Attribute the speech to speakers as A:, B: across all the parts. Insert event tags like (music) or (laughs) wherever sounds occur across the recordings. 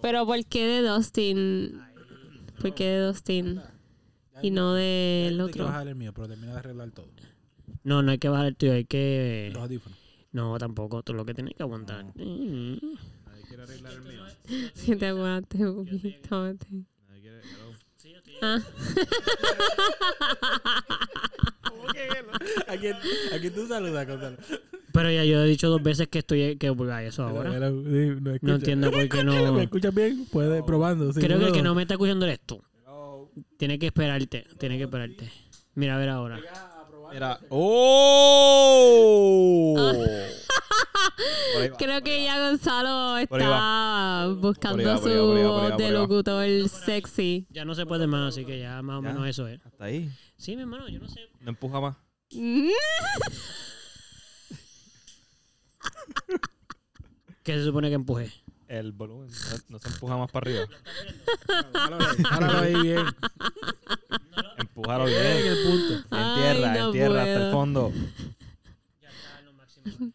A: Pero ¿por qué de Dustin? ¿Por qué de Dustin? Y no del
B: Te
A: otro. (laughs)
B: quiero bajar el mío, pero termina de arreglar todo.
C: No, no hay que bajar el tuyo, hay que...
B: Los audífonos.
C: No, tampoco, tú lo que tienes que aguantar. Mm.
D: Nadie quiere arreglar el mío.
A: Que te aguante un poquito.
D: Nadie quiere. Hello.
A: Ah,
B: ¿A quién, a quién tú saludas, Gonzalo?
C: Pero ya yo he dicho dos veces que estoy que voy a eso ahora.
B: Hello, hello. Sí, no, escucha.
C: No entiendo por qué no.
B: (laughs) ¿Me escuchas bien? Puede, probando. sí,
C: Creo que el
B: uno,
C: que no
B: (laughs) dos.
C: me está escuchando eres tú. Tiene que esperarte, tiene que esperarte. Mira, a ver ahora.
D: Mira. ¡Oh!
A: Ah.
D: Por ahí va.
A: creo que ya Gonzalo
D: Por
A: está
D: ahí Por ahí va,
A: buscando
D: por ahí va, por ahí va, por ahí
A: su
D: va, por
A: de
D: ahí va.
A: locutor sexy.
C: Ya no se puede más, así que ya más o
D: Ya.
C: menos eso es.
D: Hasta ahí.
C: Sí, mi hermano, yo no sé.
D: No empuja más. Eh,
C: ¿Qué se supone que empuje?
D: El volumen. No, no se empuja más para arriba.
B: Jálalo ahí, jálalo ahí bien.
D: Empújalo
B: En
D: bien.
B: el punto.
A: Ay,
D: Entierra,
A: no
D: entierra hasta el
A: puedo.
D: fondo.
C: Ya está en lo máximo.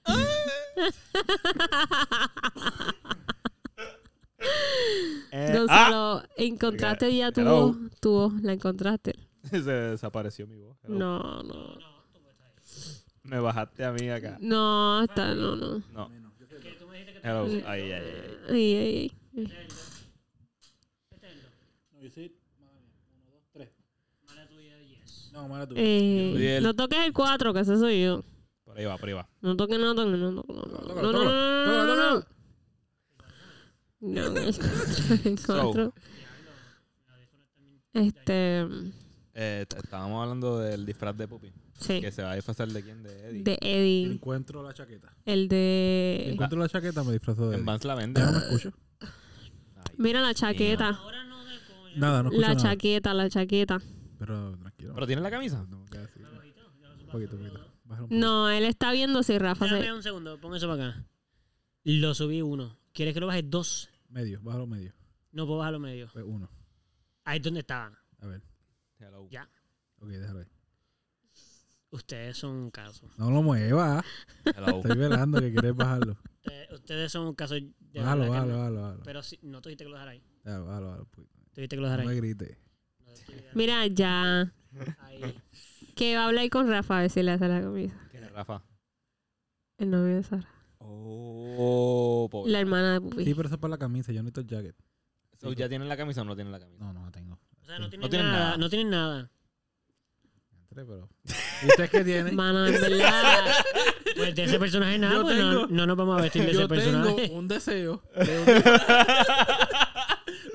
D: Eh, ¡Ah!
A: (laughs)
D: (laughs)
A: Gonzalo, ¿encontraste ya tu
D: Hello.
A: voz? Tu voz, ¿la encontraste?
D: Se desapareció mi voz. Hello.
A: No, no.
D: Me bajaste a mí acá.
A: No, hasta no, no.
D: No. Hello. Ay, ay, ay.
A: Ay, ay, ay.
B: No, mala tú.
A: Eh,
D: Uriel.
A: no toques el 4, que ese soy yo.
D: Por ahí va, por ahí va.
A: No toques, no toques, no toques. No, toques, no, no, no,
B: Tócalo,
A: no, no, no.
B: tócalo,
A: No, no, el 4. (laughs) Este,
D: Eh, t- estábamos hablando del disfraz de Puppy.
A: sí,
D: Que se va a disfrazar de quién? De Eddie.
A: de Eddie,
B: Encuentro la chaqueta.
A: el
C: eh,
A: de...
B: Encuentro la chaqueta, me disfrazo de.
D: En
B: Eddie.
D: Vans la vende.
C: Ah.
B: Ya no me escucho.
A: Mira la chaqueta,
B: Nada, no escucho.
A: la
B: nada.
A: chaqueta, la chaqueta.
B: Pero tranquilo. Ah,
D: ¿Pero tiene la camisa?
B: No, queda así. Un poquito, un poquito. Bájalo un poquito.
A: No, él está viendo si Rafa se...
C: Dame un segundo, pon eso para acá. Lo subí uno. ¿Quieres que lo bajes dos?
B: Medio, bájalo medio.
C: No puedo bajarlo medio.
B: Pues uno.
C: Ahí es donde estaban.
B: A ver.
C: (laughs)
D: Hello.
C: Ya.
B: Ok, déjalo ahí.
C: Ustedes son un caso.
B: No lo muevas.
D: Hello.
B: Estoy velando que quieres
C: (laughs)
B: bajarlo.
C: Eh, ustedes son un caso. de verdad
B: Bájalo,
C: que
B: bájalo,
C: no.
B: bájalo. Bájalo,
C: Pero si, no tuviste que lo dejar ahí.
B: Bájalo, bájalo, bájalo, poquito.
C: Tuviste que lo dejar
B: No me
C: ahí.
B: grites.
C: No, tuviste que
A: Mira, ya,
C: dejar ahí.
A: que va a hablar con Rafa a ver si le hace la camisa.
D: ¿Quién es Rafa?
A: El novio de Sara,
D: Oh, pobre.
A: la hermana de Pupi.
B: Sí, pero eso es para la camisa. Yo necesito el jacket.
D: So, ¿Ya tienen la camisa o no tienen la camisa?
B: No, no la tengo.
C: O sea, no tienen,
D: No tienen
C: nada,
D: nada.
C: No tienen nada.
B: Entré,
C: (laughs)
B: pero. ¿Y ustedes qué tienen?
A: Mano, en verdad.
C: Pues de ese personaje
B: (laughs)
C: nada,
B: Yo
C: pues no,
B: tengo-
C: no nos vamos a vestir de ese
B: Yo tengo
C: personaje.
B: un (laughs) deseo.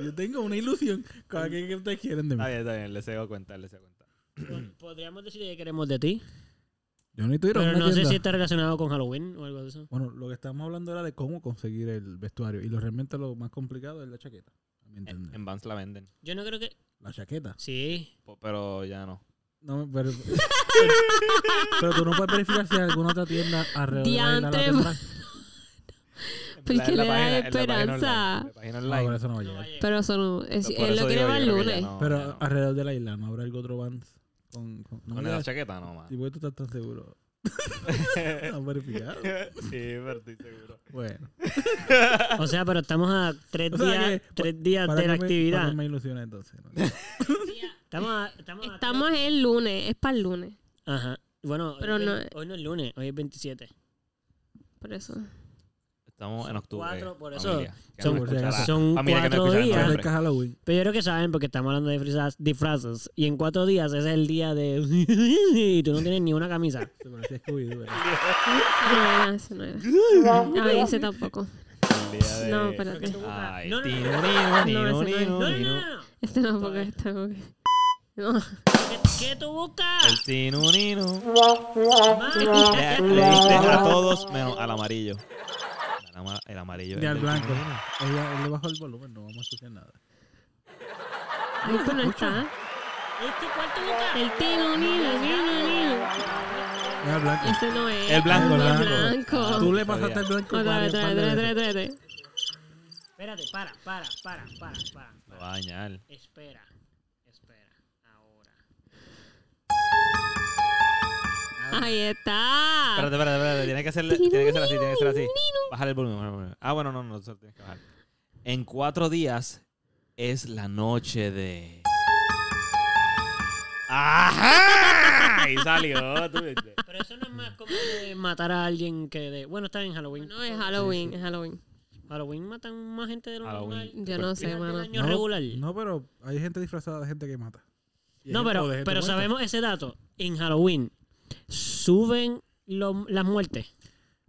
B: Yo tengo una ilusión. ¿Con qué que ustedes quieren de mí?
D: Está bien, está bien. Les hago cuenta, les hago cuenta.
C: Pod- (laughs) Podríamos decir que queremos de ti,
B: Yo necesito ir a
C: pero
B: una
C: no sé
B: tienda.
C: si está relacionado con Halloween o algo de eso.
B: Bueno, lo que estábamos hablando era de cómo conseguir el vestuario. Y lo realmente lo más complicado es la chaqueta. a
C: Eh,
B: mi
D: En,
B: entender.
C: em.
D: en Vans la venden.
C: Yo no creo que...
B: La chaqueta.
C: Sí.
D: Po- Pero ya no.
B: No, pero, (laughs) pero tú no puedes verificar si hay alguna otra tienda alrededor
A: Diantre,
B: de la otra.
A: Pues
D: La-
A: que
D: en la
A: le da
D: página- en la página
A: esperanza.
D: online, en la página
B: No,
D: online.
B: pero eso no va
A: Pero eso no.
B: a llegar.
C: No va a llegar.
A: Es,
D: So, por
A: él lo
D: eso
A: quiere
D: digo,
A: para el
D: yo creo que ya
A: lunes.
D: no,
B: pero
D: ya no.
C: ah,
B: alrededor de la isla no habrá algún otro band con, con, no
D: Con
B: me
D: la
B: digas-
D: chaqueta nomás.
B: Y voy a estar tan seguro.
D: Eh.
B: no has verificado.
D: sí, pero estoy seguro.
B: Bueno.
C: O sea, pero estamos a tres
B: O sea
C: días,
B: que-
C: tres días
B: ¿para
C: de la
B: qué me- para
C: actividad.
B: qué me ilusiona entonces?
C: Estamos a, estamos a
A: Estamos el lunes, es para el lunes.
C: tres- Ajá. Bueno, hoy,
A: Pero
C: es vein-
A: no-
C: hoy no es lunes, hoy es 27.
A: Por eso.
D: Estamos en octubre.
C: Cuatro, por eso.
D: familia, que
C: Son-
D: no escuchará-
C: son
D: familia que no
C: cuatro
D: escuchará
C: días.
B: Se
D: siempre.
B: acerca Halloween.
C: Pero yo creo que saben porque estamos hablando de disfrazas- disfrazes. Y en cuatro días ese es el día de... (laughs) y tú no tienes ni una camisa.
B: Se parecía Scooby-Doo. ¿verdad?
A: Eso no era, eso no era. No, ese tampoco.
D: El día de-
A: No, espérate.
D: Ay,
C: No, no, no.
D: tino, nino,
A: No,
D: nino,
A: eso no es.
D: nino,
C: No, no,
D: nino.
C: no, no.
A: Este tampoco, este tampoco. No.
C: ¿Qué, qué tú buscas?
D: El tino, nino.
C: Mike?
D: Le, le diste a todos menos al amarillo. Al ama- El amarillo.
B: De
D: el
B: al
D: del
B: blanco.
D: tino, nino.
B: Ella, él le bajó el volumen, no vamos a escuchar nada.
A: Ay, pues no está.
C: ¿Este cuarto buscas?
A: El tino, nino, nino, nino.
B: Es al blanco.
A: Ese no es.
D: El blanco, el
A: Ah,
D: blanco.
B: Tú
A: blanco.
B: le pasaste al blanco.
A: Otra vez,
B: varias
A: otra
B: par
A: vez,
B: de
A: otra vez,
B: veces.
A: otra vez, otra vez.
C: Espérate, para, para, para, para, para.
D: Lo va a dañar.
C: Espera, espera. Ahora.
A: Ahí está.
D: Ah. Espérate, espérate, espérate. Tiene que ser, tiene que ser así, tiene que ser así. Bajar el volumen. bajar el volumen. Ah, bueno, no, no, no, tienes que bajar. En cuatro días es la noche de. ¡Ajá! Y salió. tú viste.
C: Pero eso no es más como de matar a alguien que de. Bueno, está en Halloween.
A: No, es Halloween, es Halloween.
C: Halloween matan más gente de lo
D: (laughs) Halloween.
C: normal.
A: Yo no
D: (laughs)
A: sé,
C: Fíjate,
A: mano.
C: el año regular.
B: No, pero hay gente disfrazada de gente que mata. Y hay gente-
C: No,
B: o
C: pero,
B: de gente
C: pero
B: muerta.
C: sabemos ese dato. En Halloween suben lo- las muertes.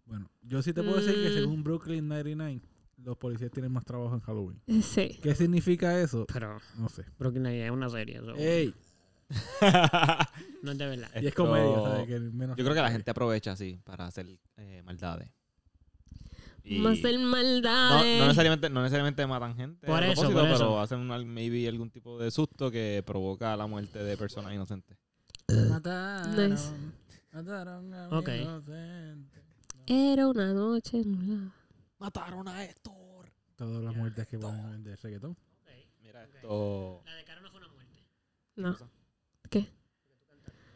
B: Bueno, yo sí te puedo decir que
A: Mm.
B: según Brooklyn 99, los policías tienen más trabajo en Halloween.
A: Sí.
B: ¿Qué significa eso?
C: Pero
B: No sé.
C: Brooklyn Nine-Nine es una serie. eso
B: ey
C: No es de verdad.
B: Y es
D: Esto-
B: comedia, ¿sabes? Que menos
D: Yo creo que la gente aprovecha así para hacer eh, maldades. Y-
A: Más del
D: No,
A: maldades.
D: no necesariamente, no necesariamente matan gente. a
C: Por eso,
D: propósito,
C: por eso.
D: Pero hacen un- maybe algún tipo de susto que provoca la muerte de personas inocentes.
B: Mataron,
A: Nice.
B: mataron a
C: Ok.
B: inocente.
A: Era una noche nublada.
D: Mataron a Héctor.
B: Todas las muertes que van de reggaetón.
D: Mira esto.
C: La de cara no fue una muerte.
A: No. ¿Qué?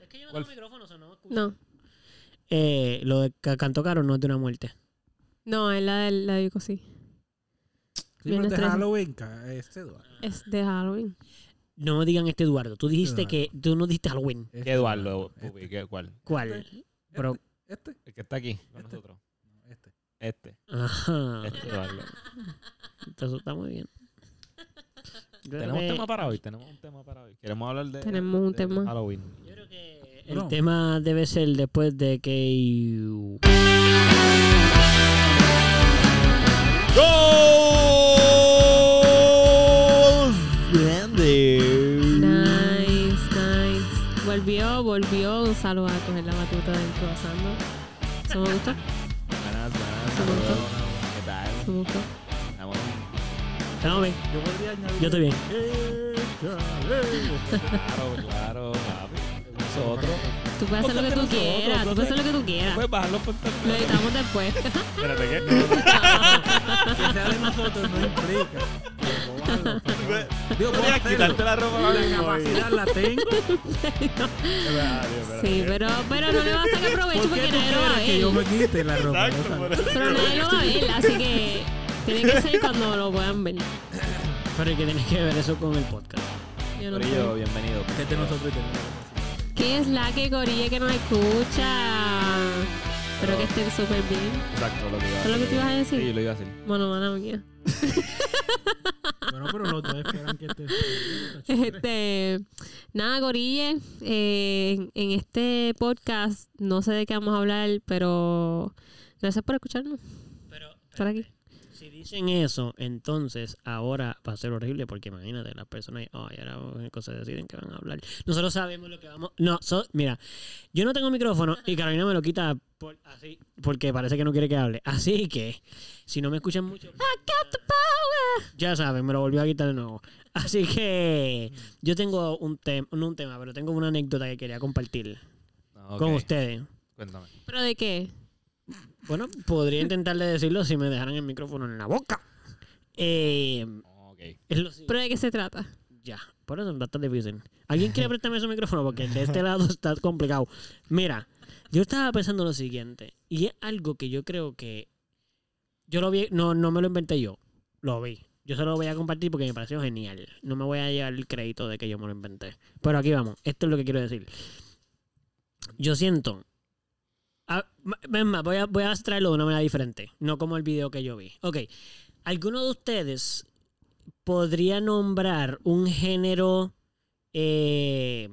C: Es que yo
D: ¿Cuál
C: no tengo micrófono, eso no escucho.
A: No.
C: Eh, lo de que cantó Caro no es de una muerte.
A: No, es la de la de Yoko, sí.
B: Sí,
A: Bien
B: pero este
A: estrella.
B: Halloween, ca- este Eduardo.
A: Es de Halloween.
C: No me digan este Eduardo. Tú dijiste
B: Eduardo.
C: que tú no dijiste Halloween.
B: Este
D: ¿Qué Eduardo?
B: Eduardo,
D: Pupi? ¿Qué- ¿Cuál?
C: ¿Cuál? Pero,
B: Este,
D: El que está aquí con
B: Este.
D: nosotros.
B: este.
D: Este.
C: ajá.
D: Este Eduardo.
C: Eso está muy bien. Yo creo
D: Tenemos un
C: que-
D: tema para hoy. Tenemos un tema para hoy. Queremos hablar de,
A: Tenemos un
D: de
A: tema.
D: Halloween.
C: Yo creo que el
B: Bueno.
C: tema debe ser después de que.
A: Nice, nice. Volvió, volvió Gonzalo a coger la batuta del cruzando. ¿Se me gusta?
D: Buenas, buenas,
A: ¿Te gustó?
D: saludos. ¿Qué tal?
A: ¿Se me gustó?
D: Estamos
C: Estamos bien.
B: Yo podría añadir.
C: Yo estoy bien.
D: claro, claro, papi. Nosotros.
A: Tú puedes hacer lo que tú quieras. Tú puedes hacer lo que tú quieras.
D: Puedes bajar los
A: Lo
D: pantalones.
A: editamos después.
D: Espérate, ¿qué?
B: Que sea de nosotros no implica. que lo hagan, pero- Digo, puedo
D: Podrías quitarte
B: hacerlo.
D: la ropa. ahora
B: La
D: mismo,
B: capacidad la tengo.
A: (laughs) Sí, pero, pero no le vas a sacar provecho porque nadie lo va a
B: que yo
A: ver.
B: me quite la ropa?
D: Exacto,
B: No,
D: por
B: sabes.
A: Pero nadie lo va a ver, así que tiene que ser cuando lo puedan ver.
C: Pero hay que tienes que ver eso con el podcast.
A: Yo no sé.
D: Corillo, bienvenido.
B: Que es de nosotros y tenemos.
A: ¿Qué es la que corille que nos escucha? Espero que estén súper bien.
D: Exacto, lo que iba a
A: ¿Es lo que te ibas a decir?
D: Sí, lo iba a decir.
A: Bueno, mala mía.
B: Bueno, pero los dos esperan que este.
A: Este, nada, Gorille, eh, en, en este podcast no sé de qué vamos a hablar, pero gracias por escucharnos,
C: Pero
A: estar aquí.
C: si dicen eso, entonces ahora va a ser horrible porque imagínate, las personas, ay, ahora vamos a cosas deciden que van a hablar. Nosotros sabemos lo que vamos. No, so- mira, yo no tengo micrófono y Carolina me lo quita por- así porque parece que no quiere que hable. Así que, si no me escuchan mucho, ya saben, me lo volvió a quitar de nuevo. Así que yo tengo un tema, no un tema, pero tengo una anécdota que quería compartir
D: Ah, ok.
C: con ustedes.
D: Cuéntame.
A: ¿Pero de qué?
C: Bueno, podría intentarle decirlo si me dejaran el micrófono en la boca. Eh,
D: Ok.
C: es lo siguiente.
A: ¿Pero de qué se trata?
C: Ya, por eso está tan difícil. ¿Alguien quiere prestarme ese micrófono? Porque de este lado está complicado. Mira, yo estaba pensando lo siguiente. Y es algo que yo creo que... Yo lo vi... No, no me lo inventé yo. Lo vi. Yo se lo voy a compartir porque me pareció genial. No me voy a llevar el crédito de que yo me lo inventé. Pero aquí vamos. Esto es lo que quiero decir. Yo siento... Ah, Es más, voy a, voy a traerlo de una manera diferente. No como el video que yo vi. Ok. ¿Alguno de ustedes podría nombrar un género, eh,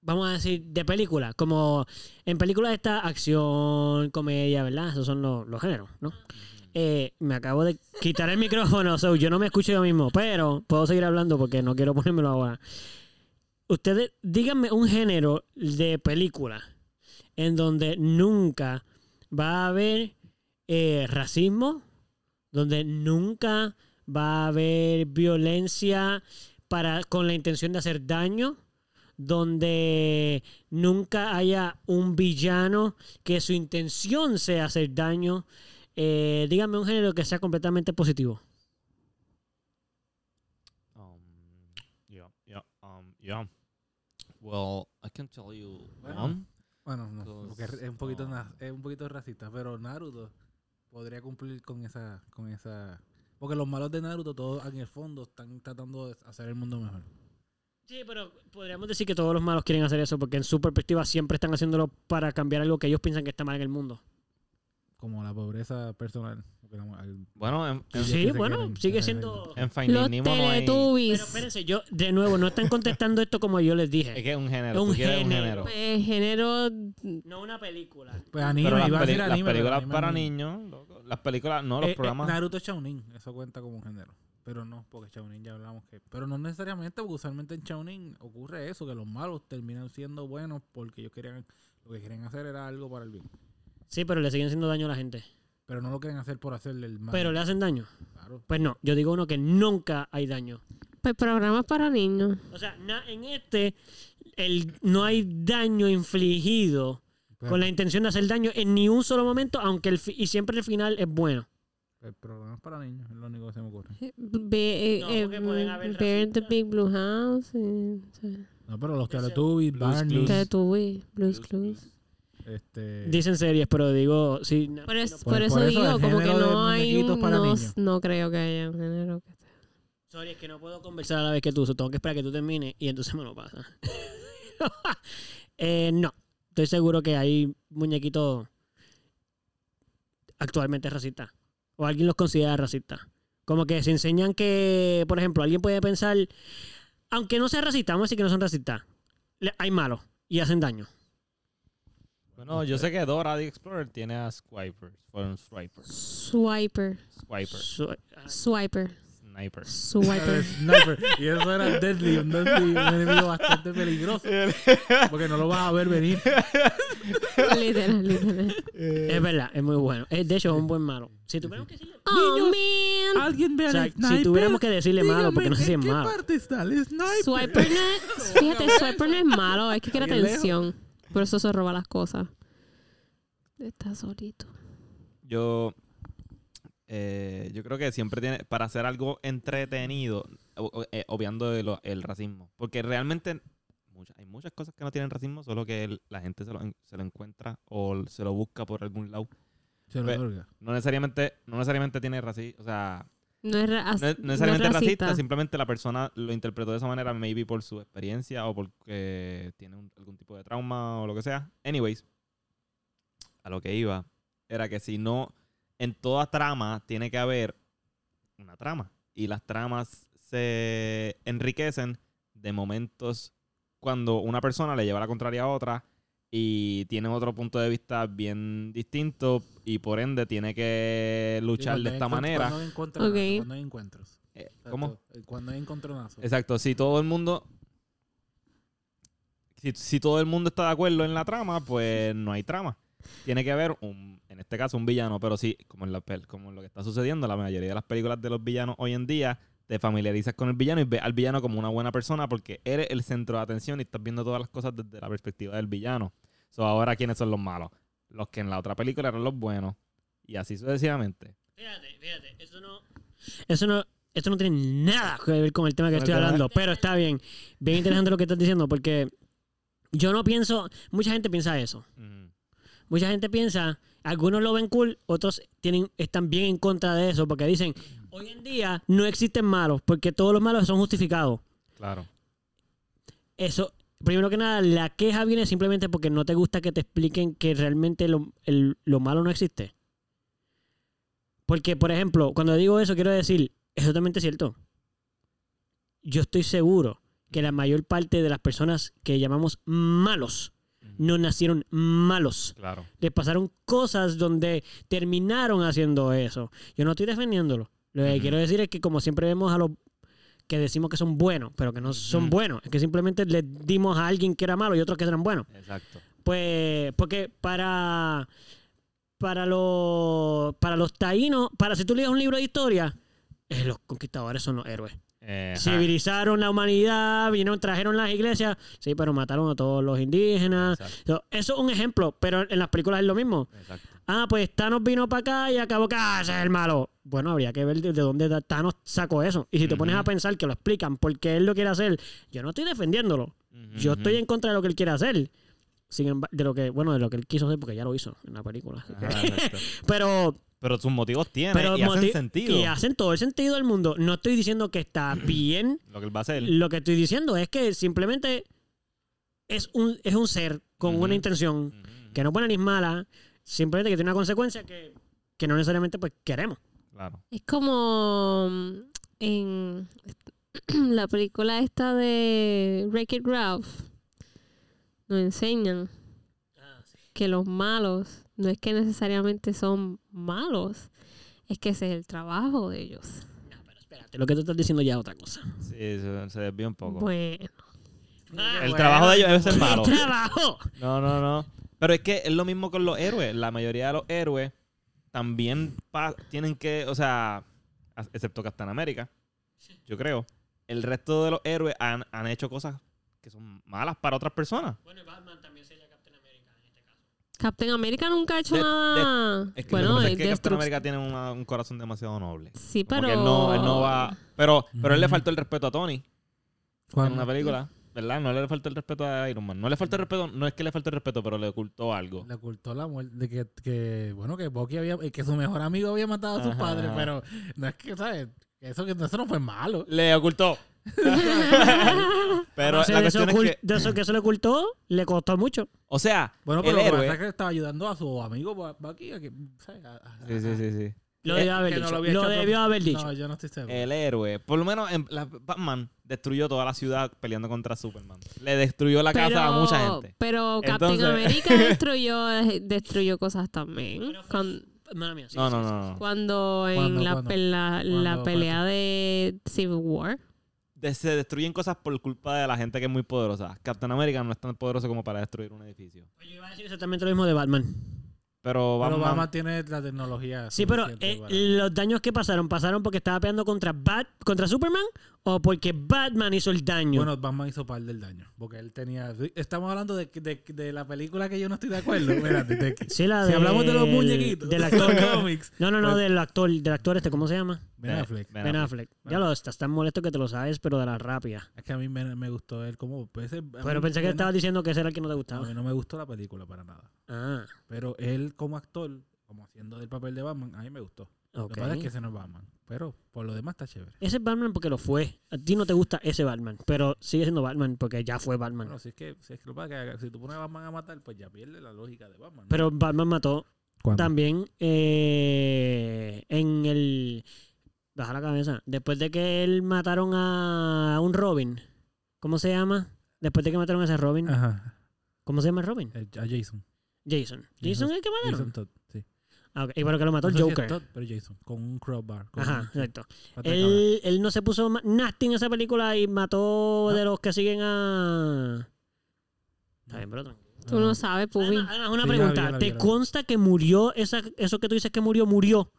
C: vamos a decir, de película. Como en películas está acción, comedia, ¿verdad? Esos son los, los géneros, ¿no? Eh, me acabo de quitar el micrófono, so yo no me escucho yo mismo, pero puedo seguir hablando porque no quiero ponérmelo ahora. Ustedes, díganme un género de película en donde nunca va a haber eh, racismo, donde nunca va a haber violencia para, con la intención de hacer daño, donde nunca haya un villano que su intención sea hacer daño. Eh, dígame un género que sea completamente positivo.
D: Um, yeah, yeah, um, yeah. Well, I can tell you um,
B: Bueno.
D: one.
B: Bueno, no,
D: Entonces,
B: porque es un poquito,
D: no.
B: na- es un poquito racista, pero Naruto podría cumplir con esa, con esa Porque los malos de Naruto, todos en el fondo, están tratando de hacer el mundo mejor.
C: Sí, pero podríamos decir que todos los malos quieren hacer eso porque en su perspectiva siempre están haciéndolo para cambiar algo que ellos piensan que está mal en el mundo.
B: Como la pobreza personal. porque la mu- al-
D: Bueno, en, en,
B: ellos
C: Sí,
B: que se
C: bueno,
B: quieren-
C: sigue
B: que se
C: siendo...
D: en Finding
A: Los
D: Nemo no hay...
C: Pero
A: Teletubbies.
C: espérense, yo de nuevo no están contestando esto como yo les
D: Es
C: dije.
D: que es un género.
C: Es
D: tú
C: un
D: quieres un
C: género.
D: género.
A: Eh, género.
C: No una película.
B: Pues anime,
D: Pero las,
B: iba a decir
D: peli- las
B: anime, pero
D: películas
B: anime
D: para
B: es-
D: niños, loco, las películas, no, los
B: Eh, eh,
D: programas.
B: Naruto es Shaunin, eso cuenta como un género. Pero no, porque Shaunin ya hablamos que. Pero no necesariamente, porque usualmente en Shaunin ocurre eso, que los malos terminan siendo buenos porque ellos querían. Lo que querían hacer era algo para el bien.
C: Sí, pero le siguen haciendo daño a la gente.
B: Pero no lo quieren hacer por hacerle el mal.
C: Pero le hacen daño.
B: Claro.
C: Pues no, yo digo uno que nunca hay daño.
A: Pues programas para niños.
C: O sea, na- en este el, no hay daño infligido
B: Pues,
C: con la intención de hacer daño en ni un solo momento, aunque el fi- y siempre el final es bueno.
B: pues, programas para niños, es lo único que se me ocurre.
A: Ve- eh,
C: No, porque
A: eh,
C: pueden haber
A: Bear in the
C: racistas.
A: Big Blue House. eh, o sea,
B: No, pero los
C: Ese-
B: Teletubbies,
D: Blue's
B: Barney,
D: Clues.
A: Teletubbies, Blues Clues.
B: este.
C: Dicen series, pero digo, sí. na-
A: Por, es-
C: no-
A: por
B: por
A: eso
B: eso, el
A: digo, como que
B: género de
A: no hay
B: muñequitos
A: un-
B: para
A: no,
B: niños.
A: no creo que haya un género que sea.
C: Sorry, es que no puedo conversar a la vez que tú, so tengo que esperar a que tú termines y entonces me lo pasa. (laughs) Eh, no, estoy seguro que hay muñequitos actualmente racistas. O alguien los considera racistas. Como que se enseñan que, por ejemplo, alguien puede pensar, aunque no sea racista, vamos a decir que no son racistas, le- hay malos y hacen daño.
D: Bueno, yo sé que Dora the Explorer tiene a Swipers. Fueron Swipers.
A: Swiper,
D: Swiper.
C: So- ah,
A: swiper,
D: Sniper.
A: (laughs) swiper.
B: Sniper. Y eso era Deadly, un, deadly, un enemigo bastante peligroso. Porque no lo vas a ver venir.
A: literal, literal.
C: es verdad, es muy bueno. Es, de hecho, es un buen malo. Si tuviéramos que decirle,
A: Oh, man.
B: Alguien ve
C: o
B: al
C: sea,
B: sniper.
C: si tuviéramos que decirle malo, porque no sé si es
B: ¿en qué
C: malo.
B: parte está el sniper?
A: Swiper no es- (laughs) fíjate, Swiper no es malo, es que quiere
B: Bien lejos.
A: atención. Por eso se roba las cosas. Está solito.
D: Yo, eh, yo creo que siempre tiene, para hacer algo entretenido, o- o- eh, obviando de lo- el racismo, porque realmente mucha- hay muchas cosas que no tienen racismo, solo que el- la gente se lo, en- se lo encuentra o l- se lo busca por algún lado.
B: Se lo
D: Ve-
B: otorga.
D: No necesariamente, no necesariamente tiene racismo, o sea,
A: No es, ra-
D: no, es-
A: no
D: no necesariamente
A: es
D: racista.
A: racista.
D: simplemente la persona lo interpretó de esa manera, maybe por su experiencia o porque tiene un- algún tipo de trauma o lo que sea. Anyways, a lo que iba era que si no, en toda trama tiene que haber una trama. Y las tramas se enriquecen de momentos cuando una persona le lleva la contraria a otra y tiene otro punto de vista bien distinto y por ende tiene que luchar
B: Cuando
D: de
B: hay
D: esta
B: encont-
D: manera.
B: Cuando hay encontronazos.
A: Ok.
B: Cuando hay encuentros.
D: Eh,
B: Exacto.
D: ¿Cómo?
B: Cuando hay encontronazos.
D: Exacto, si todo el mundo. Si, si todo el mundo está de acuerdo en la trama, pues no hay trama. Tiene que haber un, en este caso, un villano, pero sí, como en, la pel- como en lo que está sucediendo, la mayoría de las películas de los villanos hoy en día, te familiarizas con el villano y ves al villano como una buena persona porque eres el centro de atención y estás viendo todas las cosas desde la perspectiva del villano. So, ahora, ¿quiénes son los malos? Los que en la otra película eran los buenos. Y así sucesivamente.
C: Fíjate, fíjate, eso no. Eso no. Esto no tiene nada que ver con el tema que
D: ¿Con el
C: estoy
D: tema?
C: hablando, pero está bien. Bien interesante lo que estás diciendo, porque yo no pienso. Mucha gente piensa eso.
D: Ujú.
C: Mucha gente piensa. Algunos lo ven cool, otros tienen, están bien en contra de eso, porque dicen: Hoy en día no existen malos, porque todos los malos son justificados.
D: Claro.
C: Eso, primero que nada, la queja viene simplemente porque no te gusta que te expliquen que realmente lo, el- lo malo no existe. Porque, por ejemplo, cuando digo eso, quiero decir, es totalmente cierto. Yo estoy seguro que la mayor parte de las personas que llamamos malos
D: Ujú.
C: no nacieron malos.
D: Claro.
C: Les pasaron cosas donde terminaron haciendo eso. Yo no estoy defendiéndolo. Lo que
D: Ujú.
C: quiero decir es que como siempre vemos a los que decimos que son buenos, pero que no son
D: Ujú.
C: buenos, es que simplemente les dimos a alguien que era malo y otros que eran buenos.
D: Exacto.
C: Pues, porque para para los para los taínos, para si tú lees un libro de historia, eh, los conquistadores son los héroes.
D: Eh, ajá.
C: Civilizaron la humanidad, vinieron, trajeron las iglesias, sí, pero mataron a todos los indígenas.
D: Exacto.
C: So, Eso es un ejemplo, pero en las películas es lo mismo.
D: Exacto.
C: Ah, pues Thanos vino para acá y acabó que ah, ese es el malo. Bueno, habría que ver de de dónde da- Thanos sacó eso. Y si te pones
D: Ujú.
C: a pensar que lo explican porque él lo quiere hacer, yo no estoy defendiéndolo. Yo
D: Ujú.
C: estoy en contra de lo que él quiere hacer. Sin embargo, de lo que, bueno, de lo que él quiso hacer porque ya lo hizo en la película. Eh,
D: Ajá, Ah, exacto.
C: Pero
D: Pero sus motivos tienen
C: Pero
D: y
C: motiv-
D: hacen sentido.
C: Y hacen todo el sentido del mundo. No estoy diciendo que
D: (clears throat)
C: está bien.
D: Lo que él va a hacer.
C: Lo que estoy diciendo es que simplemente es un, es un ser con
D: Ujú.
C: una intención
D: Ujú,
C: que no es buena ni es mala, simplemente que tiene una consecuencia que, que no necesariamente pues queremos.
D: Claro.
A: Es como mm, en (clears throat) la película esta de Wreck It Ralph. Nos enseñan que los malos no es que necesariamente son malos, es que ese es el trabajo de ellos.
C: No, pero espérate, lo que tú estás diciendo ya es otra cosa.
D: Sí, se, se desvía un poco.
A: Bueno,
D: el trabajo de ellos es ser malo.
C: trabajo!
D: No, no, no. Pero es que es lo mismo con los héroes. La mayoría de los héroes también pa- tienen que, o sea, a- excepto Captain América, yo creo. El resto de los héroes han, han hecho cosas que son malas para otras personas.
C: Bueno, y Batman también sería Captain America en este caso.
A: Captain América nunca ha hecho
D: De- de-
A: nada.
D: Es que lo
A: bueno,
D: que pasa
A: es
D: es que Captain
A: destruc-
D: América tiene una- un corazón demasiado noble.
A: Sí,
D: Como
A: pero.
D: que él no, él
A: (laughs)
D: no va. Pero, pero él le
B: Mm.
D: faltó el respeto a Tony en
B: Cuando-
D: una película. ¿Verdad? No le faltó el respeto a Iron Man. No le faltó el respeto, no es que le faltó el respeto, pero le ocultó algo.
B: Le ocultó la muerte de que, que, bueno, que Bucky había, eh, que su mejor amigo había matado a sus
D: Ajá.
B: padres, pero no es que, ¿sabes? Eso, que- eso no fue malo.
D: Le ocultó. (laughs) pero la
C: de, eso
D: cuestión es
C: ocul-
D: que.
C: de eso que se le ocultó, le costó mucho.
D: O sea,
B: Bueno, pero lo
D: el
B: que pasa es
D: héroe.
B: que estaba ayudando a su amigo Bu- Bucky a que, ¿sabes? A- a-
D: Sí, sí, sí, sí.
C: Lo
D: Eh,
C: debió haber
B: que no lo
C: dicho. Lo,
B: había hecho otro-
C: debió haber dicho.
B: No, yo no estoy seguro.
D: El héroe. Por lo menos en la- Batman destruyó toda la ciudad peleando contra Superman. Le destruyó la casa
A: Pero,
D: a mucha gente.
A: pero Captain
D: Entonces- (laughs)
A: América destruyó, destruyó cosas también.
C: Pero fue-
A: Cuando,
C: Mala mía, sí,
D: No,
C: sí,
D: no,
C: sí.
D: no, no.
A: cuando en
B: ¿Cuándo,
A: la,
B: cuándo?
A: pe- la- la
B: ¿Cuándo,
A: pelea de Civil War.
D: De- Se destruyen cosas por culpa de la gente que es muy poderosa. Captain America no es tan poderoso como para destruir un edificio.
C: Pues Yo iba a decir exactamente lo mismo de Batman.
B: pero
D: Pero Batman.
B: Obama tiene la tecnología.
C: Sí, pero
B: suficiente
C: eh,
B: para-
C: los daños que pasaron, ¿pasaron porque estaba peleando contra Bat contra Superman o porque Batman hizo el daño?
B: Bueno, Batman hizo par del daño. Porque él tenía. Estamos hablando de, de, de la película que yo no estoy de acuerdo. Espérate, de- (laughs)
C: sí, la
B: si
C: del-
B: hablamos de los muñequitos,
C: Del
B: de (laughs)
C: actor.
B: los cómics.
C: No, no, no,
B: Pues-
C: del actor, del actor este, ¿cómo se llama?
B: Ben Affleck.
D: Ben
C: Ben
D: Affleck.
C: Affleck. Ya lo estás tan molesto que te lo sabes, pero de la rápida.
B: Es que a mí me, me gustó él como. pues, ese- a
C: Pero
B: mí-
C: pensé que
B: Ben
C: estabas diciendo que ese era el que no te
B: A
C: gustaba.
B: mí no me gustó la película para nada.
C: Ah,
B: Pero él como actor, como haciendo del papel de Batman, a mí me gustó. Lo
C: ok.
B: que pasa es que ese no es Batman. Pero por lo demás está chévere.
C: Ese es Batman porque lo fue. A ti no te gusta ese Batman, pero sigue siendo Batman porque ya fue Batman.
B: Bueno, si es que, si es que lo que pasa es que si tú pones a Batman a matar, pues ya pierde la lógica de Batman. ¿no?
C: Pero Batman mató
B: ¿Cuándo?
C: también eh, en el... Baja la cabeza. Después de que él mataron a un Robin. ¿Cómo se llama? Después de que mataron a ese Robin.
B: Ajá.
C: ¿Cómo se llama el Robin?
B: Ah. Eh, A Jason.
C: Jason.
B: Jason-
C: Jason es el que
B: Jason
C: mataron.
B: Todd, sí.
C: Ah, ok. Y bueno, que lo mató el
B: No sé si es
C: Joker.
B: Todd, pero Jason, con un crowbar. con
C: Ajá, Eh,
B: un-
C: exacto.
B: pata de cabra.
C: Él, él no se puso ma- nasty en esa película y mató de los que siguen a... Está bien, pero tranquilo.
A: Tú
D: Ah.
A: no sabes, Pubi.
C: Además, además, una
B: Sí, la vi,
C: pregunta.
B: la vi,
C: ¿Te
B: la vi.
C: consta que murió esa, eso que tú dices que murió, murió?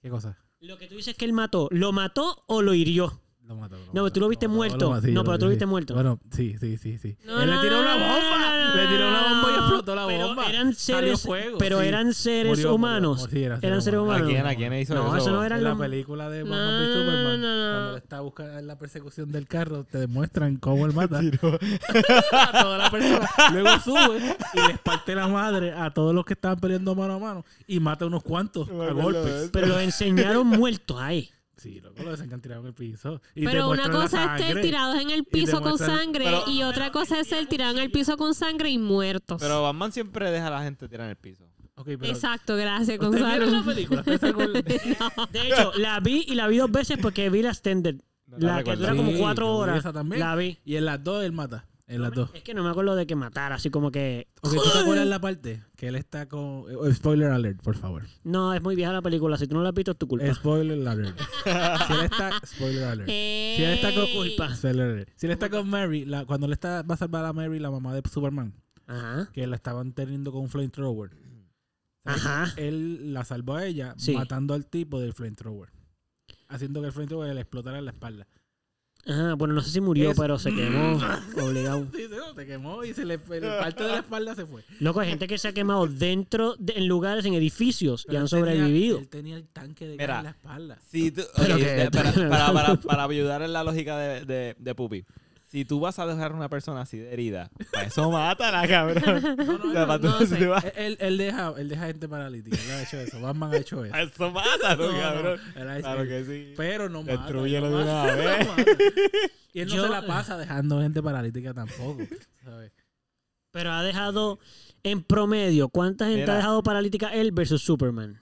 B: ¿Qué cosa?
C: Lo que tú dices que él mató, ¿lo mató o lo hirió?
B: Lo mató. lo
C: No,
B: mató,
C: tú lo viste
B: mató,
C: muerto.
B: mató, sí,
C: No,
B: yo
C: pero
B: vi,
C: tú lo
B: sí.
C: viste muerto.
B: Bueno, sí, sí, sí, sí.
A: No,
B: Él
A: no,
B: le tiró una
A: no, no,
B: bomba.
A: no, no,
B: Le tiró una bomba y
A: no.
B: explotó la
C: Pero
B: bomba.
C: eran
B: Salió
C: seres,
B: fuego,
C: pero
B: sí.
C: eran seres
B: Murió, murió,
C: humanos.
B: murió, sí, era
C: Eran seres
D: ¿A
C: humanos.
D: quién? ¿A quién hizo
C: No, eso no
D: (laughs) es
C: era
B: En la
C: lo-
B: película de
A: No,
B: Batman
A: no,
B: v
A: no,
B: Superman,
A: no, no, no.
B: cuando le está buscando la persecución del carro, te demuestran cómo él mata a toda la persona. Luego sube y les parte la madre a todos los que estaban peleando mano a mano y mata a unos cuantos a golpes.
C: Pero
B: (laughs)
C: los enseñaron muertos ahí.
B: Sí, loco, lo desencan tirado en el piso. Y te
A: Pero una
B: muestran la
A: cosa es ser
B: sangre.
A: tirados en el
B: te
A: piso con
B: muestran-
A: sangre
D: Pero-
A: y otra cosa es ser tirados en el piso con sangre y muertos.
D: Pero Batman siempre deja a la gente tirar en el piso.
B: Ok, pero-
A: Exacto, gracias,
B: ¿Ustedes vieron la
A: Gonzalo.
B: película? ¿Ustedes se acuerdan?
C: De hecho, la vi y la vi dos veces porque vi la extended.
D: No
C: La que
D: recuerdo.
C: dura como
B: Sí,
C: cuatro
B: yo vi
C: horas.
B: esa también.
C: La vi.
B: Y en las dos él mata. En las dos.
C: Es que no me acuerdo de que matara, así como que.
B: Ok, ¿tú te acuerdas la parte? Que él está con... eh, Spoiler alert, por favor.
C: No, es muy vieja la película. Si tú no la has visto, es tu culpa.
B: Spoiler alert. Si él está... Spoiler alert. Si él está con...
A: Ey.
B: Spoiler alert. Si él está con Mary, la- cuando él está, va a salvar a Mary, la mamá de Superman,
C: Ajá.
B: que la estaban teniendo con un flamethrower.
C: Ajá.
B: Él la salvó a ella
C: Sí.
B: matando al tipo del flamethrower. Haciendo que el flamethrower le explotara en la espalda.
C: Ajá. Bueno, no sé si murió,
B: Es-
C: pero se
B: (laughs)
C: quemó. Obligado.
B: Sí, se, se quemó y se le... Parte de la espalda se fue.
C: Loco, hay gente que se ha quemado dentro, de- en lugares, en edificios y
B: Pero
C: han
B: él tenía-
C: sobrevivido.
B: él tenía el tanque de gas
D: Mira.
B: en la
C: (laughs)
B: espalda.
D: Si tú-
C: Pero (laughs)
D: ok,
C: que-
D: de- para, para, para- para ayudar en la lógica de, de, de Pupi.
E: Si tú vas a dejar a una persona así de herida, pa' eso
C: (laughs)
E: mátala, cabrón.
B: No, no,
E: O sea,
B: no,
E: pa' tú-
A: no
E: si
A: sé.
E: tú vas-
B: Él, él- él deja, él deja gente paralítica. Él ha hecho eso. Batman ha hecho eso.
E: pa' eso mátalo,
B: No, no,
E: cabrón.
B: él ha hecho-
E: Claro que sí.
C: Pues,
B: Pero no mata.
E: Destrúyelo
B: no
E: de
B: mata,
E: una
B: (laughs) no
E: vez.
B: mata. Y él no
C: Yo-
B: se la pasa dejando gente paralítica tampoco. (laughs) ¿sabes?
C: Pero ha dejado en promedio, ¿cuánta gente
E: Mira.
C: ha dejado paralítica él versus Superman?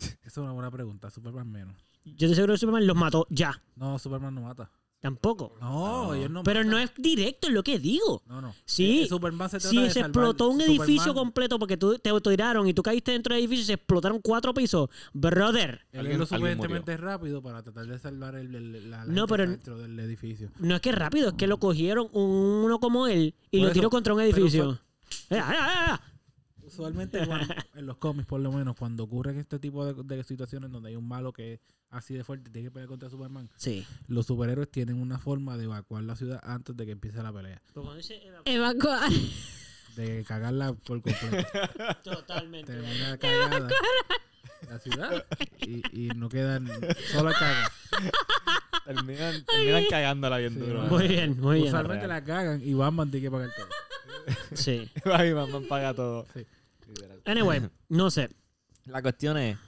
B: Eso es una buena pregunta. Superman menos.
C: Yo estoy seguro que Superman los mató ya,
B: No, Superman no mata.
C: tampoco.
B: No,
E: No.
B: ellos no
C: Pero
B: matan.
C: no es directo, es lo que digo.
B: No, no.
C: Sí.
B: Eh, Superman se trata
C: Si
B: de
C: se
B: salvar-
C: explotó un edificio
B: Superman,
C: completo porque tú te tiraron y tú caíste dentro del edificio y se explotaron cuatro pisos, brother.
B: Él es
E: Alguien-
B: lo
E: alguien
B: suficientemente rápido para tratar de salvar el, el- la, la
C: No,
B: gente
C: pero-
B: dentro del edificio.
C: No es que rápido, es que lo cogieron uno como él y
B: Por
C: lo
B: eso,
C: tiró contra un
B: pero
C: edificio. Eh, ah, ah, ah.
B: Usualmente
C: (laughs)
B: cuando- en los cómics, por lo menos, cuando ocurren este tipo de, de situaciones donde hay un malo que es así de fuerte y tiene que pelear contra Superman,
C: Sí.
B: los superhéroes tienen una forma de evacuar la ciudad antes de que empiece la pelea.
A: Evacuar.
B: De cagarla por completo.
C: (laughs)
B: (laughs)
C: Totalmente.
B: Termina cagada la ciudad y, y no quedan solo cagan.
C: (laughs)
E: Terminan, terminan cagándola bien
B: Sí,
E: duro. (laughs)
B: no.
C: Muy bien, muy bien.
E: Usar-
B: Usualmente
E: real.
B: la cagan y Batman tiene que pagar todo.
C: Sí.
E: Ahí Batman paga todo.
B: Sí.
E: Literal.
C: Anyway, no sé.
E: La cuestión es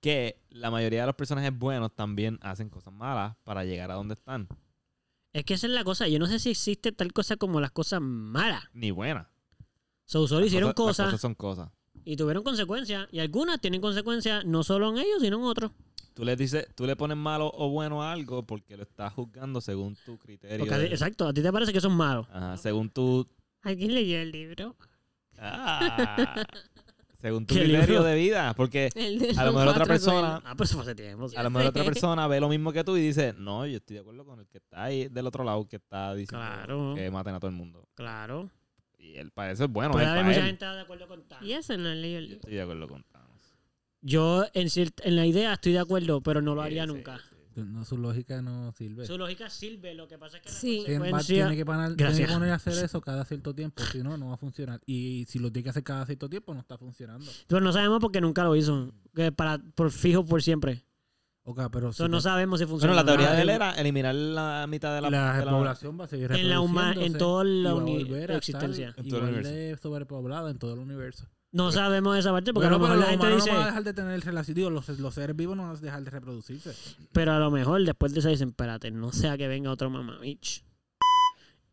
E: que la mayoría de los personajes buenos también hacen cosas malas para llegar a donde están.
C: Es que esa es la cosa. Yo no sé si existe tal cosa como las cosas malas.
E: Ni buenas.
C: So, solo
E: Las
C: hicieron
E: cosas- las cosas
C: cosas,
E: son cosas.
C: y tuvieron consecuencias. Y algunas tienen consecuencias no solo en ellos, sino en otros.
E: Tú le dices, tú le pones malo o bueno a algo porque lo estás juzgando según tu criterio.
C: Porque a ti-
E: de-
C: exacto, a ti te parece que son malos.
E: Ajá, según tu
A: ¿Alguien leyó el libro?
C: (laughs)
E: ah, según tu
C: ¿Qué
E: criterio
C: libro?
E: de vida, porque
A: El de
E: a lo
A: los
E: mejor otra
A: cuatro
E: persona,
C: Ah, pues eso fue hace tiempo. sí.
E: a lo mejor otra persona ve lo mismo que tú y dice, "No, yo estoy de acuerdo con el que está ahí del otro lado que está diciendo
C: Claro.
E: que maten a todo el mundo."
C: Claro.
E: Y él para eso es bueno,
C: Puede
E: él,
C: haber
E: para
C: mucha
E: él.
C: gente de acuerdo con
A: duendes.
C: Thanos.
A: Y eso no leyó el
E: Yo
A: libro.
E: estoy de acuerdo con Thanos.
C: Yo en, ciert- en la idea estoy de acuerdo, pero no lo
E: Sí,
C: haría
E: sí,
C: nunca.
E: sí.
B: No, su lógica no sirve.
C: Su lógica sirve, lo que pasa es que
A: Sí.
C: la
B: Sí, Batman
C: consecuencia...
B: tiene que, parar- tiene
C: Gracias.
B: que poner a hacer eso cada cierto tiempo, si no, no va a funcionar. Y si lo tiene que hacer cada cierto tiempo, no está funcionando.
C: Pero no sabemos porque nunca lo hizo. Que para, por fijo, por siempre.
B: Ok, pero
C: So,
B: si
C: no
B: te-
C: sabemos si funciona.
E: Bueno, la
C: o no.
E: teoría de él era eliminar la mitad de la,
B: la,
E: de la-
B: población va a seguir
C: En la huma- en
B: reproduciéndose
C: toda
B: y
C: la
B: va a
C: uni-
B: volver a
C: existencia.
B: estar
E: En todo el
B: igual de sobrepoblada en todo el universo.
C: No sabemos esa parte porque
B: Bueno,
C: a lo mejor la
B: los
C: gente
B: humanos
C: dice...
B: no van a dejar de tener relación. Digo, los, los seres vivos no van a dejar de reproducirse.
C: Pero a lo mejor después de eso dicen, espérate, no sea que venga otro mamamich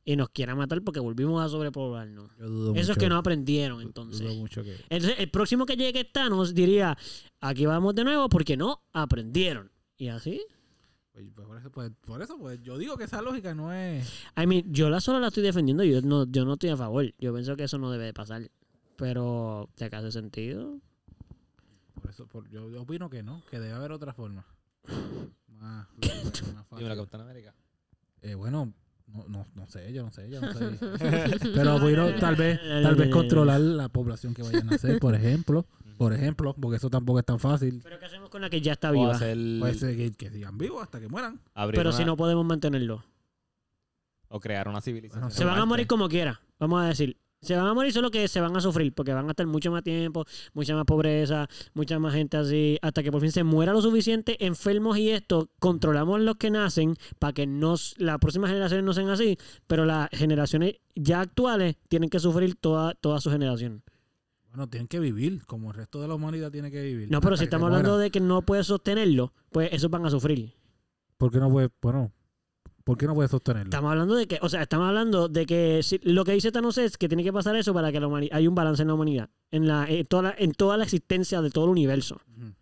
C: y nos quiera matar porque volvimos a sobrepoblarnos.
B: Yo dudo
C: Eso es
B: mucho-
C: que no aprendieron
B: Dudo
C: entonces.
B: mucho que...
C: Entonces, el próximo que llegue Thanos diría, aquí vamos de nuevo porque no aprendieron. Y así.
B: Pues, pues, por, eso, pues, por eso, pues, yo digo que esa lógica no es...
C: I mean, yo la solo la estoy defendiendo, yo no, yo no estoy a favor. Yo pienso que eso no debe de pasar. Pero, ¿te acaso sentido?
B: Por eso, por- yo, yo opino que no, que debe haber otra forma.
C: (laughs)
B: Más, más
E: Dime la
B: fácil.
E: Capitán América.
B: Eh, bueno, no, no, no sé, yo no sé, yo no
C: (laughs)
B: sé. Pero bueno, tal vez, tal vez controlar la población que vayan a nacer, por ejemplo. Por ejemplo, porque eso tampoco es tan fácil.
C: Pero, ¿qué hacemos con la que ya está
E: O
C: viva?
E: hacer-
B: Puede ser que, que sigan vivos hasta que mueran.
E: abrir
C: Pero
E: una-
C: si no podemos mantenerlo.
E: o crear una civilización.
B: Bueno,
C: Se van a morir como quiera, vamos a decir. Se van a morir solo que se van a sufrir, porque van a estar mucho más tiempo, mucha más pobreza, mucha más gente así, hasta que por fin se muera lo suficiente, enfermos y esto, controlamos los que nacen para que nos, las próximas generaciones no sean así, pero las generaciones ya actuales tienen que sufrir toda, toda su generación.
B: Bueno, tienen que vivir, como el resto de la humanidad tiene que vivir.
C: No, pero
B: hasta
C: si
B: que
C: estamos
B: mueran.
C: hablando de que no puedes sostenerlo, pues esos van a sufrir.
B: ¿Por qué no puede, bueno, por qué no puede sostenerlo?
C: Estamos hablando de que, o sea, estamos hablando de que si- lo que dice Thanos es que tiene que pasar eso para que la humani- hay un balance en la humanidad, en la, en toda la, en toda la existencia de todo el universo.
B: Ujú.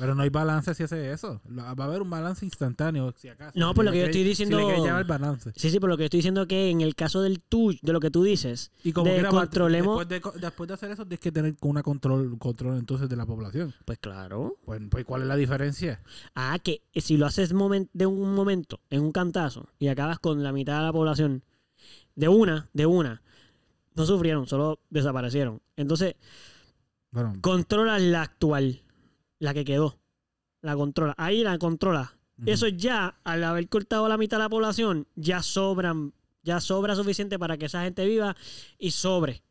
B: Pero no hay balance si hace eso. La- Va a haber un balance instantáneo, si acaso.
C: No,
B: Si
C: por lo
B: le
C: que yo
B: quieres-
C: estoy
B: Si le
C: diciendo-
B: quieres llamar balance.
C: Sí, sí, pero lo que estoy diciendo es que en el caso del tuyo, de lo que tú dices,
B: Y como
C: De
B: quiera,
C: controlemos-
B: Después de, co- después de hacer eso, tienes que tener una control, control entonces de la población.
C: pues claro.
B: Pues, pues ¿cuál es la diferencia?
C: Ah, que si lo haces momen- de un momento, en un cantazo, y acabas con la mitad de la población, de una, de una, no sufrieron, solo desaparecieron. Entonces,
B: Bueno,
C: controlas la actual, la que quedó. La controla, ahí la controla.
B: ujú.
C: Eso ya, al haber cortado la mitad de la población, ya sobran, ya sobra suficiente para que esa gente viva y sobre.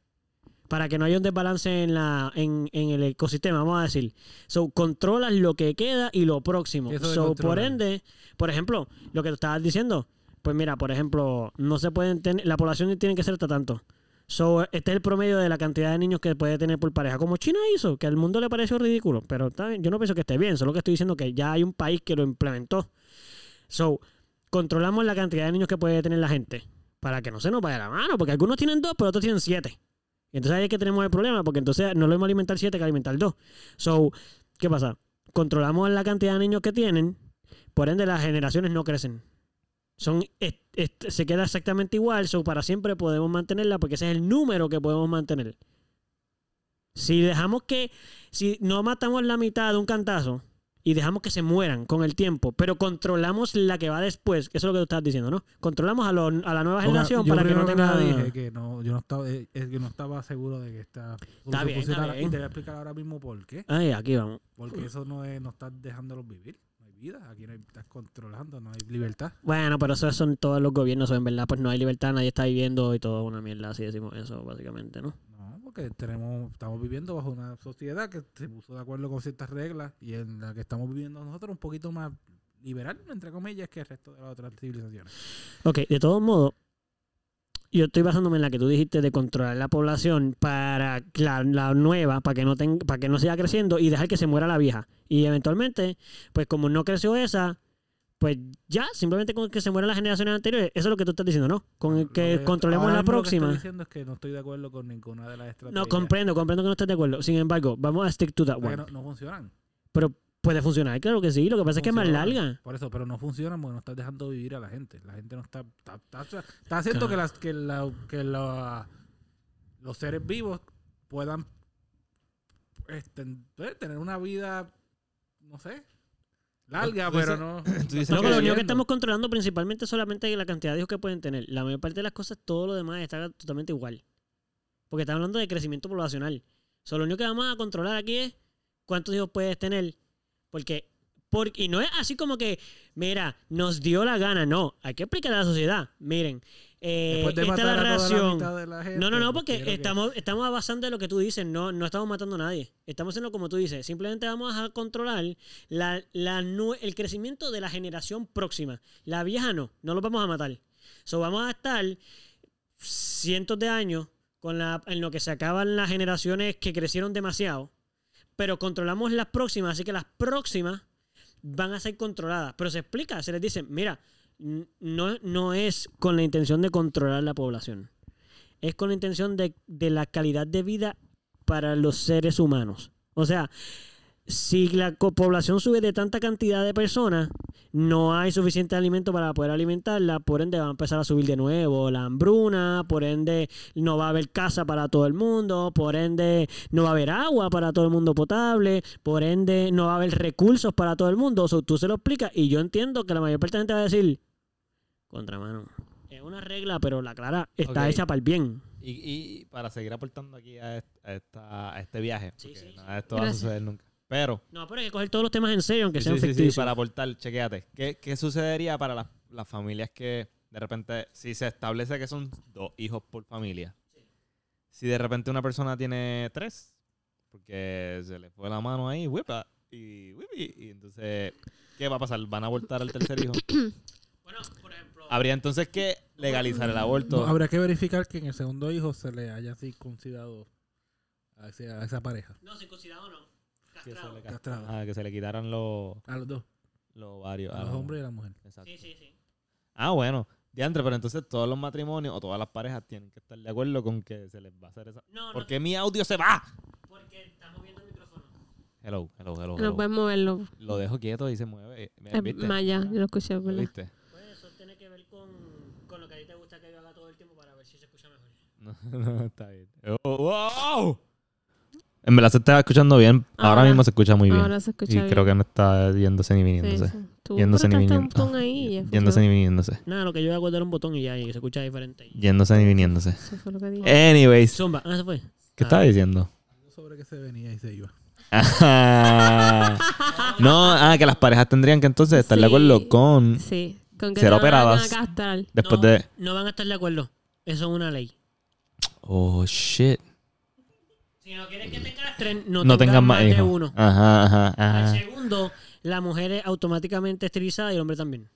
C: Para que no haya un desbalance en, la, en, en el ecosistema, vamos a decir. So, controlas lo que queda y lo próximo.
B: Eso de
C: So, por
B: controlar.
C: ende, por ejemplo, lo que tú estabas diciendo, pues mira, por ejemplo, no se pueden tener, la población tiene que ser hasta tanto. So, este es el promedio de la cantidad de niños que puede tener por pareja, como China hizo, que al mundo le pareció ridículo, pero está bien, yo no pienso que esté bien, solo que estoy diciendo que ya hay un país que lo implementó. So, controlamos la cantidad de niños que puede tener la gente para que no se nos vaya la mano, porque algunos tienen dos, pero otros tienen siete. Y entonces ahí es que tenemos el problema, porque entonces no lo vamos a alimentar siete que alimentar dos. So, ¿qué pasa? Controlamos la cantidad de niños que tienen, por ende las generaciones no crecen. Son, es- es- se queda exactamente igual, so para siempre podemos mantenerla porque ese es el número que podemos mantener. Si dejamos que, si no matamos la mitad de un cantazo y dejamos que se mueran con el tiempo, pero controlamos la que va después, que eso es lo que tú estás diciendo, ¿no? Controlamos a, lo- a la nueva
B: Porque
C: generación
B: yo
C: para que
B: primero
C: no tenga...
B: nada dije que no, yo no estaba, eh, es que no estaba seguro de que esta solución
C: bien, está
B: funcionara.
C: bien.
B: Y te voy a explicar ahora mismo por qué.
C: Ay, aquí vamos.
B: Porque eso no es, no estás dejándolos vivir. No hay vida. Aquí no hay- estás controlando, no hay libertad.
C: Bueno, pero eso son todos los gobiernos, en verdad, pues no hay libertad, nadie está viviendo y todo es una mierda, así decimos eso, básicamente, ¿no?
B: No, porque tenemos, estamos viviendo bajo una sociedad que se puso de acuerdo con ciertas reglas y en la que estamos viviendo nosotros un poquito más liberal, entre comillas, que el resto de las otras civilizaciones.
C: Ok, de todos modos, yo estoy basándome en la que tú dijiste de controlar la población para la, la nueva, para que no tenga, para que no siga creciendo y dejar que se muera la vieja. Y eventualmente, pues como no creció esa, pues ya, simplemente con que se mueran las generaciones anteriores, eso es lo que tú estás diciendo, ¿no? Con el
B: Lo yo
C: que
B: est-
C: controlemos
B: ahora
C: la
B: mismo lo que
C: próxima.
B: estoy diciendo es que no estoy de acuerdo con ninguna de las estrategias.
C: No, comprendo, comprendo que no estás de acuerdo. Sin embargo, vamos a stick to that
B: O sea, que
C: one.
B: no, no funcionan.
C: Pero puede funcionar, claro que sí. Lo que pasa es que es más
B: Funciona.
C: larga.
B: Por eso, pero no funcionan porque no estás dejando vivir a la gente. La gente no está. Está, está- está- está haciendo
C: Claro.
B: que, las, que, la- que la- los seres vivos puedan este, eh, tener una vida, no sé, larga,
D: Tú
C: Pues,
B: pero
D: dices-
B: no.
D: Tú dices
C: No,
B: Está
C: pero lo único
B: creciendo.
C: que estamos controlando principalmente es solamente la cantidad de hijos que pueden tener. La mayor parte de las cosas, todo lo demás está totalmente igual. Porque está hablando de crecimiento poblacional. Solo lo único que vamos a controlar aquí es cuántos hijos puedes tener. Porque, por- y no es así como que, mira, nos dio la gana. No, hay que explicar a la sociedad. Miren, eh,
B: Después de
C: esta es
B: matar
C: la
B: a toda la
C: ración.
B: mitad de la gente,
C: No, no, no,
B: quiero
C: porque
B: que-
C: estamos, estamos avanzando en lo que tú dices, no, no estamos matando a nadie. Estamos haciendo como tú dices, simplemente vamos a controlar la, la nue- el crecimiento de la generación próxima. La vieja no, no lo vamos a matar. So, vamos a estar cientos de años con la, en lo que se acaban las generaciones que crecieron demasiado, pero controlamos las próximas, así que las próximas van a ser controladas. Pero se explica, se les dice, mira, n- no, no es con la intención de controlar la población es con la intención de, de la calidad de vida para los seres humanos. O sea, si la co- población sube de tanta cantidad de personas, no hay suficiente alimento para poder alimentarla, por ende va a empezar a subir de nuevo la hambruna, por ende no va a haber casa para todo el mundo, por ende no va a haber agua para todo el mundo potable, por ende no va a haber recursos para todo el mundo. O sea, tú se lo explicas y yo entiendo que la mayor parte de la gente va a decir, contramano, es una regla, pero la clara está
D: Ok.
C: hecha para el bien.
D: Y, y para seguir aportando aquí a, est- a esta, a este viaje,
C: Sí,
D: porque
C: sí,
D: nada de esto va a
A: Gracias.
D: suceder nunca. Pero,
C: No, pero hay que coger todos los temas en serio, aunque
D: sí,
C: sean
D: sí, sí, sí,
C: ficticios.
D: para aportar, chequéate, ¿qué, qué sucedería para las, las familias que de repente, si se establece que son dos hijos por familia, si de repente una persona tiene tres, porque se le fue la mano ahí, huepa, y, whipi, y entonces, ¿qué va a pasar? ¿Van a abortar al tercer hijo?
C: (coughs) Bueno, por ejemplo,
D: Habría entonces que legalizar el aborto.
B: No, habrá que verificar que en el segundo hijo se le haya circuncidado a, ese- a esa pareja.
C: no, circuncidado no.
D: que se le,
B: Castrado.
D: ah, que se le quitaran los,
B: A los dos,
D: los ovarios.
B: a
D: ah,
B: los
D: no.
B: hombres y a la mujer.
D: Exacto.
C: sí, sí.
D: Ah, bueno. Diantre, pero entonces todos los matrimonios o todas las parejas tienen que estar de acuerdo con que se les va a hacer esa.
C: No,
D: ¿Por qué mi audio se va?
C: porque estamos viendo el micrófono.
D: Hello, hello, hello.
A: No
D: hello.
A: puedes moverlo.
D: Lo dejo quieto y se mueve. eh,
A: Es
D: ¿Viste?
A: Maya, Eh, yo lo escuché, es
D: ¿Lo
A: ¿verdad?
D: viste? (laughs)
C: Pues eso tiene que ver con, con lo que a ti te gusta que yo haga todo el tiempo para ver si se escucha mejor.
D: No, no, está bien. Oh, wow. En verdad se está escuchando bien. Ahora,
A: Ahora-
D: mismo se escucha muy bien.
A: Ahora se
D: y
A: escucha bien.
D: creo que no está yéndose ni
A: Sí,
D: viniéndose.
A: sí. Tú
D: Yéndose ni
A: apretaste un
D: viniendo.
A: botón ahí y ya
D: Yéndose ni
A: funcionó.
D: viniéndose.
C: Nada, lo que yo hago es dar un botón y ya, y se escucha diferente.
D: Yéndose ni viniéndose.
A: Eso fue lo que dije.
D: Eh. Anyways,
C: Zumba, ah, se fue.
D: ¿qué estaba diciendo?
B: Sobre que se venía y se iba.
D: Ajá. no, ah, que las parejas tendrían que entonces estar de acuerdo
A: Sí.
D: con
A: Sí, con que
D: Ser
A: te van a
D: operadas.
A: gastar.
D: después
C: no,
D: de
C: No van a estar de acuerdo. Eso es una ley.
D: Oh shit.
C: Si no quieres que te castren, no,
D: No,
C: tengas,
D: tengan más
C: de
D: hijos. Ah.
C: uno.
D: Ajá, ajá, ajá.
C: Al segundo, la mujer es automáticamente esterilizada y el hombre también.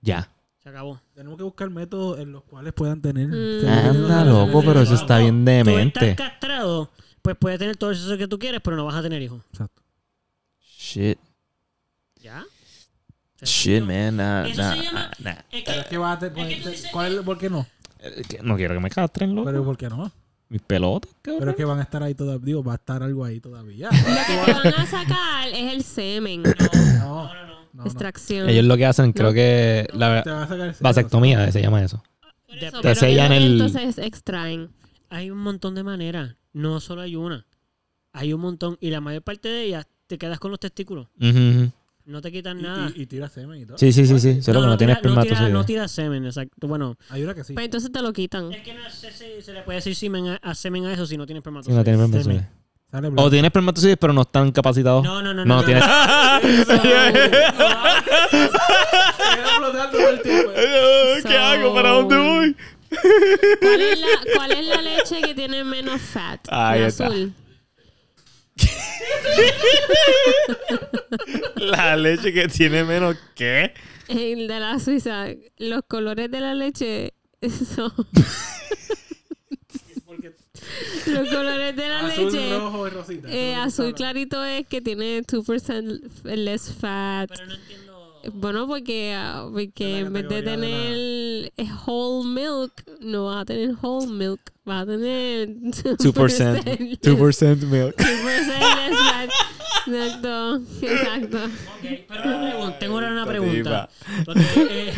D: Ya.
C: Se acabó.
B: Tenemos que buscar métodos en los cuales puedan tener.
A: Mm.
B: sentido.
A: Anda,
D: Anda, loco, pero eso está bien
C: Tú estás
D: demente.
C: castrado, pues puedes tener todo eso que tú quieres, pero no vas a tener hijos.
B: Exacto.
D: Shit.
C: ¿Ya?
D: Shit,
C: Sencillo.
D: man. nah,
C: Eso
D: nah,
C: se llama-
D: nah.
C: Es que-
B: Pero es que va a te-
C: que tú dices-
B: ¿cuál, ¿Por qué no?
D: Eh, que No quiero que me castren, loco.
B: Pero ¿por qué no?
D: Mis pelotas,
B: Pero es
D: cabrón.
B: que van a estar ahí todavía. Digo, va a estar algo ahí todavía.
A: Lo que te van a sacar es el semen,
B: No,
C: no, no, no.
B: no, no.
A: extracción.
D: Ellos lo que hacen, creo que. La
B: Te van a sacar el
D: vasectomía eh, se llama eso.
A: Por eso,
C: Te
A: pero
D: sellan
A: ellos
D: el-
A: Entonces extraen.
C: Hay un montón de maneras. No solo hay una. Hay un montón. Y la mayor parte de ellas te quedas con los testículos.
D: Ujú, ujú.
C: No te quitan nada.
B: Y, y, y tira semen y todo.
D: Sí, sí, sí, sí. Solo que no tiene
C: tira- no tira-
D: espermatozoides.
C: No tira semen, exacto. Bueno,
B: Hay una que sí.
A: Pues entonces te lo
D: (laughs)
A: quitan.
C: es que no sé si se le puede decir semen a, a semen a eso si no tiene
D: Sí, no
C: espermatozoides.
D: tiene espermatozoides.
B: Sale
D: O
B: blanco.
D: tiene espermatozoides, pero no están capacitados.
C: No, no, no.
D: No, no tiene.
B: Está flotando todo el tiempo.
D: (laughs)
A: So- ¿Cuál es, la, cuál es la leche que tiene menos fat?
D: Ahí
A: la
D: está.
A: azul.
D: La leche que tiene menos que.
A: El de la Suiza. Los colores de la leche
B: (laughs)
A: son... Los colores de la
B: Azul,
A: leche...
B: rojo y rosita.
A: eh, azul clarito es que tiene 2% less fat.
C: Pero no entiendo.
A: Bueno, porque, ah, porque
B: Es la
A: en vez de
B: categoría
A: tener eh, whole milk, no vas a tener whole milk, vas a tener 2%.
D: 2%. 2% (laughs) milk.
A: 2% less fat. Exacto, exacto.
C: Ok, pero una pregunta, tengo ahora una
D: Esta
C: pregunta. Porque, eh,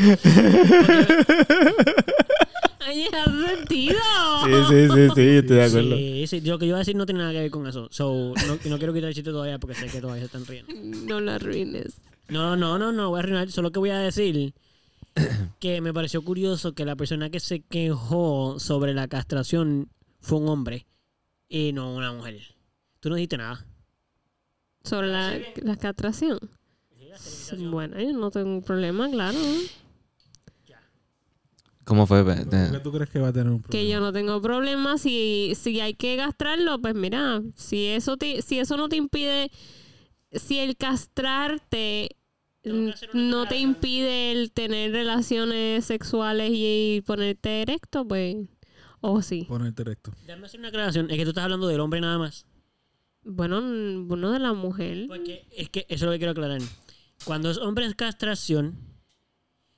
A: Oye, hace sentido.
D: Sí, sí, sí, sí, estoy de acuerdo.
C: sí, sí, lo que yo iba a decir no tiene nada que ver con eso. So, no, no quiero quitar el chiste todavía porque sé que todavía se están riendo.
A: No lo arruines.
C: No, no, no, no, no voy a arruinar. Solo que voy a
D: (coughs)
C: decir que me pareció curioso que la persona que se quejó sobre la castración fue un hombre y no una mujer. Tú no dijiste nada.
A: Sobre la, la castración. Bueno, yo no tengo un problema, claro.
D: ¿Cómo fue?
B: ¿Por qué tú crees que va a tener un problema?
A: Que yo no tengo problema. Si, si hay que castrarlo, pues mira, si eso, te, si eso no te impide, si el castrarte
C: Tengo que
A: mm,
C: hacer una
A: no te
C: aclaración.
A: impide el tener relaciones sexuales y, ponerte erecto, pues, o sí.
B: Ponerte recto.
C: Déjame hacer una aclaración. Es que tú estás hablando del hombre nada más.
A: Bueno, mm, bueno de la mujer.
C: Porque es que eso es lo que quiero aclarar. Cuando es hombre es castración,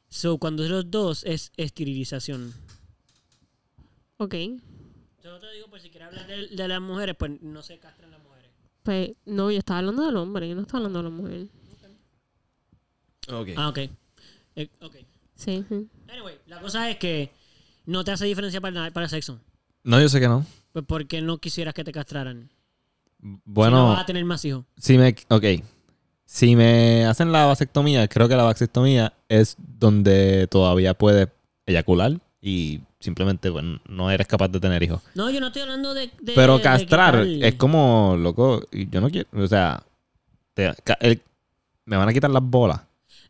C: so, cuando es los dos es esterilización.
A: Ok.
C: Yo te digo, pues si quieres hablar de, de las mujeres, pues no se castran las mujeres.
A: Pues, no, yo estaba hablando del hombre, yo no estaba hablando de la mujer.
C: Ah, ok. Eh, ok.
A: Sí. sí.
C: Anyway, la cosa es que no te hace diferencia para, nada- para el sexo.
D: No, yo sé que no.
C: Pues porque no quisieras que te castraran. Si no
D: Bueno,
C: vas a tener más hijos.
D: si me. Ok. Si me hacen la vasectomía, creo que la vasectomía es donde todavía puedes eyacular y simplemente bueno, no eres capaz de tener hijos.
C: No, yo no estoy hablando de. de-
D: Pero
C: de
D: castrar
C: quitarle.
D: es como, loco, y yo no quiero. O sea, te- ca- el- me van a quitar las bolas.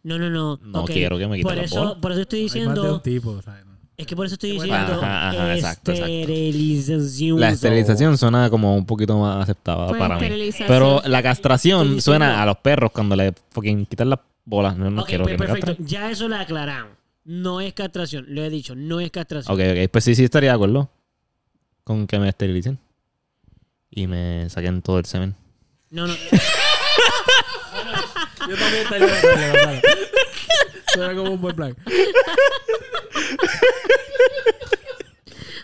C: No, no, no.
D: No
C: Ok.
D: quiero que me quiten
C: por
D: las
C: eso,
D: bolas.
C: por eso estoy
B: Hay más de un
C: diciendo.
B: tipo, ¿sabes?
C: Es que por eso estoy
B: Ajá,
C: diciendo.
D: ajá, exacto, exacto.
C: Esterilización.
D: La esterilización suena como un poquito más aceptada
A: Pues,
D: Ah, para mí.
A: esterilización.
D: Pero la castración
C: Estoy
D: suena
C: diciendo-
D: a los perros cuando le fucking quitan las bolas. No, no
C: Ok,
D: quiero
C: pues,
D: que me
C: perfecto.
D: castren.
C: Ya eso lo aclaramos. No es castración. Lo he dicho, no es castración.
D: Ok, ok. Pues sí, sí estaría de acuerdo con que me esterilicen. Y me saquen todo el semen.
C: No, no.
B: Yo también estaría de acuerdo, claro. Suena como un buen plan.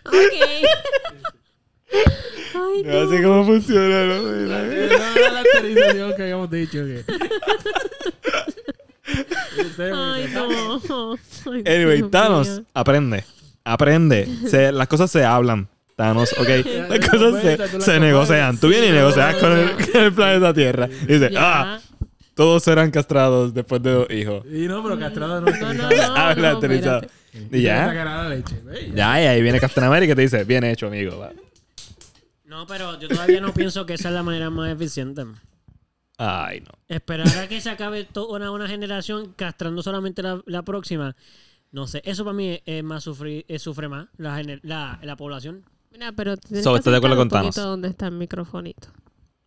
A: Ok. (laughs) Ay, no.
D: cómo funciona,
B: Esa era la esterilización que habíamos dicho. que-
D: (laughs)
A: Ay, no. Ay,
D: Anyway,
A: Dios
D: Thanos,
A: mío.
D: aprende. Aprende. Se- las cosas se hablan. Thanos,
A: (laughs)
D: ok. Las
B: tú conversas,
D: cosas
B: tú
D: se,
B: las
D: se
B: conversas.
D: negocian. Tú vienes y negocias con el, con el planeta Tierra. Y dices, ah,
A: Ya.
D: todos serán castrados después de dos hijos.
B: Y no, pero castrado no es
A: No, no,
B: esterilización.
A: no.
D: (laughs) Habla,
A: no,
D: aterrizado.
A: espérate.
D: Y
B: Le
D: ya.
B: sacará la leche. ¿ve?
D: Ya, y ahí viene Captain America y te dice, bien hecho, amigo. va.
C: No, pero yo todavía no pienso que esa es la manera más eficiente.
D: Ay, no.
C: Esperar a que se acabe toda una, una generación castrando solamente la, la próxima. No sé, eso para mí es, es más sufrir, es sufre más la, gener- la, la población.
A: Mira, pero tienes
D: So,
A: que
D: ¿estás de acuerdo
A: acercar un
D: con
A: poquito
D: Thanos?
A: donde está el microfonito.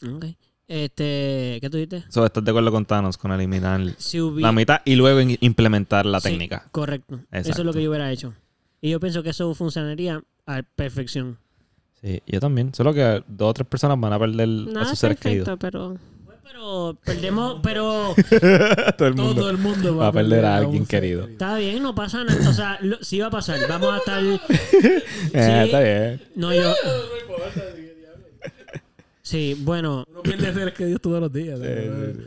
C: Ok. Este, ¿qué tú dijiste?
D: So, ¿Estás de acuerdo con Thanos con eliminar
C: Si hubiera...
D: la mitad y luego in- implementar la
C: Sí,
D: técnica?
C: correcto. Eso
D: Exacto.
C: es lo que yo hubiera hecho. Y yo pienso que eso funcionaría a perfección.
D: Sí, yo también. Solo que dos o tres personas van a perder a
A: Nada
D: sus
A: es
D: seres queridos.
A: perfecto, pero
C: Pues, Pero perdemos, pero
D: (laughs) Todo el
B: Todo el mundo va,
D: Va a perder a
B: un
D: alguien
B: ser
D: querido.
C: está bien, no pasa nada. O sea, lo- sí va a pasar. Vamos a estar.
D: Eh, Está bien.
C: No, yo. Sí, bueno,
B: Uno pierde seres que Dios todos los días. ¿sabes?
D: sí,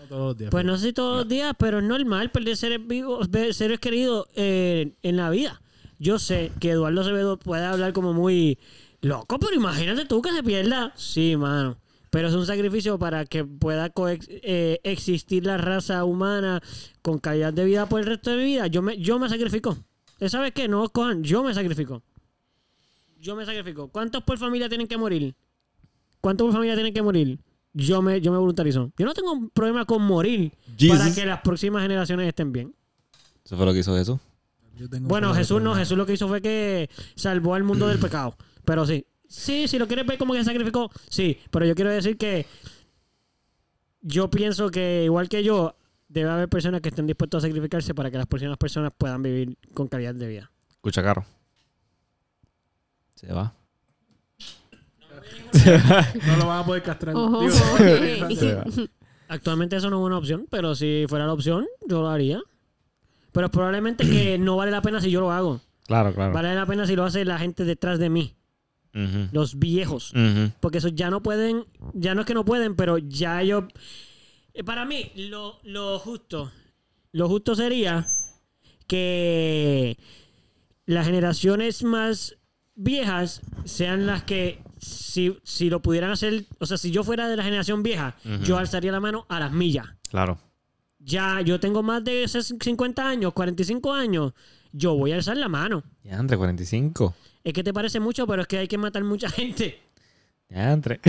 B: No todos los días.
C: pues no sé si todos los días, pero es normal perder seres vivos, ver seres queridos eh, en la vida. Yo sé que Eduardo Acevedo puede hablar como muy loco, pero imagínate tú que se pierda. Sí, mano. Pero es un sacrificio para que pueda coex- eh, existir la raza humana con calidad de vida por el resto de mi vida. Yo me, yo me sacrifico. Eh, ¿Sabes qué? No, cojan, yo me sacrifico. Yo me sacrifico. ¿Cuántos por familia tienen que morir? ¿Cuántos por familia tienen que morir? Yo me, yo me voluntarizo. Yo no tengo un problema con morir para
D: Jesus.
C: que las próximas generaciones estén bien.
D: Eso fue lo que hizo Jesús.
B: Yo tengo un
C: Bueno,
B: problema
C: Jesús
B: con
C: no.
B: eso.
C: Jesús lo que hizo fue que salvó al mundo del pecado. Pero sí. Sí, si lo quieres ver como que se sacrificó, sí. Pero yo quiero decir que yo pienso que igual que yo, debe haber personas que estén dispuestas a sacrificarse para que las próximas personas puedan vivir con calidad de vida.
D: Escucha, carro. Se va.
B: No lo van a poder castrar.
A: Ojo,
B: Digo, (laughs)
A: ojo,
B: exacto.
A: ok.
D: Se va.
C: Actualmente eso no es una opción, pero si fuera la opción, yo lo haría. Pero probablemente que no vale la pena si yo lo hago.
D: Claro, claro.
C: Vale la pena si lo hace la gente detrás de mí,
D: Ujú.
C: los viejos.
D: Ujú.
C: Porque eso ya no pueden, ya no es que no pueden, pero ya yo... Eh, Para mí, lo, lo justo, lo justo sería que las generaciones más viejas sean las que, si, si lo pudieran hacer, o sea, si yo fuera de la generación vieja,
D: Ujú.
C: yo alzaría la mano a las millas.
D: Claro.
C: Ya, yo tengo más de esos 50 años, 45 años, yo voy a alzar la mano.
D: Ya, entre 45.
C: Es que te parece mucho, pero es que hay que matar mucha gente.
D: Ya, entre.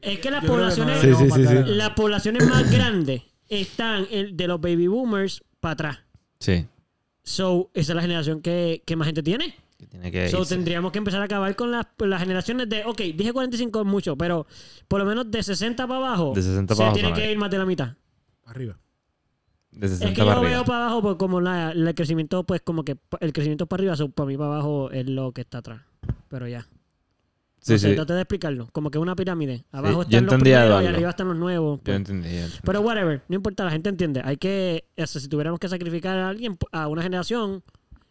C: Es que las
B: Yo creo que
C: poblaciones,
B: no deberíamos
D: Sí, sí, sí,
B: matar a
D: sí.
B: nadie.
C: las poblaciones más grandes están en- de los baby boomers para atrás.
D: Sí.
C: So, esa es la generación que, que más gente tiene.
D: Que tiene que
C: So,
D: irse.
C: tendríamos que empezar a acabar con las, las generaciones de, ok, dije 45 es mucho, pero por lo menos de 60 para abajo,
D: De 60
C: se
D: para abajo.
C: tiene
D: no hay.
C: que ir más de la mitad.
B: Arriba.
D: De
C: Es
D: 60
C: que
D: para
C: yo
D: arriba.
C: veo para abajo pues, como la, la- el crecimiento, pues como que pa- el crecimiento para arriba, so, para mí para abajo es lo que está atrás. Pero ya.
D: Sí,
C: no sé,
D: sí.
C: traté de explicarlo. Como que una pirámide. Abajo
D: Sí, yo
C: están los
D: entendí a
C: primeros y
D: Eduardo.
C: arriba están los nuevos.
D: Yo
C: pues.
D: entendí. yo entendí.
C: Pero whatever, no importa, la gente entiende. Hay que, o sea, si tuviéramos que sacrificar a alguien, a una generación,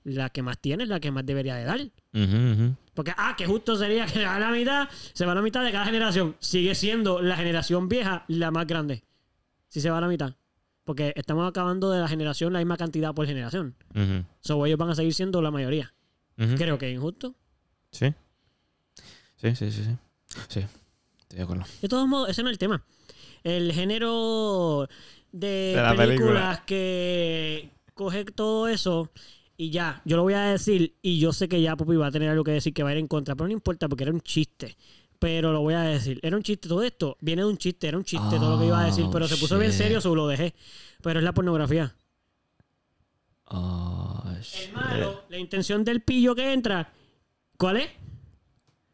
C: la que más tiene es la que más debería de dar.
D: Ujú, ujú.
C: Porque, ah, que justo sería que (laughs) a la mitad, se va la mitad de cada generación. Sigue siendo la generación vieja la más grande. Si se va la mitad. Porque estamos acabando de la generación la misma cantidad por generación.
D: Ujú.
C: So, ellos van a seguir siendo la mayoría.
D: Ujú.
C: Creo que es injusto.
D: Sí. Sí, sí, sí, sí. Sí. Estoy de acuerdo.
C: De todos modos, ese no es el tema. El género de,
D: la
C: películas
D: película.
C: que coge todo eso y ya, yo lo voy a decir y yo sé que ya Pupi va a tener algo que decir que va a ir en contra, pero no importa porque era un chiste. Pero lo voy a decir. Era un chiste. Todo esto viene de un chiste. Era un chiste todo lo que iba a decir.
D: Oh,
C: Pero se puso bien
D: shit.
C: serio, solo lo dejé. Pero es la pornografía.
D: Oh, shit.
C: El malo, la intención del pillo que entra. ¿Cuál es?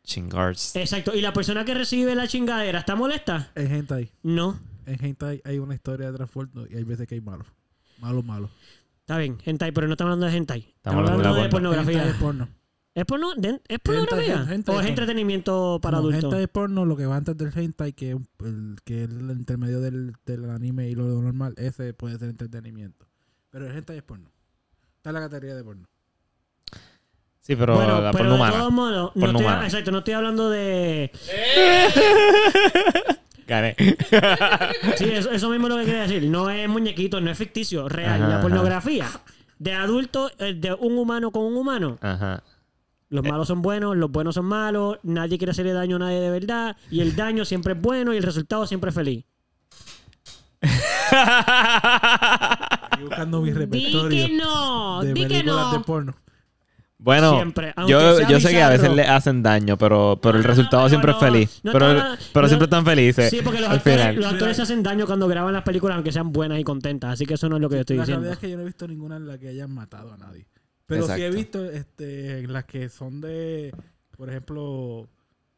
D: Chingards.
C: Exacto. ¿Y la persona que recibe la chingadera está molesta?
B: En hentai.
C: No.
B: En hentai hay una historia de trasfondo y hay veces que hay malos. Malos, malos.
C: Está bien, hentai, pero no estamos hablando de hentai. Estamos,
D: hablando
C: hablando de,
D: de
C: pornografía.
B: Hentai es porno.
C: ¿Es, porno- de- es pornografía?
B: Hentai, hentai,
C: ¿O es
B: hentai.
C: entretenimiento para
B: No,
C: adultos?
B: Hentai es porno, lo que va antes del hentai, que, es un- el- que es el intermedio del, del anime y lo normal, ese puede ser entretenimiento. Pero el hentai es porno. Está la categoría de porno.
D: Sí, pero
C: bueno,
D: la
C: pero
D: porno
C: de todos
D: humana.
C: modos, no
D: Porno
C: estoy,
D: humana.
C: exacto, no estoy hablando de...
D: Gané.
C: Sí, eso, eso mismo es lo que quería decir. No es muñequito, no es ficticio, real.
D: Ajá,
C: la
D: ajá.
C: pornografía de adulto, eh, de un humano con un humano.
D: (laughs) Ajá.
C: Los malos son buenos, los buenos son malos, nadie quiere hacerle daño a nadie de verdad, y el daño siempre es bueno y el resultado siempre es feliz.
B: Estoy buscando mi
A: di
B: repertorio
A: que no,
B: de
A: di que
B: películas
A: no.
B: de porno.
D: Bueno,
C: Siempre, aunque
D: yo,
C: sea
D: yo sé que a veces
C: bizarro.
D: le hacen daño, pero, pero el
C: No,
D: resultado
C: pero
D: siempre
C: no,
D: es feliz.
C: no
D: pero
C: estaba-
D: pero
C: no-
D: siempre están felices.
C: Sí, porque los
D: al
C: actores,
D: final.
C: los actores se hacen daño cuando graban las películas, aunque sean buenas y contentas. Así que eso no es lo que yo estoy
B: la
C: diciendo.
B: realidad es que yo no he visto ninguna en la que hayan matado a nadie. Pero sí he
D: Exacto.
B: visto este, en las que son de, por ejemplo,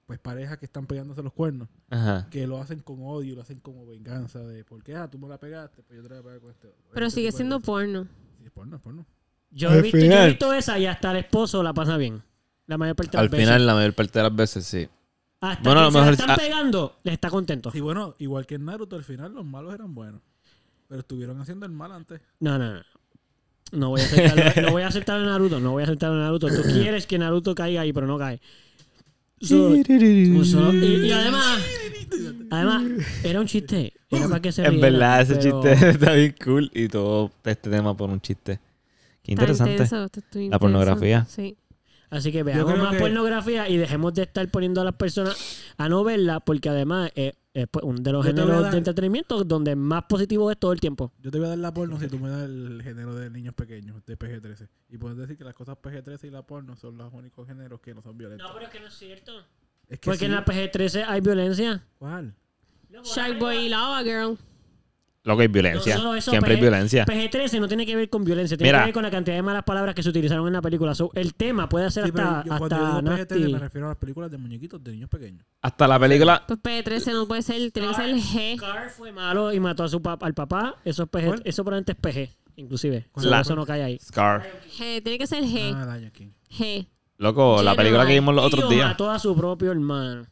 B: pues parejas que están pegándose los cuernos,
D: Ajá.
B: que lo hacen con odio, lo hacen como venganza de porque ah, tú me la pegaste, pues yo te la voy a pegar con este. otro".
A: Pero
B: Ese
A: sigue
B: tipo de
A: siendo
B: cosas.
A: porno.
B: Sí, es porno, es porno.
C: Yo
F: Al
C: he, visto, yo he
F: final-
C: visto esa y hasta el esposo la pasa bien. La mayor parte de las
D: Al
C: veces.
D: final, la mayor parte de las veces, sí.
C: Hasta que
D: bueno, a lo
C: se la
D: mejor-
C: están
D: ah.
C: pegando, le está
B: (laughs)
C: contento.
B: Sí, bueno, igual que en Naruto, al final los malos eran buenos. Pero estuvieron haciendo el mal antes.
C: No, no, no. No voy a aceptar, no voy a aceptar a Naruto, no voy a aceptar a Naruto. Tú quieres que Naruto caiga ahí, pero no cae. So- un
A: (laughs)
C: solo- y, y además, además, era un chiste. Era para que se
D: En
C: rieran,
D: verdad, ese
C: pero-
D: chiste (laughs) está bien cool y todo este tema por un chiste. Qué
A: Está
D: interesante.
A: intenso, está- está
D: La pornografía.
A: intenso. Sí.
C: Así que veamos
B: creo
C: más
B: que-
C: pornografía y dejemos de estar poniendo a las personas a no verla, porque además es, es, pues, un de los
B: Yo te voy a
C: géneros
B: dar-
C: de entretenimiento donde más positivo es todo el tiempo.
B: Yo te voy a dar la porno si tú me das el género de niños pequeños, de PG-13. Y puedes decir que las cosas PG-13 y la porno son los únicos géneros que no son violentos.
C: pero es que no es cierto.
B: es que
C: Porque
B: sí.
C: en la PG-13 hay violencia.
B: ¿Cuál?
A: Sharkboy y Lava Girl.
D: Loco, hay
C: No
D: violencia.
C: solo eso,
D: Siempre hay
C: PG
A: pues,
D: violencia.
C: PG-13 no tiene que ver con violencia, tiene
D: Mira.
C: que ver con la cantidad de malas palabras que se utilizaron en la película. So, el tema puede hacer
B: Sí, pero
C: hasta,
B: yo cuando yo
C: hasta
B: digo PG-13
C: nasty.
B: me refiero a las películas de muñequitos de niños pequeños.
D: Hasta la película.
A: Pues P13 no puede ser, tiene que ser el G.
C: Scar fue malo y mató a su pap- al papá. Eso, es PG,
B: ¿Cuál?
C: eso probablemente es PG, inclusive.
B: ¿Cuál?
C: So, eso no cae ahí.
D: Scar.
A: G, tiene que ser G.
B: Ah, Lion King.
A: G.
D: Loco, la
A: General.
D: película que vimos los
C: Tío
D: otros días.
C: mató a su propio hermano.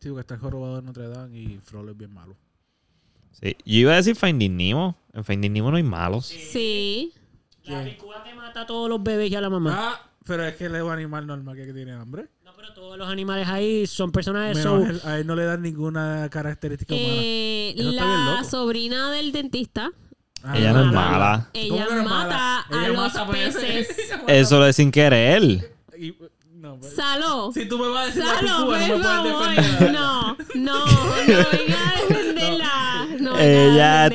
B: Sí, porque está el jorobado de Notre Dame y Frollo es bien malo.
D: Sí. Yo iba a decir Finding Nemo. En Finding Nemo no hay malos.
A: Sí.
C: La picuda que mata a todos los bebés y a la mamá.
B: Ah, pero es que él es un animal normal que tiene hambre.
C: No, pero todos los animales ahí son personajes.
B: Menos
C: So,
B: él- a él no le dan ninguna característica humana.
A: Eh,
B: Eso está bien
A: la
B: loco.
A: sobrina del dentista,
B: Ah,
D: Ella no es
C: mala.
D: mala.
A: ella
B: que no es mala?
A: mata a
B: Ella
A: los
B: mata, pues,
A: peces.
D: Eso lo es sin querer.
B: Y- no, pues.
A: Saló.
B: Si tú me vas a decir la
A: Salo,
B: picuda,
A: por
B: no me
A: favor.
B: puedes defender.
A: No, no, no venga a defenderla. No, venga
D: Ella
A: a defenderla.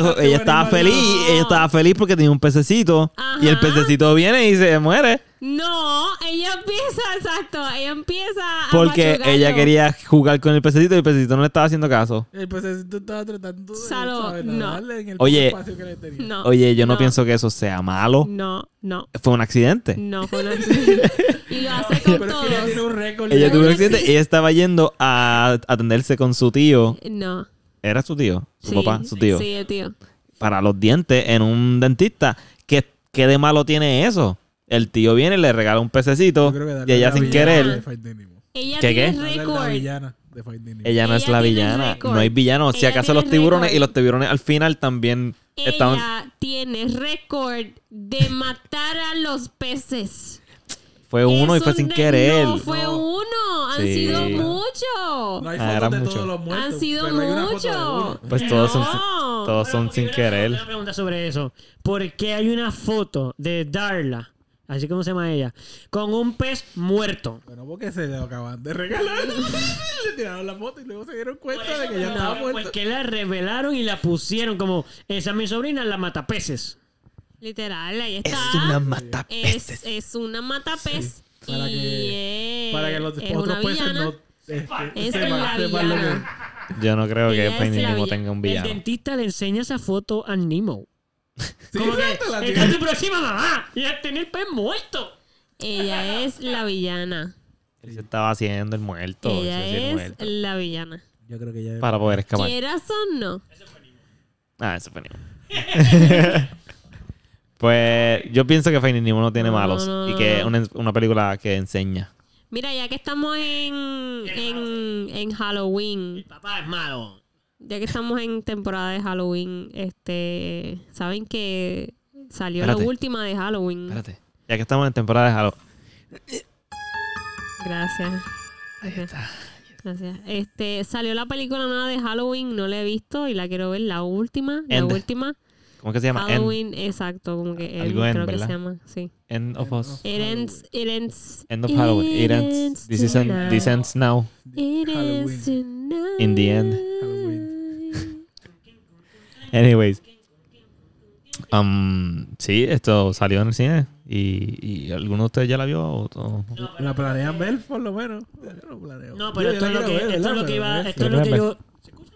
D: estaba, ella estaba feliz.
A: No.
D: Ella estaba feliz porque tenía un pececito. Y el
A: Ajá.
D: pececito viene y se muere.
A: No, ella empieza, exacto. Ella empieza a.
D: Porque
A: machucarlo.
D: ella quería jugar con el pececito y el pececito no le estaba haciendo caso.
B: El pececito estaba tratando de
A: Salo,
B: ¿sabes?
A: no.
B: nadarle en el
D: Oye.
B: espacio que le tenía.
A: No.
D: Oye, yo no,
A: No.
D: pienso que eso sea malo.
A: No, no,
D: Fue un accidente.
A: no.
D: (laughs)
A: con la- y lo hace con
B: Pero es que ella tiene
A: todos.
B: un récord.
D: Ella
A: No,
D: tuvo un
A: no,
D: accidente
A: sí.
D: y ella estaba yendo a atenderse con su tío.
A: No.
D: ¿Era su tío? Su
A: sí,
D: papá, su tío.
A: Sí, el tío.
D: Para los dientes en un dentista. ¿Qué, qué de malo tiene eso? El tío viene y le regala un pececito
B: Yo creo que
D: y
B: darle
D: ella
B: la
D: sin
B: villana
D: querer.
B: de Finding Nemo.
A: Ella
D: ¿Qué,
A: tiene
D: qué?
B: Darle La
A: récord.
B: villana de Finding Nemo.
D: Ella no
A: Ella
D: es la
A: tiene
D: villana.
A: récord.
D: No hay villanos. Si
A: Ella
D: acaso los
A: tiene
D: tiburones
A: récord.
D: y los tiburones al final también estaban...
A: Ella tiene récord de matar a los peces.
D: Fue uno y
A: Es
D: fue
A: un
D: sin
A: re-
D: querer.
A: No, fue uno. Han
D: Sí.
A: sido
D: Sí.
A: muchos.
B: No hay
D: Ah,
B: fotos
D: eran
B: de
D: muchos.
B: todos los muertos.
A: Han sido
B: pero hay una foto de uno.
A: muchos.
D: Pues todos son-
A: No.
D: Todos son
C: Bueno,
D: sin
C: yo tengo
D: querer.
C: Una pregunta sobre eso. ¿Por qué hay una foto de Darla, así como se llama ella, con un pez muerto?
B: Bueno, porque se lo acaban de regalar. (laughs) Le tiraron la foto y luego se dieron cuenta de que ya
C: No,
B: estaba
C: pues
B: muerto.
C: que la revelaron y la pusieron como esa es mi sobrina, la matapeces.
A: Literal, ahí está. Eh,
D: matapeces.
A: Es, es una matapez.
B: Para
A: y es-
B: Para que los
A: es
B: otros
A: una
B: peces
A: villana.
B: no este,
A: Es
B: sepan-
A: la
B: sepan lo que-
A: villana.
D: Yo
A: (laughs)
D: no creo
A: Ella
D: que
A: es
D: Finding
A: la
D: Nemo
A: villa-
D: tenga un
C: El
D: villano.
C: dentista le enseña esa foto a Nemo.
B: Ah, Sí,
C: Como que,
B: exacto, la
C: esta es
B: tiene.
C: tu próxima mamá y a tener pez muerto.
A: Ella es la
D: (laughs)
A: villana.
D: Él se estaba haciendo el muerto. él se
A: Ella
D: hacía el
A: es
D: muerto.
A: la villana.
B: Yo creo que ya
D: Para poder escapar.
A: Quieras o no.
D: Ah, eso fue Nemo.
A: (laughs)
D: (laughs) pues yo pienso que Finding Nemo no tiene
A: No,
D: malos.
A: no, no,
D: y que es
A: no.
D: una, una película que enseña.
A: Mira, ya que estamos en, en, en Halloween,
C: Papá es malo.
A: ya que estamos en temporada de Halloween, este, saben que salió
D: Espérate.
A: la última de Halloween.
D: Espérate. Ya que estamos en temporada de Halloween.
A: Gracias. Gracias. Gracias. Este, salió la película nueva de Halloween, no la he visto y la quiero ver, la última, la
D: End.
A: última.
D: ¿Cómo es que se llama? End,
A: Halloween, exacto, como que
D: Algo
A: end, creo
D: end, ¿verdad?
A: que se llama, sí.
D: End of Us.
A: It ends, it ends.
D: End of Halloween. It ends. This, is
A: tonight.
D: an, this ends now.
A: It ends
B: Halloween.
A: tonight.
D: In the end.
A: Halloween.
D: Anyways. Um, sí, esto salió en el cine. ¿Y, y alguno de ustedes ya la vio? O, o-
B: La planean ver, por lo menos. Yo lo planeo.
C: No, pero
B: Yo- yo
C: esto es
B: la
C: lo que,
B: quiero ver,
C: esto es
B: ¿verdad?
C: lo que
B: Pero
C: iba,
B: es-
C: esto es lo que yo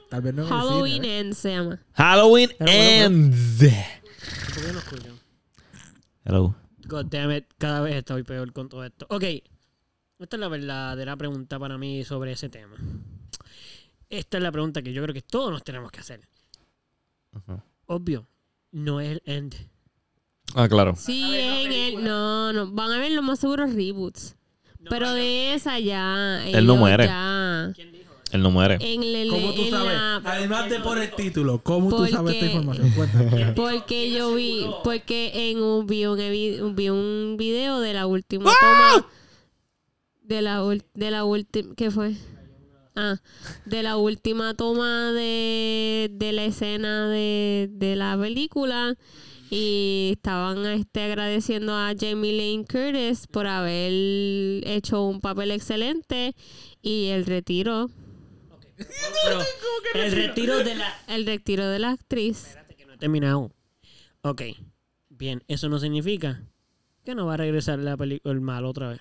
B: Tal vez no en el
A: Halloween
B: cine, ¿eh?
A: ends se llama.
D: Halloween
C: Pero bueno,
D: ends. Hello.
C: God damn it, cada vez estoy peor con todo esto. Ok, Esta es la verdadera pregunta para mí sobre ese tema. Esta es la pregunta que yo creo que todos nos tenemos que hacer.
D: Ajá.
C: Obvio, no es el end.
D: Ah, claro.
A: Sí, en el- no, no. Van a ver lo más seguro reboots. Pero de esa ya.
D: Él no
A: ellos
D: muere.
A: ya-
D: Él no muere.
A: En el,
B: ¿Cómo tú
A: en
B: sabes? Ah,
A: la-
B: Además de por el título, ¿cómo
A: Porque-
B: tú sabes esta información?
C: (laughs)
B: Cuéntame.
A: Porque yo vi, porque en un, vi, un, evi- vi un video de la última toma. De la, ul- de la última. ¿Qué fue? Ah, de la última toma de, de la escena de, de la película. Y estaban este, agradeciendo a Jamie Lane Curtis por haber hecho un papel excelente. Y el retiro,
C: Pero el retiro de la
A: el retiro de la actriz.
C: no he terminado. Ok. Bien, eso no significa que no va a regresar la peli- el mal otra vez.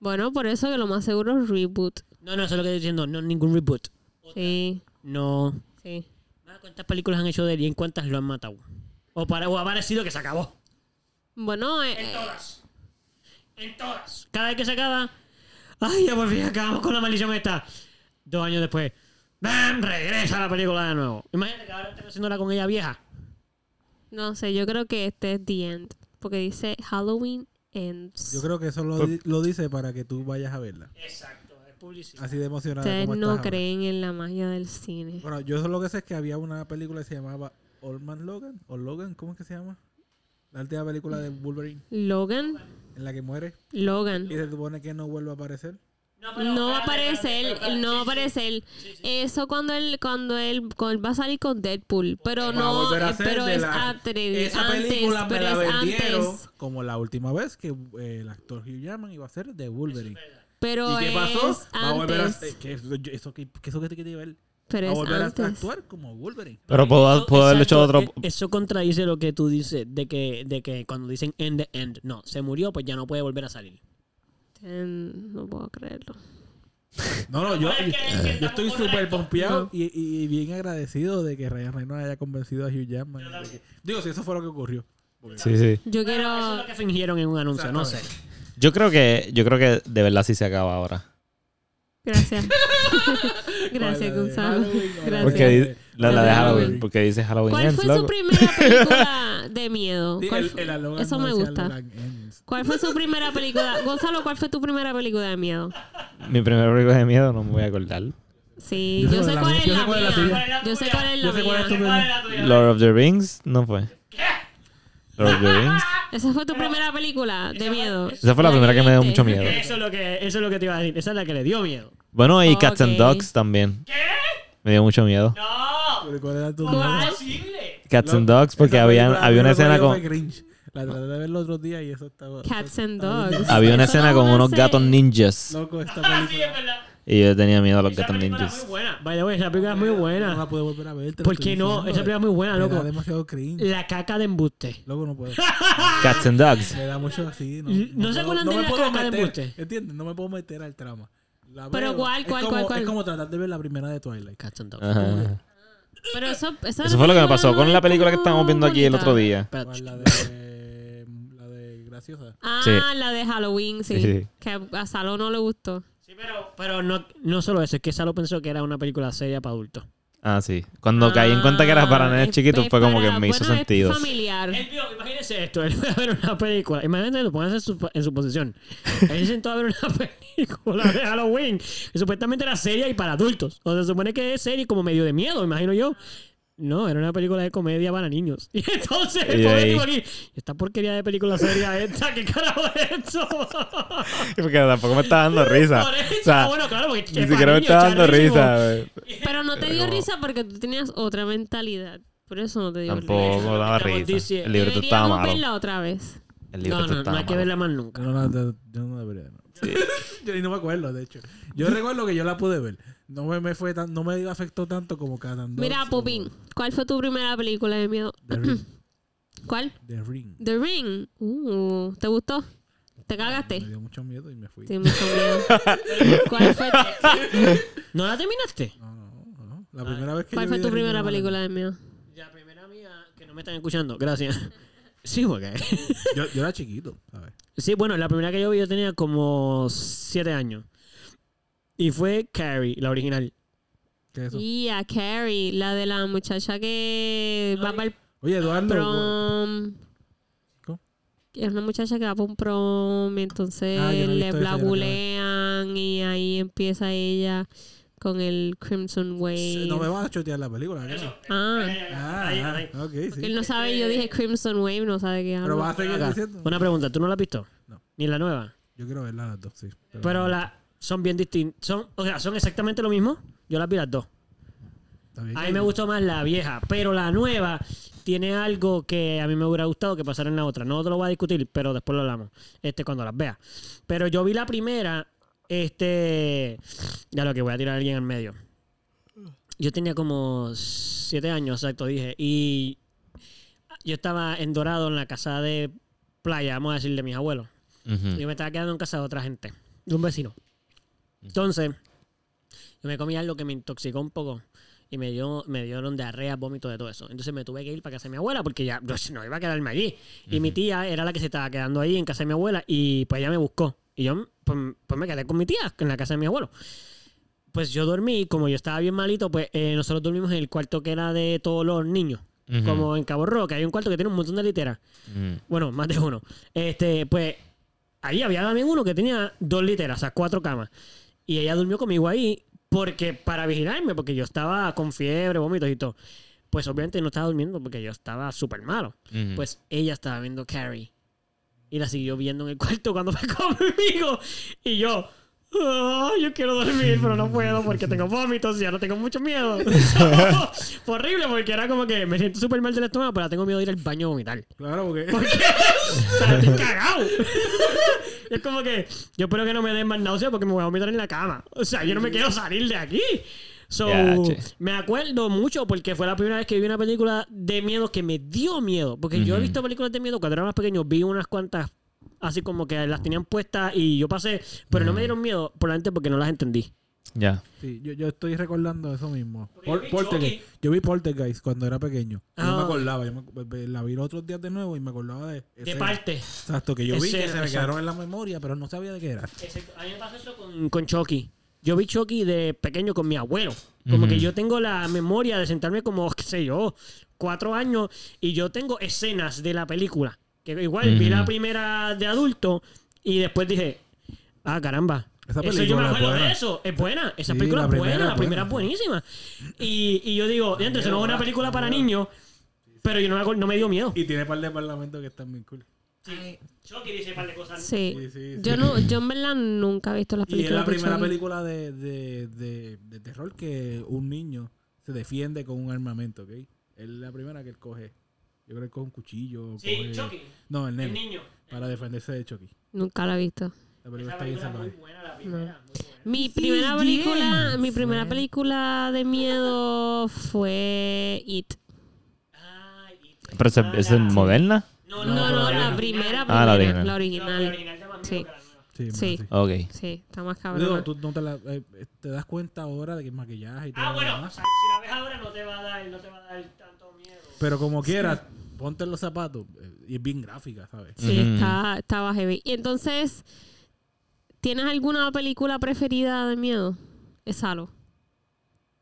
A: Bueno, por eso que lo más seguro es reboot.
C: No, no, eso es lo que estoy diciendo. No, ningún reboot.
A: Sí,
C: No.
A: sí.
C: Mano, ¿Cuántas películas han hecho de él y en cuántas lo han matado? O, para, o ha parecido que se acabó.
A: Bueno, eh, eh,
C: todas. En todas. Cada vez que se acaba. Ay, ya por fin acabamos con la maldición esta. Dos años después. ¡Bam! Regresa la película de nuevo. Imagínate que ahora están haciéndola con ella vieja.
A: no sé, yo creo que este es The End. Porque dice Halloween Ends.
B: Yo creo que eso lo, di- lo dice para que tú vayas a verla.
C: Exacto, es publicidad.
B: Así de emocionada
A: Ustedes
B: como
A: no
B: estás ahora.
A: creen en la magia del cine.
B: Bueno, yo solo que sé es que había una película que se llamaba Old Man Logan. ¿O Logan? ¿Cómo es que se llama? La última película de Wolverine
A: Logan,
B: en la que muere
A: Logan.
B: y se supone que no vuelve a aparecer.
A: No va a aparecer, no va a aparecer. Eso cuando él, cuando él, cuando él va a salir con Deadpool. Pero
B: Va a
A: no,
B: volver a
A: eh,
B: ser
A: pero
B: de
A: es
B: la-
A: antes.
B: Esa
A: Antes,
B: película me
A: pero
B: la
A: es
B: vendieron
A: antes.
B: como la última vez que eh, el actor Hugh Jackman iba a ser de Wolverine.
A: Pero
B: ¿Y qué pasó?
A: es
B: Va a volver a
A: antes.
B: eh, que eso, yo- eso que que eso que te quiero ver.
A: Pero
B: Va a
A: es
B: volver a
A: antes.
B: actuar como Wolverine.
D: Pero puedo, puedo haberle hecho
C: Exacto,
D: otro.
C: e- Eso contradice lo que tú dices de que, de que cuando dicen end the end, no, se murió, pues ya no puede volver a salir.
A: En- Eh, No puedo creerlo.
B: No, no, yo, yo,
C: que
B: yo estoy súper pompeado
A: No.
B: y, y- y bien agradecido de que Ryan Reynolds haya convencido a Hugh Jackman. de que- digo, si eso fue lo que ocurrió. Porque-
D: Sí, sí.
A: Yo
C: Eso es
A: quiero.
C: lo que fingieron en un anuncio, no sé.
D: Yo creo que, yo creo que de verdad sí se acaba ahora.
B: (laughs)
A: Gracias.
B: Para la
A: Gracias,
B: de
A: Gonzalo.
B: Halloween, para la
A: Gracias.
D: Porque
B: de-
D: di- la, la de Halloween, porque dice Halloween
A: ¿Cuál
D: Ends,
A: fue
D: loco.
A: su
D: (laughs)
A: primera película de miedo?
B: Sí,
A: ¿Cuál
B: el-
A: fue-
B: el Logan
A: Eso
B: no
A: me
B: decía
A: gusta.
B: Logan Ends.
A: ¿Cuál fue su primera
B: (laughs)
A: película? Gonzalo, ¿cuál fue tu primera película de miedo?
D: Mi primer película de miedo no me voy a acordar.
A: Sí,
B: Yo
A: yo,
B: sé
A: sé
B: la
A: cuál
B: mía,
A: es
B: yo sé
A: la
B: cuál es la
A: mía. Yo sé cuál es la
B: Yo sé cuál es tu
A: mía.
B: primera.
D: Lord of the Rings no fue. Lord of the Rings.
A: Esa fue tu primera película de miedo.
D: Esa fue la primera que me dio mucho miedo.
C: Eso es, lo que, eso es lo que te iba a decir. Esa es la que le dio miedo.
D: Bueno, y Cats and
A: Ok.
D: Dogs también. Me dio mucho miedo.
C: ¡No!
B: Pero ¿Cuál era tu
A: ¿Cuál?
C: ¡Posible!
D: Cats and
B: Loco,
D: Dogs, porque
B: esa
D: habían,
B: película-
D: había una
B: la
D: escena
B: película
D: con,
B: fue Grinch. La traté de ver el otro día y eso estaba.
A: Cats and
B: estaba bien
A: Dogs.
D: había una
A: Eso no
D: escena
A: es
D: con
A: una
D: unos
A: serie.
D: gatos ninjas.
B: Loco, esta película.
C: Ah, verdad.
D: Y yo tenía miedo a los
C: Esa
D: gatos
C: película es
D: ninjas.
C: muy buena. By the way, esa película es muy
B: No la
C: buena.
B: pude volver a ver. te lo
C: ¿Por
B: estoy
C: qué no?
B: diciendo,
C: Esa película es muy buena,
B: me da
C: loco.
B: demasiado cringe.
C: La caca de embuste.
B: Loco, no
C: (laughs)
B: puedo.
D: Cats and Dogs.
B: Me da mucho así. No,
C: ¿No se acuerdan de
B: me
C: la
B: puedo
C: caca de
B: meter,
C: embuste?
B: ¿Entiendes? No me puedo meter al trama. La
A: Pero
B: veo.
A: ¿cuál,
B: Es
A: cuál,
B: como-
A: cuál, cuál?
B: Es como tratar de ver la primera de Twilight.
C: Cats and Dogs.
D: Ajá.
A: Pero eso, esa
D: Eso fue lo que me
A: película
D: pasó
A: no
D: con
A: es
D: la película que estábamos viendo aquí el
A: bonita.
D: otro día.
C: Espera,
B: ¿Cuál? La de. La
C: (laughs)
B: de Graciosa.
A: Ah,
D: Sí.
A: la de Halloween, sí.
D: Sí, sí.
A: Que a Salo no le gustó.
C: Sí, pero, pero no, no solo eso, es que Salo pensó que era una película seria para adultos.
D: Ah, sí. Cuando caí en cuenta que era para nenes chiquitos fue como que me hizo sentido.
A: familiar.
C: Él vio, imagínense esto, (laughs) él fue a ver una película. Imagínense esto, pónganse en su, en su posición. Él se sentó a ver una (laughs) película de Halloween. que supuestamente era seria y para adultos. O sea, se supone que es seria y como medio de miedo, imagino yo. No, era una película de comedia para niños. (laughs) Y entonces, el
D: Y
C: pobre
D: ahí-
C: tipo aquí, esta porquería de película seria esta, ¿qué carajo es (laughs) esto?
D: (laughs) Porque tampoco me estaba dando risa.
C: Por eso, ah,
D: O sea,
C: bueno, claro, porque
D: ni siquiera me estaba dando risa. güey.
A: Pero no te dio risa porque tú tenías otra mentalidad. Por eso no te dio risa.
D: Tampoco daba
C: Estamos
D: risa.
C: diciendo-
D: El libreto estaba
A: Deberíamos
D: malo.
A: verla otra vez.
D: El
C: No,
D: libreto
C: no, no
D: estaba
C: hay que
D: malo.
C: verla más nunca.
B: No, no, no, yo no debería. No. (laughs) yo ni no me acuerdo, de hecho. Yo recuerdo que yo la pude ver. No me, me fue tan, no me afectó tanto como cada
A: Mira, Popín, ¿cuál fue tu primera película de miedo?
B: The Ring.
A: ¿Cuál?
B: The Ring.
A: The Ring. Uh, ¿Te gustó? ¿Te cagaste?
B: Me dio mucho miedo y me fui.
A: Sí, mucho miedo.
D: (laughs)
A: ¿Cuál fue,
C: ¿No la terminaste?
B: No, no, no. La primera vez que
A: cuál
B: yo
A: fue
B: vi
A: tu
B: The Ring,
A: primera
B: no,
A: película de miedo?
C: La primera mía, que no me están escuchando, gracias. (laughs) Sí, porque.
B: Yo, yo era chiquito, ¿sabes?
C: Sí, bueno, la primera que yo vi yo tenía como siete años. Y fue Carrie, la original.
B: ¿Qué es eso?
A: Y a Carrie, la de la muchacha que va para el
B: Oye, Eduardo.
A: prom.
B: ¿Cómo?
A: Es una muchacha que va para un prom y entonces
B: Ah, yo no he
A: le
B: visto esa, yo la acabo de ver.
A: blabulean y ahí empieza ella con el Crimson Wave.
B: No me vas a chotear la película, ¿qué?
A: Ah,
B: Ah, ah, ok,
A: que
B: sí.
A: él no sabe, yo dije Crimson Wave, no sabe qué
B: Pero
A: habla.
B: vas a seguir
C: Acá.
B: diciendo.
C: Una pregunta, ¿tú no la has visto?
B: No.
C: Ni la nueva.
B: Yo quiero verla las dos, sí.
C: Pero la, son bien distintas. Son, o sea, son exactamente lo mismo. Yo las vi las dos.
B: Está bien
C: A
B: que-
C: mí me gustó más la vieja, pero la nueva tiene algo que a mí me hubiera gustado que pasara en la otra. No te lo voy a discutir, pero después lo hablamos. Este, cuando las vea. Pero yo vi la primera, este. Ya lo que voy a tirar a alguien en medio. Yo tenía como siete años, exacto, dije. Y yo estaba en Dorado, en la casa de playa, vamos a decir, de mis abuelos.
D: Ujú.
C: Yo me estaba quedando en casa de otra gente, de un vecino. Entonces, yo me comí algo que me intoxicó un poco y me dio me dieron diarrea, vómito de todo eso. Entonces me tuve que ir para casa de mi abuela porque ya yo no iba a quedarme allí. Y mi tía era la que se estaba quedando ahí en casa de mi abuela y pues ella me buscó. Y yo pues, pues me quedé con mi tía en la casa de mi abuelo. Pues yo dormí, como yo estaba bien malito, pues eh, nosotros dormimos en el cuarto que era de todos los niños.
D: Ujú.
C: Como en Cabo Roca, hay un cuarto que tiene un montón de literas.
D: Ujú.
C: Bueno, más de uno. Este, pues, ahí había también uno que tenía dos literas, o sea, cuatro camas. Y ella durmió conmigo ahí porque para vigilarme, porque yo estaba con fiebre, vómitos y todo. Pues obviamente no estaba durmiendo porque yo estaba súper malo.
D: Ujú.
C: Pues ella estaba viendo Carrie. Y la siguió viendo en el (laughs) cuarto cuando fue conmigo. Y yo, "Ah, yo quiero dormir, pero no puedo porque tengo vómitos y ahora tengo mucho miedo. (laughs) Fue horrible porque era como que me siento súper mal del estómago, pero tengo miedo de ir al baño a vomitar.
B: Claro,
A: (laughs)
B: porque.
C: O sea,
D: (laughs)
C: estoy cagado. Y es como que yo espero que no me den más náuseas porque me voy a vomitar en la cama. O sea, yo no me quiero salir de aquí. So,
D: Ya, che.
C: me acuerdo mucho porque fue la primera vez que vi una película de miedo que me dio miedo. Porque yo he
D: Ujú.
C: visto películas de miedo cuando era más pequeño, vi unas cuantas así como que las tenían puestas y yo pasé, pero no me dieron miedo probablemente porque no las entendí.
D: Ya.
B: Sí, yo, yo estoy recordando eso mismo. Pol-
C: Porque yo vi
B: Poltergeist. Yo vi Poltergeist cuando era pequeño. Yo no
C: Ah.
B: me acordaba. Yo me- me- la vi los otros días de nuevo y me acordaba de.
C: ¿Qué
B: escenas.
C: parte?
B: Exacto, que yo vi que
C: Escena,
B: se me
C: exacto.
B: quedaron en la memoria, pero no sabía de qué era.
C: Exacto. A mí me pasó eso con, con Chucky. Yo vi Chucky de pequeño con mi abuelo. Como
D: Ujú.
C: que yo tengo la memoria de sentarme como, (laughs) qué sé yo, cuatro años y yo tengo escenas de la película. Que igual vi
D: Ujú.
C: la primera de adulto y después dije, ah, caramba.
B: Esa
C: eso yo
B: película
C: me
B: es
C: acuerdo de
B: buena.
C: eso. Es buena. Esa
B: Sí,
C: película
B: la
C: es buena.
B: primera
C: La
B: es
C: primera es
B: buena.
C: buenísima. Y, y yo digo, entonces no es una
B: miedo,
C: película
B: da
C: para
B: miedo.
C: niños, pero yo no me, acuerdo- no me dio miedo.
B: Y tiene par de parlamentos que están bien cool.
C: Chucky dice un par de cosas.
A: Sí.
B: Sí, sí, sí.
A: Yo, no, yo en verdad nunca he visto las
B: Y es
A: películas.
B: la
A: de
B: primera
A: Chucky.
B: película de, de, de, de terror que un niño se defiende con un armamento, ¿ok? Es la primera que él coge. Yo creo que coge un cuchillo. coge- No, el nene.
C: niño.
B: Para defenderse de Chucky.
A: Nunca la he visto.
B: La película está bien salvaje.
A: Mi primera película, mi primera película de miedo fue It.
D: ¿Pero esa- esa es moderna?
C: No, Ah,
A: No, no, la primera,
D: Ah,
A: primera,
D: la original.
A: la original. Sí.
B: Sí, en
A: Sí.
B: verdad,
D: Ok.
A: Sí, está más
B: Digo,
A: cabrón.
B: tú no te, la- eh, eh, te das cuenta ahora de que maquillaje y
C: Ah,
B: todo. lo demás.
C: si la ves ahora no te va a dar, no te va a dar tanto miedo.
B: Pero como quieras, ponte los zapatos. eh, Y es bien gráfica, ¿sabes?
A: Sí,
D: Ujú.
A: está, estaba heavy. Y entonces, ¿tienes alguna película preferida de miedo? Es algo.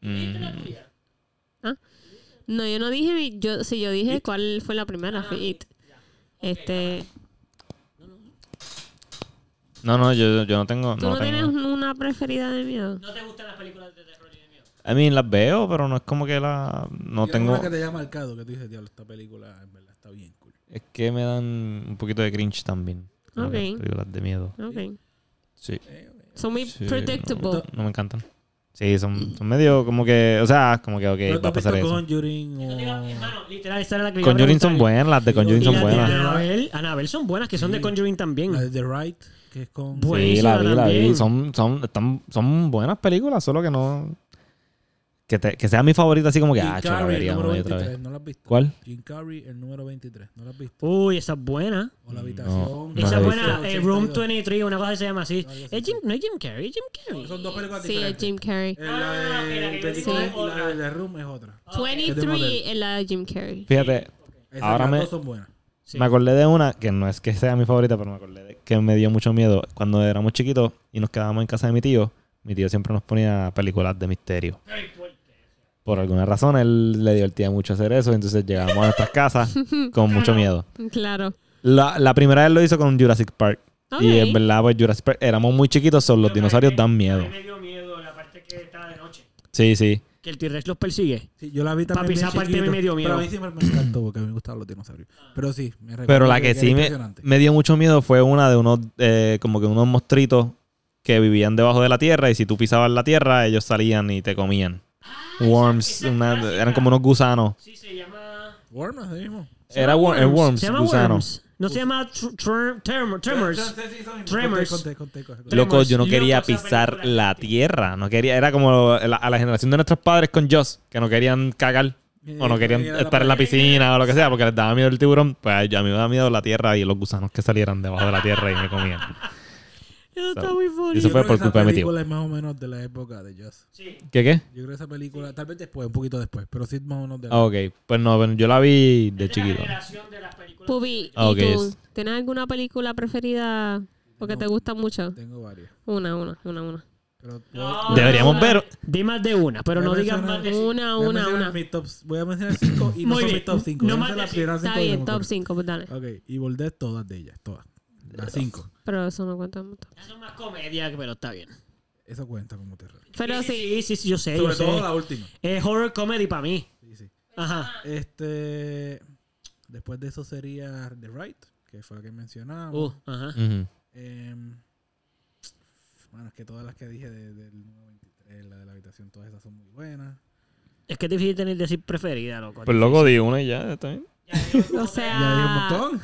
D: Mm.
A: No, yo no dije, mi- yo sí, yo dije cuál fue la
B: Ah,
A: primera, fue It. Este,
D: No, no, yo, yo no tengo.
A: ¿tú
D: No
A: no tienes
D: tengo.
A: una preferida de miedo?
C: No te gustan las películas de terror y de miedo.
D: I mean, las veo, pero no es como que la. No
B: Y
D: tengo.
B: Una que te haya marcado, que tú dices, diablo, esta película en verdad está bien cool.
D: Es que me dan un poquito de cringe también. Como que
A: Ok.
D: películas de miedo.
A: Ok.
D: Sí.
B: Eh,
A: Son muy
D: Sí,
A: predictable.
D: No, no me encantan. Sí, son, son medio como que. O sea, como que,
B: ¿No
D: ok,
B: te
D: va
B: has
D: a pasar
B: visto
D: eso.
B: Conjuring
C: No
B: o...?
C: te iba- Hermano, literal, Oh. esa era la que iba a
D: Conjuring son
C: preguntar.
D: buenas, las de Conjuring
B: Y
D: son
C: Y las de
D: buenas.
C: Annabelle, Annabelle son buenas, que son de
B: Sí.
C: Conjuring también.
B: La de The Right, que es con...
C: Bu-
D: Sí,
C: buenísima
D: la vi, la vi.
C: también.
D: Son, son, están- son buenas películas, solo que no. Que, te- que sea mi favorita, así como que.
B: Jim
D: Ah, chaval,
B: Carrey, el
D: vería
B: número
D: una y otra vez.
B: 23, ¿no la has visto?
D: ¿Cuál?
B: Jim Carrey, el número 23, ¿no la has visto?
C: Uy, esa es buena.
B: O La Habitación...
D: No
C: esa es
D: la he
C: buena. eh, Room
B: 82.
C: 23, una cosa que se llama así.
B: No, yo sí
C: Es Jim, no es Jim Carrey, es Jim Carrey.
B: Son dos películas
A: Sí, es
B: diferentes.
A: Jim Carrey.
B: Eh, la
C: Ah, ok, la
B: de El
C: que yo digo
B: Película
C: es
B: y la
C: otra.
B: de The Room es otra.
C: Ah, ok.
A: 23 es la de Jim Carrey. (laughs)
D: Fíjate,
B: Esas
D: Ahora
B: las
D: me-
B: dos son buenas.
C: Sí.
D: Me acordé de una que no es que sea mi favorita, pero me acordé de que me dio mucho miedo. Cuando éramos chiquitos y nos quedábamos en casa de mi tío, mi tío siempre nos ponía películas de misterio.
C: pues,
D: Por alguna razón, él le divertía mucho hacer eso, entonces llegábamos a nuestras casas con mucho miedo.
A: Claro.
D: La, la primera vez lo hizo con Jurassic Park. Y
A: Ok.
D: en verdad, pues Jurassic Park, éramos muy chiquitos, son los dinosaurios dan miedo.
C: A mí me dio miedo la parte que estaba de noche.
D: Sí, sí.
C: Que el T-Rex los persigue.
B: Sí, yo la vi también.
C: Papi,
B: bien
C: esa parte
B: chiquito,
C: me dio
B: Pero a mí
C: miedo. Ah.
B: siempre me encantó porque a mí me gustaban los dinosaurios. Pero sí, me
D: Pero
B: recuerdo
D: la que
B: era
D: sí me,
B: impresionante.
D: me dio mucho miedo fue una de unos, eh, como que unos monstruitos que vivían debajo de la tierra y si tú pisabas la tierra, ellos salían y te comían. Worms,
C: esa
D: una-
C: clásica.
D: eran como unos gusanos.
C: Sí, se llama.
B: Worm, así mismo.
D: Era wor- eh, worms,
C: Se llama
D: gusanos.
C: Worms. No se llama tr- tr- tremor- Tremors.
B: Sí, sí, sí, sí.
C: Tremors.
B: Conté, conté, conté, conté.
D: Loco, yo no
C: Loco,
D: quería
C: esa
D: pisar
C: película.
D: la tierra. No quería, era como la- a la generación de nuestros padres con Joss, que no querían cagar o no querían
B: Eh, era
D: estar en la
B: playa.
D: piscina o lo que sea porque les daba miedo el tiburón. Pues a mí me daba miedo la tierra y los gusanos que salieran debajo de la tierra y me comían.
C: Eso
D: So,
C: está muy funny.
D: Eso
B: Yo
D: fue
B: creo
D: por
B: que
D: culpa de mi
B: Esa
D: tío.
B: película es más o menos de la época de Jazz.
C: Sí.
D: ¿Qué qué?
B: Yo creo que esa película, tal vez después, un poquito después, pero sí es más o menos de la
D: Ah, ok, pues no, bueno, yo la vi de chiquito.
A: Pubi, ¿y
D: Ah, ok,
A: tú?
D: es-
A: ¿Tienes alguna película preferida? Porque te gusta mucho.
B: Tengo varias.
A: Una, una, una, una.
B: Pero
D: Deberíamos ver.
C: Di más de una, pero no
B: Me
C: digas
B: suena-
C: más de cinco.
A: Una,
B: voy a
A: una,
B: mencionar
A: una.
B: mis tops- voy a mencionar cinco
C: (coughs)
B: y no
C: Muy
B: son
C: bien.
B: mis top 5.
C: No más de cinco.
A: Está bien, top 5, pues dale.
B: Ok, y Volder todas de ellas, todas. Las cinco.
A: Pero eso no cuenta mucho.
C: Eso es más comedia, pero está bien.
B: Eso cuenta como terror.
A: Pero sí.
C: sí, sí, sí, yo sé, yo
B: Sobre
C: sé.
B: todo la última.
C: Es horror comedy para mí.
B: Sí, sí.
C: Ajá.
B: Este. Después de eso sería The Right, que fue la que mencionamos.
C: Uh, ajá.
D: Ujú.
B: Em, bueno, es que todas las que dije de- del número 23, la de la habitación, todas esas son muy buenas.
C: Es que es difícil tener decir preferida, loco.
D: Pues loco, di una y ya, está bien.
A: O
B: Ya dije
A: sea,
B: un montón.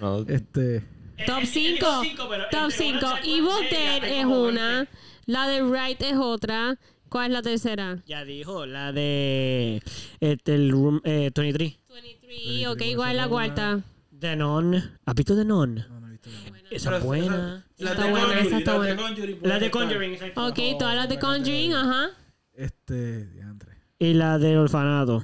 D: No,
B: Este.
A: top 5. Top 5. Evil Dead es una. La de Right es otra. ¿Cuál es la tercera?
C: Ya dijo la de este, el room, eh, 23.
A: 23. Ok, ¿cuál es la cuarta?
C: The Non. ¿Has visto The Non?
B: No, no he visto ninguna.
C: Esa es buena.
A: Está buena, esa está buena.
C: La de Conjuring, exacto.
A: Ok, todas las de Conjuring, ajá.
B: Este. Diantre.
C: Y la del orfanato.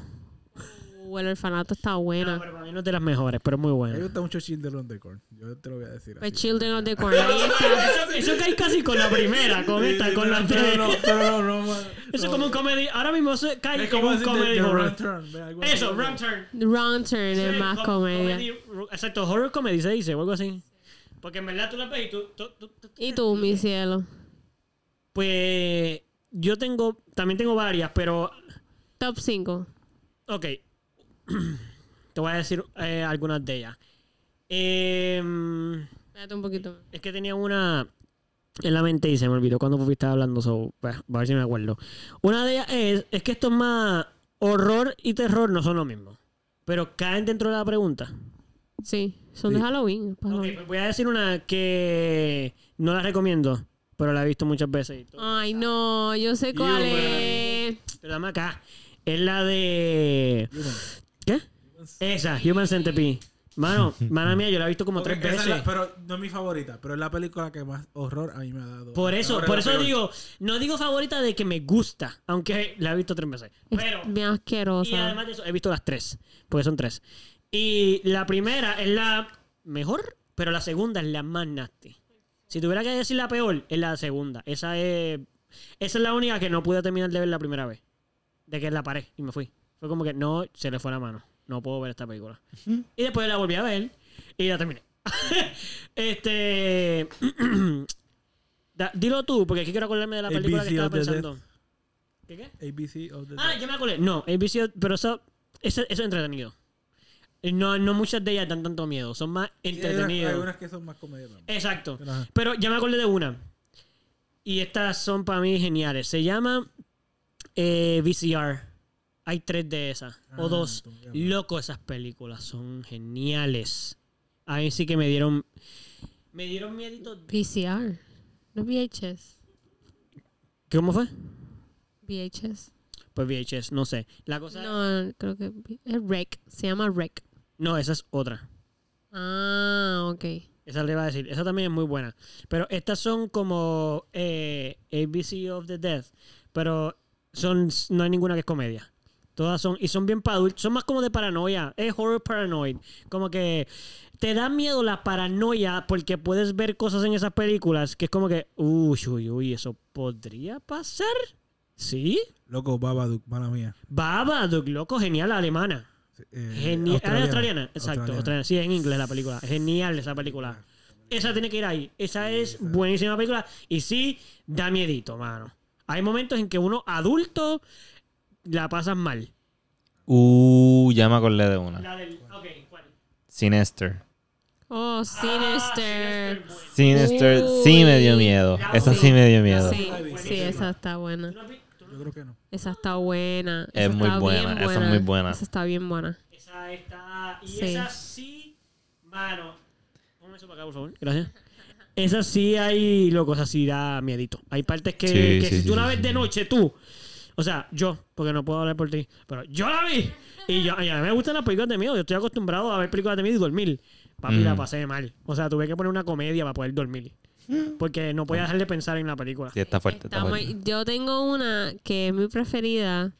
A: Uh, el orfanato está
C: No,
A: buena.
C: pero para mí no es de las mejores, pero es muy
B: A mí me
C: buena.
B: gusta mucho Children of the Corn. Yo te lo voy a decir.
A: Pues
B: así.
A: Children of the Corn. Ahí está.
C: Eso cae casi con la primera, con esta, con la
B: Pero no,
C: anterior.
B: pero no, no.
C: Eso es como un comedy. Ahora mismo eso cae
B: Es
C: como
B: como
C: un
B: decir de-
C: comedy
B: de
C: horror.
B: Wrong Turn, ve, algo así.
C: Eso, Wrong Turn.
A: Wrong Turn es
C: Sí,
A: más
C: com-
A: comedia.
C: comedy, ro- Exacto, horror comedy se dice o algo así. Porque en verdad tú la ves y tú. tú- tú- tú-
A: ¿Y tú, mi cielo?
C: Pues yo tengo. También tengo varias, pero.
A: Top 5.
C: Ok. (clears throat) Te voy a decir eh, algunas de ellas. Em,
A: Espérate un poquito más.
C: es que tenía una en la mente y se me olvidó cuando Pupi estaba hablando. So, pues, a ver si me acuerdo. Una de ellas es, es que esto es más. Horror y terror no son lo mismo. Pero caen dentro de la pregunta.
A: Sí, son
B: Sí.
A: de Halloween. para
C: Ok,
A: Halloween.
C: pues voy a decir una que no la recomiendo, pero la he visto muchas veces. y todo.
A: Ay, no, yo sé cuál es.
C: Pero dame acá. Es la de.
B: Human.
C: ¿Qué? Esa, Human Centipede. Mano, mana mía, yo la he visto como
B: Ok,
C: tres
B: esa es
C: veces.
B: la- pero no es mi favorita, pero es la película que más horror a mí me ha dado.
C: Por
B: Ahora
C: eso,
B: es
C: por
B: la
C: eso
B: peor.
C: digo, no digo favorita de que me gusta, aunque la he visto tres veces. Pero,
A: Es bien
C: y
A: asquerosa.
C: además de eso, he visto las tres, porque son tres. Y la primera es la mejor, pero la segunda es la más nasty. Si tuviera que decir la peor, es la segunda. Esa es, esa es la única que no pude terminar de ver la primera vez. De que la paré y me fui. Fue como que no, se le fue la mano. No puedo ver esta película. Y después la volví a ver y la terminé. (laughs) este. (clears throat) da- dilo tú, porque aquí quiero acordarme de la
B: El
C: película que
B: vicio de
C: estaba
B: Death.
C: pensando. ¿Qué qué?
B: ABC of the
C: Ah,
B: Dead.
C: ya me acordé. No, el vicio, pero eso, eso, eso es entretenido. Y No, no muchas de ellas dan tanto miedo, son más
B: Sí, hay, unas, hay
C: entretenidas.
B: unas que son más comedias también.
C: Exacto.
B: Pero, ajá.
C: Pero ya me acordé de una. Y estas son para mí geniales. Se llama eh, VCR. Hay tres de esas,
B: Ah,
C: o dos.
B: tú me llamas.
C: Loco, esas películas son geniales. A mí sí que me dieron. Me dieron miedito.
A: VCR. No VHS.
C: ¿Cómo fue?
A: VHS.
C: Pues VHS, no sé. La cosa. No,
A: No, creo que es Rec. Se llama Rec.
C: esa es otra.
A: Ah, ok.
C: Esa le iba a decir. Esa también es muy buena. Pero estas son como eh, ABC of the Death. Pero son, no hay ninguna que es comedia. Todas son, y son bien para adultos, son más como de paranoia, es horror paranoid. Como que te da miedo la paranoia porque puedes ver cosas en esas películas que es como que, uy, uy, uy, eso podría pasar. Sí,
B: Loco, Babadook, mala mía.
C: Babadook, loco, genial, alemana.
B: Eh,
C: Genial. Ah, Australiana. exacto. australiana. Sí, en inglés la película. Genial esa película. Esa tiene que ir ahí. Esa es buenísima película. Y sí, da miedito, mano. Hay momentos en que uno adulto la pasas mal.
D: Uh, ya me acordé de una.
C: La del. Ok, ¿cuál?
D: Sinister.
A: Oh, Sinister.
D: Sinister
A: Uy.
D: sí me dio miedo. Esa sí me dio miedo.
A: Sí, sí, esa está buena.
B: Yo creo que no.
A: Esa está buena.
D: Es
A: Esa
D: muy
A: está bien
D: buena, esa es muy buena.
A: Esa está bien buena.
C: Esa está. Y
A: Sí.
C: esa sí, mano. Ponme eso para acá, por favor. Gracias. Esa sí hay locos, así da miedito. Hay partes que,
D: Sí,
C: que
D: sí,
C: si
D: sí,
C: tú la
D: sí,
C: ves
D: sí,
C: de
D: sí.
C: noche, tú. O sea, yo, porque no puedo hablar por ti, pero yo la vi. Y yo, y a mí me gustan las películas de miedo. Yo estoy acostumbrado a ver películas de miedo y dormir. Papi, la
D: Mm.
C: pasé mal. O sea, tuve que poner una comedia para poder dormir. Porque no podía dejar de pensar en la película.
D: Sí, está fuerte,
A: Está
D: está
A: muy-
D: fuerte.
A: yo tengo una que es mi preferida.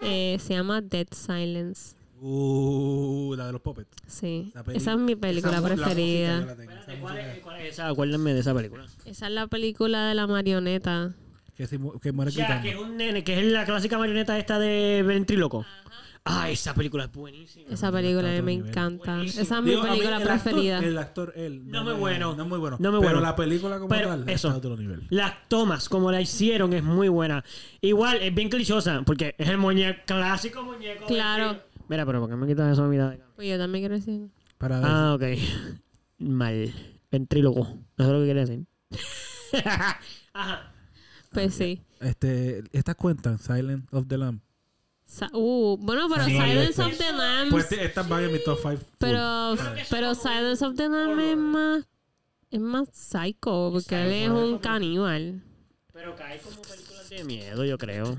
A: Eh, se llama Dead Silence.
B: Uh, la de los puppets.
A: Sí.
B: La peli-
A: Esa es mi película
B: esa mu- la música
A: preferida.
B: yo la tengo, esa música
C: ¿Cuál es esa? Acuérdenme de esa película.
A: Esa es la película de la marioneta.
B: Que, se mu- que muere
C: Ya,
B: gritando.
C: que es un nene, que es la clásica marioneta esta de Ventriloco. Ah, esa película es buenísima.
A: Esa película a mí
B: otro
A: me
B: nivel.
A: encanta.
C: Buenísimo.
A: Esa es mi
B: Digo, a mí
A: película
B: el actor-
A: preferida.
B: el actor, él.
C: No me
B: me-
C: bueno.
B: No es muy bueno.
C: No me
B: Pero
C: bueno.
B: la película como
C: Pero
B: tal
C: eso.
B: está a otro nivel.
C: Las tomas, como la hicieron, es muy buena. Igual, es bien clichosa, porque es el muñeco, clásico muñeco.
A: Claro.
C: Ventriloco. Mira, pero ¿por qué me quitas eso a mi de
A: Pues yo también quiero decir.
B: Para
C: Ah, ok. Mal. Ventríloco. Eso es lo que quería
B: (laughs)
C: decir. Ajá.
A: Pues sí.
B: este, estas cuentan, Silent of the Lamb.
A: Sa- uh, bueno, pero
B: Sí,
A: Silence
B: este.
A: of the Lambs.
B: Pues este- estas van en mi top 5.
A: pero pero Silence of the Lambs es más es más psycho porque él es un caníbal.
C: Pero cae como películas de miedo, yo creo.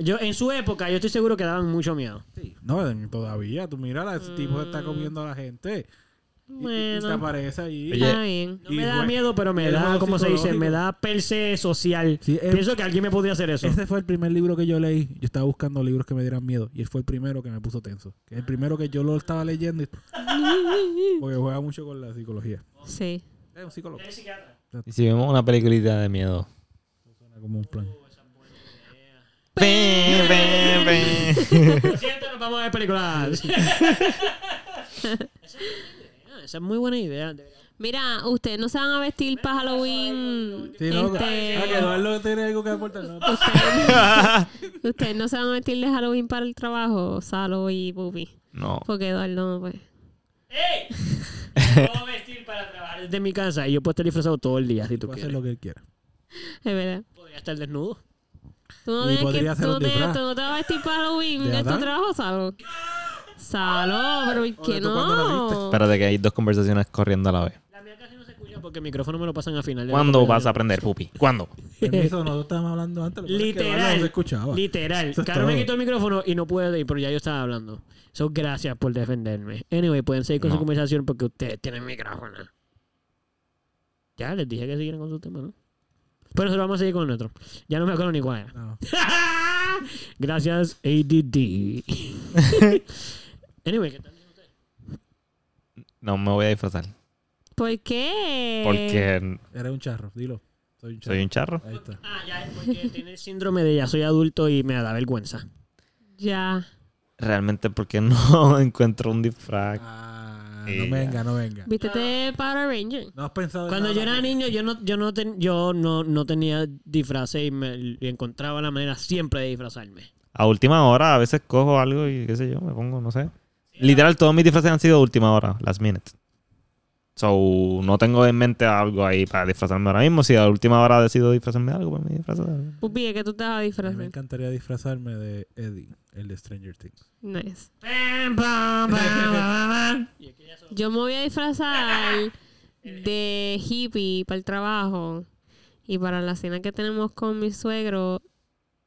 C: Yo, en su época, yo estoy seguro que daban mucho miedo.
B: No, de- todavía. Tú mírala, ese tipo está comiendo a la gente. Y- y- Y, te
A: Bueno,
B: aparece ahí.
D: Oye,
A: está bien.
C: No me
B: Y
C: da
B: bueno,
C: miedo, pero me
B: el
C: da,
B: juego
C: como se dice,
B: psicológico.
C: me da per se social.
B: Sí, eh,
C: Pienso que alguien me podría hacer eso.
B: Ese fue el primer libro que yo leí. Yo estaba buscando libros que me dieran miedo. Y él fue el primero que me puso tenso. Que el primero que yo lo estaba leyendo.
D: (laughs)
B: y- Porque juega mucho con la psicología.
A: Sí.
B: Es un psicólogo.
D: Y si vemos una peliculita de miedo.
B: Suena como un plan.
D: Ven, ven, ven.
C: Lo siento, nos vamos a ver (laughs) películas. Esa es muy buena idea. de verdad.
A: Mira, ustedes no se van a vestir para Halloween.
B: Sí, no,
A: este,
B: ah, que Eduardo tiene algo que aportar. No, pues,
A: ustedes no se van a vestir de Halloween para el trabajo, Salo y Bubi.
D: (laughs) No.
A: Porque Eduardo no pues.
C: (laughs) ¡Ey! Me puedo vestir para trabajar desde mi casa y yo puedo estar disfrazado todo el día si tú
B: puede hacer
C: quieres.
B: lo que él quiera.
A: Es verdad.
C: Podría estar desnudo.
A: Tú no,
B: Y
A: tienes que,
B: podría hacer
A: tú,
B: un
A: no tienes-
B: disfraz.
A: tú no te vas a vestir para Halloween
B: ¿De
A: de tu
B: Adán?
A: trabajo, Salo. Salo, pero ¿por
B: ¿O
A: qué
B: de tú cuando naciste?
A: no?
D: Espérate que hay dos conversaciones corriendo a la vez.
C: La mía casi no se escucha porque el micrófono me lo pasan a final. de la
D: ¿Cuándo vas a
C: conversación.
D: aprender, pupi? ¿Cuándo?
B: Permiso, nosotros estábamos hablando antes. lo que pasa es que Eduardo
C: Literal.
B: No se escuchaba.
C: Literal.
B: Eso es
C: Caro me
B: todo.
C: quitó el micrófono y no pude ir, pero ya yo estaba hablando. So, gracias por defenderme. Anyway, pueden seguir con su
D: No.
C: conversación porque ustedes tienen micrófono. Ya les dije que siguieran con su tema, ¿no? Pero nosotros vamos a seguir con el nuestro. Ya no me acuerdo ni
B: (laughs)
C: cuál era.
B: No.
C: gracias,
B: (laughs)
C: ADD. anyway, ¿qué tal?
D: No me voy a disfrazar.
A: ¿Por qué?
D: Porque
B: Era un charro, dilo. Soy un charro.
D: soy un charro.
B: Ahí está.
C: Ah, ya es porque tiene el síndrome de ya soy adulto y me da vergüenza.
A: Ya.
D: Realmente porque (laughs) no encuentro un disfraz.
B: Ah,
D: Ella.
B: no venga, no venga.
A: Vístete este Power Ranger.
B: No has pensado en
C: Cuando
B: nada?
C: yo era niño, yo no, yo no, ten- yo no, no tenía disfraces y me y encontraba la manera siempre de disfrazarme.
D: A última hora, a veces cojo algo y qué sé yo, me pongo, no sé. Literal, todos mis disfraces han sido de última hora, last minute. So, no tengo en mente algo ahí para disfrazarme ahora mismo. Si a última hora decido disfrazarme de algo, pues me disfrazo. de algo.
A: Pupi, ¿de qué tú te vas a
B: A mí me
A: disfrazar?
B: encantaría disfrazarme de Eddie, el de Stranger Things.
A: Nice.
C: Pam, pam, pam, pam, pam, pam.
A: Yo me voy a disfrazar de hippie para el trabajo. Y para la cena que tenemos con mi suegro,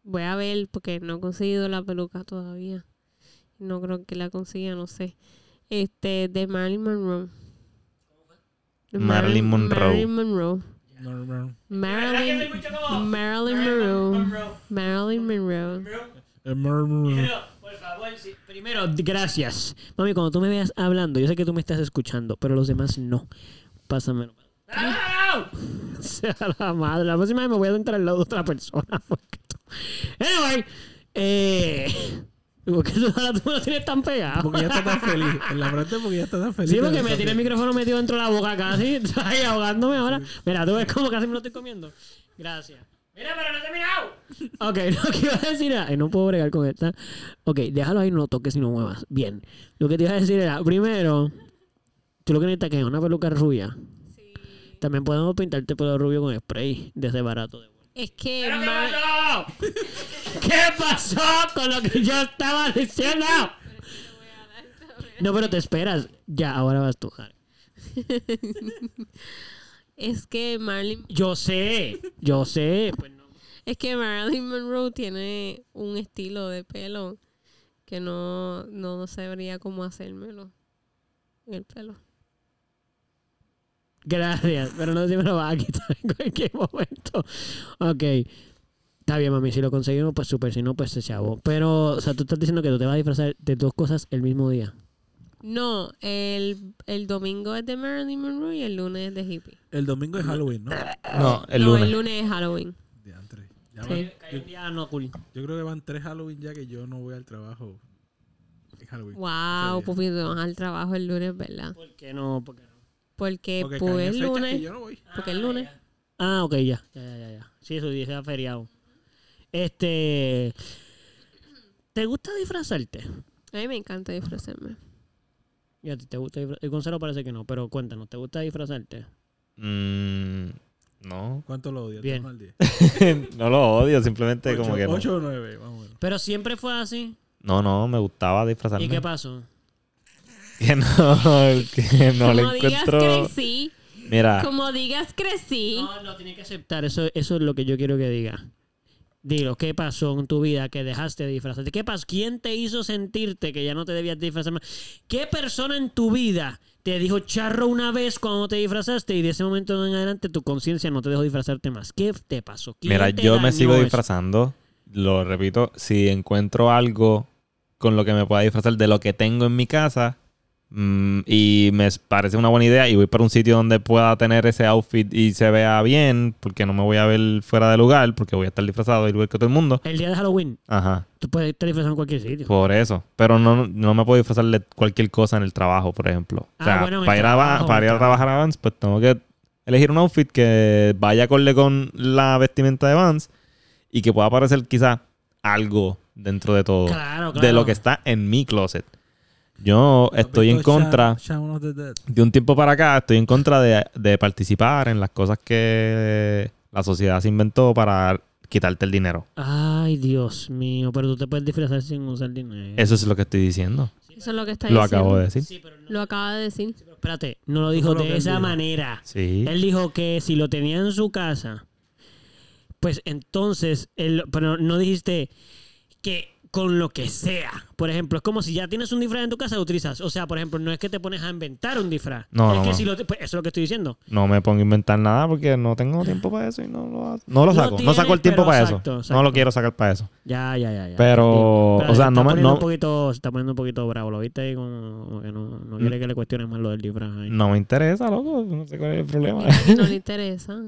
A: voy a ver porque no he conseguido la peluca todavía. No creo que la consiga, no sé. Este, de Marilyn Monroe. De
D: Marilyn Monroe.
A: Marilyn Monroe.
B: Norman.
A: Marilyn, Marilyn Monroe. Marilyn Monroe.
B: Norman.
C: decir, primero, gracias. Mami, cuando tú me veas hablando, yo sé que tú me estás escuchando, pero los demás no. Pásamelo. ¡Au! Sea (laughs) la madre. La próxima vez me voy a entrar al lado de otra persona. (laughs) porque tú- Anyway, eh. (laughs) ¿Por qué tú ahora tú me lo tienes tan pegado?
B: Porque ya está tan feliz. En la frente porque ya está tan feliz.
C: Sí, porque me tiene el micrófono metido dentro de la boca casi. (laughs) Ay, ahogándome ahora. Mira, tú ves como casi me lo estoy comiendo. Gracias. Mira, pero no te he mirado. Ok, (laughs) lo que iba a decir era. Ay, no puedo bregar con esta. Ok, déjalo ahí, no lo toques y no muevas. Bien. Lo que te iba a decir era: primero, tú lo que necesitas que es una peluca rubia.
A: Sí.
C: También podemos pintarte pelo rubio con spray desde barato de
A: Es que.
C: ¿Pero qué
A: ma-
C: pasó? (laughs) ¿Qué pasó con lo que yo estaba diciendo? No, pero te esperas. Ya, ahora vas tú, Jare.
A: Es que Marilyn.
C: Yo sé, yo sé. Pues no.
A: Es que Marilyn Monroe tiene un estilo de pelo que no, no, no sabría cómo hacérmelo. En el pelo.
C: Gracias, pero no sé si me lo vas a quitar en cualquier momento. Ok. Está bien, mami. Si lo conseguimos, pues súper. Si no, pues se chavo. Pero, o sea, tú estás diciendo que tú te vas a disfrazar de dos cosas el mismo día.
A: No, el, el domingo es de Marilyn Monroe y el lunes es de hippie.
B: El domingo es Halloween, ¿no?
D: No, el
A: no,
D: lunes.
A: el lunes es Halloween.
B: Diantre. Ya van- yo,
C: día no cool.
B: yo creo que van tres Halloween ya que yo no voy al trabajo. En Halloween.
A: Wow,
B: Ese día.
A: papi, te vas al trabajo el lunes, ¿verdad?
C: ¿Por qué no? ¿Por qué no?
A: Porque,
B: Porque caen en
A: pues el
B: fechas que
A: lunes.
B: yo no voy.
A: Porque el lunes.
C: Ah, ok, ya. Ya, ya, ya. ya. Sí, eso dice a feriado. Este. ¿Te gusta disfrazarte?
A: A mí me encanta disfrazarme.
C: Y a ti te gusta disfrazarte. Gonzalo parece que no, pero cuéntanos, ¿te gusta disfrazarte?
D: Mm, no. (laughs)
B: ¿Cuánto lo odio?
C: Bien.
B: Del uno al diez.
D: no lo odio, simplemente como
B: Ocho-
D: que no.
B: ocho o nueve, más o menos.
C: Pero siempre fue así.
D: No, no, me gustaba disfrazarme.
C: ¿Y qué pasó?
D: (laughs) Que no, que no le
A: como digas
D: encuentro. Ah.
A: crecí,
D: Mira,
A: como digas crecí.
C: No, no, tienes que aceptar. Eso, eso es lo que yo quiero que digas. Dilo, ¿qué pasó en tu vida que dejaste de disfrazarte? ¿Qué pasó? ¿Quién te hizo sentirte que ya no te debías disfrazar más? ¿Qué persona en tu vida te dijo charro una vez cuando te disfrazaste y de ese momento en adelante tu conciencia no te dejó disfrazarte más? ¿Qué te pasó? ¿Quién
D: mira,
C: te
D: yo me
C: dañó
D: sigo
C: eso?
D: disfrazando. Lo repito, si encuentro algo con lo que me pueda disfrazar de lo que tengo en mi casa mm, y me parece una buena idea y voy para un sitio donde pueda tener ese outfit y se vea bien, porque no me voy a ver fuera de lugar, porque voy a estar disfrazado igual que todo el mundo.
C: El día de Halloween,
D: Ajá.
C: tú puedes estar disfrazado en cualquier sitio.
D: Por eso. Pero no, no me puedo disfrazar de cualquier cosa en el trabajo, por ejemplo.
C: Ah,
D: o sea,
C: bueno, en el
D: para, ir a,
C: trabajo,
D: para ir
C: en
D: a
C: el
D: trabajar a Vans, pues tengo que elegir un outfit que vaya acorde con la vestimenta de Vans y que pueda parecer quizás algo dentro de todo.
C: Claro, claro.
D: De lo que está en mi closet. Yo
B: ¿Has
D: estoy en
B: visto
D: contra,
B: Shaun- Shaun of the Dead?
D: de un tiempo para acá, estoy en contra de, de participar en las cosas que la sociedad se inventó para quitarte el dinero.
C: Ay, Dios mío, pero tú te puedes disfrazar sin usar dinero.
D: Eso es lo que estoy diciendo.
A: Eso es lo que está
D: Lo
A: diciendo.
D: acabo de decir.
C: Mm. Sí, pero no-
A: Lo acaba de decir.
C: pero espérate, no lo dijo
B: fue lo que
C: de
B: él
C: esa
B: dijo.
C: manera.
D: Sí.
C: Él dijo que si lo tenía en su casa, pues entonces, él, pero no dijiste que con lo que sea. Por ejemplo, es como si ya tienes un disfraz en tu casa, lo utilizas. O sea, por ejemplo, no es que te pones a inventar un disfraz.
D: No,
C: es
D: no,
C: que
D: no.
C: si lo te- pues, eso es lo que estoy diciendo.
D: no me pongo a inventar nada porque no tengo tiempo para eso y no lo, ha- no
C: No
D: lo saco. No,
C: tienes,
D: saco el tiempo
C: pero
D: para
C: exacto,
D: eso.
C: exacto.
D: No lo quiero sacar para eso.
C: Ya, ya, ya. ya.
D: Pero,
C: Espérate,
D: o sea,
C: se
D: no,
C: está
D: me-
C: poniendo
D: no,
C: un poquito, se está poniendo un poquito bravo, ¿lo viste? ahí? Como, como que no, no quiere que le cuestionen más lo del disfraz. ahí.
D: no me interesa, loco. (laughs) No eh. sé cuál es el problema.
A: Que no le interesa.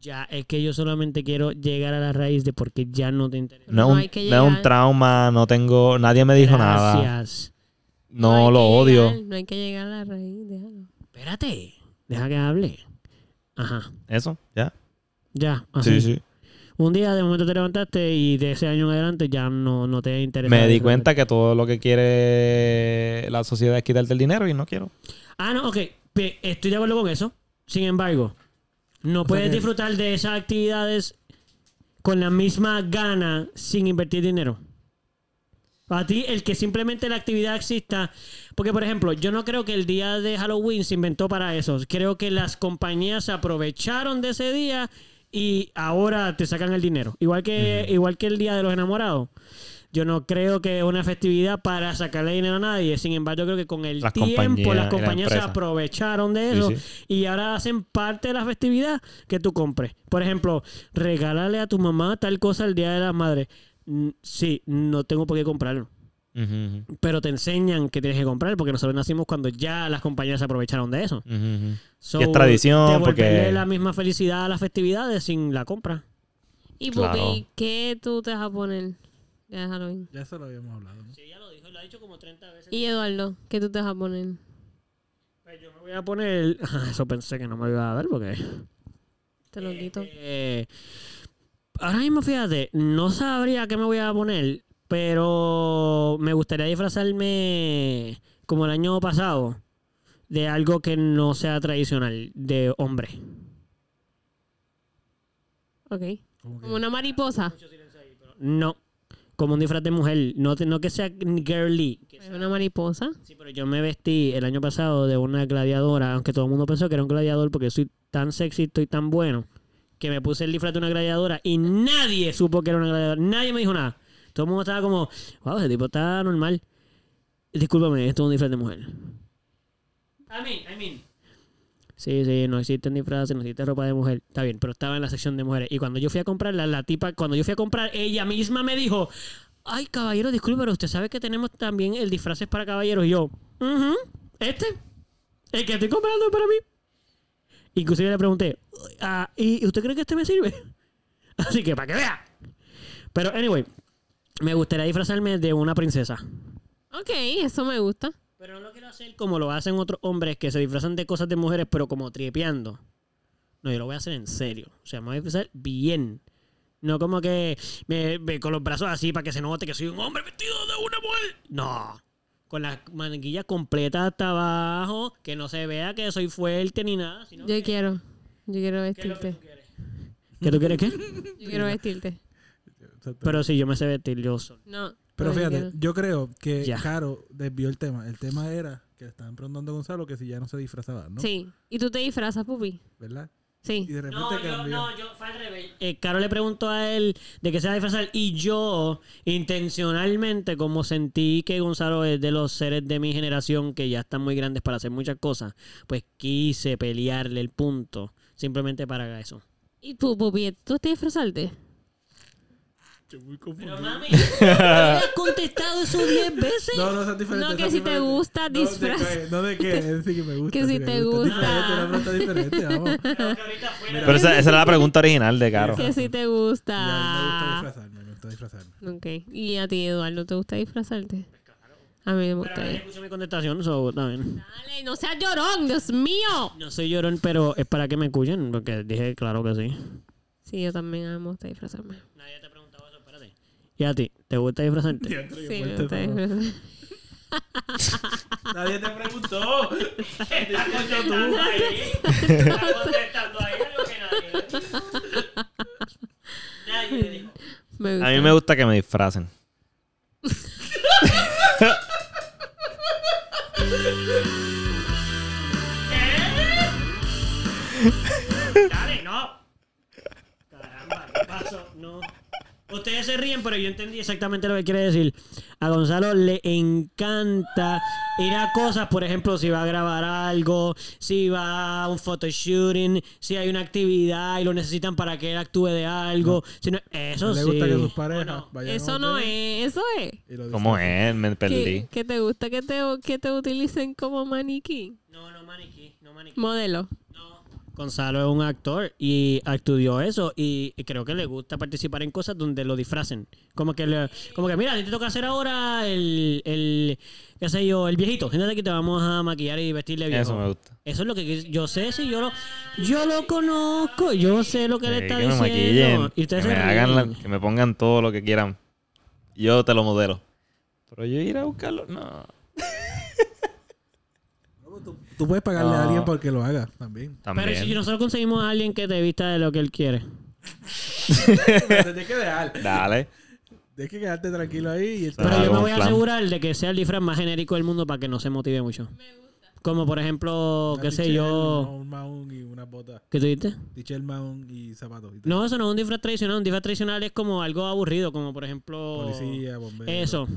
C: Ya, es que yo solamente quiero llegar a la raíz de por qué ya no te interesa.
D: No,
A: No
D: es
A: hay que
D: un, no es un
A: llegar.
D: trauma, no tengo. Nadie me dijo nada.
C: Gracias.
D: No
A: hay
D: lo
A: que
D: odio.
A: llegar, no hay que llegar a la raíz, déjalo.
C: Espérate, deja que hable. Ajá,
D: Eso, ya.
C: ya.
D: Sí,
C: Así.
D: sí.
C: Un día de momento te levantaste y de ese año en adelante ya no, no te interesa.
D: Me di cuenta que todo lo que quiere la sociedad es quitarte el dinero y no quiero.
C: Ah, no, ok. pe- Estoy de acuerdo con eso. Sin embargo, no
B: sea
C: puedes
B: que-
C: disfrutar de esas actividades con la misma gana sin invertir dinero. A ti, el que simplemente la actividad exista. Porque, por ejemplo, yo no creo que el día de Halloween se inventó para eso. Creo que las compañías se aprovecharon de ese día y ahora te sacan el dinero. Igual que, igual que el día de los enamorados. Yo no creo que es una festividad para sacarle dinero a nadie. Sin embargo, creo que con el
D: Las
C: tiempo
D: compañías y
C: las
D: las
C: compañías se
D: empresas.
C: aprovecharon de
D: Sí,
C: eso
D: sí.
C: y ahora hacen parte de la festividad que tú compres. Por ejemplo, regálale a tu mamá tal cosa el Día de las Madres. Mm, Sí, no tengo por qué comprarlo.
D: Ujú,
C: pero te enseñan que tienes que comprar porque nosotros nacimos cuando ya las compañías se aprovecharon de eso.
D: ujú, ujú, ujú.
C: So,
D: Y es tradición,
C: devolverle
D: porque-
C: la misma felicidad a las festividades sin la compra.
A: Y
D: Claro.
A: Pupi, ¿qué tú te vas a poner de Halloween?
B: Ya eso lo habíamos hablado. ¿no?
C: Sí, ya lo dijo, lo ha dicho como 30 veces. Pues
A: Y Eduardo, ¿qué tú te vas a poner?
C: Yo me voy a poner... (laughs) Eso pensé que no me iba a dar porque...
A: Te lo quito.
C: Eh, ahora mismo, fíjate, no sabría qué me voy a poner, pero me gustaría disfrazarme como el año pasado de algo que no sea tradicional, de hombre.
A: Ok.
B: Como que-
A: Como una mariposa.
C: No, como un disfraz de mujer, no, te- no que sea girly. que sea-
A: Una mariposa.
C: Sí, pero yo me vestí el año pasado de una gladiadora, aunque todo el mundo pensó que era un gladiador porque soy tan sexy, estoy tan bueno, que me puse el disfraz de una gladiadora y nadie supo que era una gladiadora. Nadie me dijo nada. Todo el mundo estaba como, wow, ese tipo está normal. Discúlpame, esto es un disfraz de mujer. I mean, I mean. Sí, sí, no existen disfraces, no existe ropa de mujer. Está bien, pero estaba en la sección de mujeres. Y cuando yo fui a comprarla, la tipa, cuando yo fui a comprar, ella misma me dijo, ay, caballero, disculpe, pero usted sabe que tenemos también el disfraces para caballeros. Y yo, "Ujú, este, el que estoy comprando es para mí. Inclusive le pregunté, "Ah, ¿y usted cree que este me sirve? (laughs) Así que para que vea. Pero, anyway, me gustaría disfrazarme de una princesa.
A: Ok, eso me gusta.
C: Pero no lo quiero hacer como lo hacen otros hombres que se disfrazan de cosas de mujeres, pero como triepeando. No, yo lo voy a hacer en serio. O sea, me voy a disfrazar bien. No como que me, me- con los brazos así para que se note que soy un hombre vestido de una mujer. No. Con las manguillas completas hasta abajo, que no se vea que soy fuerte ni nada. Sino
A: Yo
C: que,
A: quiero. Yo quiero
C: ¿Qué es lo que
A: vestirte.
C: tú quieres? ¿Que tú quieres qué?
A: Yo quiero vestirte.
B: Exacto.
C: Pero sí, yo me sé vestir yo solo.
A: No.
B: Pero
A: no, yo
B: fíjate,
A: quiero.
B: yo creo que
C: Ya.
B: Caro desvió el tema. El tema era que le estaban preguntando a Gonzalo que si ya no se disfrazaba, ¿no?
A: Sí. ¿Y tú te disfrazas, Pupi?
B: ¿Verdad? Y
A: Sí.
B: de repente cambió.
C: yo fue al revés. Eh, Caro le preguntó a él de qué se va a disfrazar y yo, intencionalmente, como sentí que Gonzalo es de los seres de mi generación que ya están muy grandes para hacer muchas cosas, pues quise pelearle el punto simplemente para eso.
A: ¿Y tú, Pupi? ¿Tú te
D: (laughs)
A: disfrazaste?
B: Yo muy confundido.
C: Pero mami, ¿me has contestado eso 10 veces?
B: No, no, eso es diferente.
A: No, que
B: eso es
A: si te
B: diferente.
A: gusta,
B: No, de
A: disfraz-
B: qué, (laughs) No, de qué, es decir, que me gusta.
A: que si
B: sí
A: te
B: me
A: gusta. (laughs)
B: Es diferente, una pregunta diferente, vamos.
D: Pero esa, esa era la pregunta original de Caro.
A: Que si te gusta.
B: Ya, me gusta disfrazarme, me gusta disfrazarme.
A: Ok. ¿Y a ti, Eduardo, te gusta disfrazarte? A mí me gusta.
C: escuchó mi contestación, so, está bien.
A: eh, Dale, no seas llorón, Dios mío.
C: No soy llorón, pero es para que me escuchen, porque dije, claro que sí.
A: Sí, yo también a mí me gusta disfrazarme.
C: Nadie te ha preguntado eso, espérate. Y a ti, ¿te gusta disfrazarte?
B: Ya, entre que
A: Sí, me
B: muerte,
A: gusta
B: vamos.
A: disfrazarme.
B: Nadie te preguntó.
A: (laughs) Me
D: A
A: gusta.
D: mí me gusta que me disfracen.
C: Dale, no. Caramba, ¿qué pasó? No. Ustedes se ríen, pero yo entendí exactamente lo que quiere decir. A Gonzalo le encanta ir a cosas, por ejemplo, si va a grabar algo, si va a un photoshooting, si hay una actividad y lo necesitan para que él actúe de algo. Si no- eso
B: Le
C: sí.
B: gusta que sus parejas
C: Bueno,
B: vayan a
A: Eso
B: un
A: no
B: hotel
A: es, eso es.
B: y lo
D: ¿Cómo
B: disfrazan.
D: es? Me perdí.
A: Que, que te gusta que te, que te utilicen como maniquí.
C: No, no maniquí, no maniquí.
A: Modelo.
C: No. Gonzalo es un actor y estudió eso y creo que le gusta participar en cosas donde lo disfracen. Como que, le- como que mira, a ti te toca hacer ahora el, el, qué sé yo, el viejito. Gente que te vamos a maquillar y vestirle viejo.
D: Eso me gusta.
C: Eso es lo que yo sé, si yo lo, yo lo conozco, yo sé lo que le
D: Eh,
C: está
D: que me
C: diciendo.
D: maquillen,
C: Y ustedes
D: que me
C: se
D: hagan
C: ríen.
D: la- que me pongan todo lo que quieran. Yo te lo modelo. Pero yo ir a buscarlo, no.
B: Tú puedes pagarle a
D: No.
B: alguien para que lo haga también.
D: También.
C: Pero si nosotros conseguimos a alguien que te vista de lo que él quiere.
B: Pero tienes que dejar.
D: Dale.
B: Tienes que quedarte tranquilo ahí. Y
D: Pero
C: Pero yo me
D: como
C: voy a
D: plan.
C: asegurar de que sea el disfraz más genérico del mundo para que no se motive mucho. Como por ejemplo,
B: Una
C: qué sé
B: tichel,
C: yo.
B: Un mount y una bota.
C: ¿Qué tú dijiste?
B: Tichel mount y zapatos. Y tal.
C: No, eso no es un disfraz tradicional. Un disfraz tradicional es como algo aburrido, como por ejemplo.
D: (laughs)
B: Policía, bombero.
C: Eso.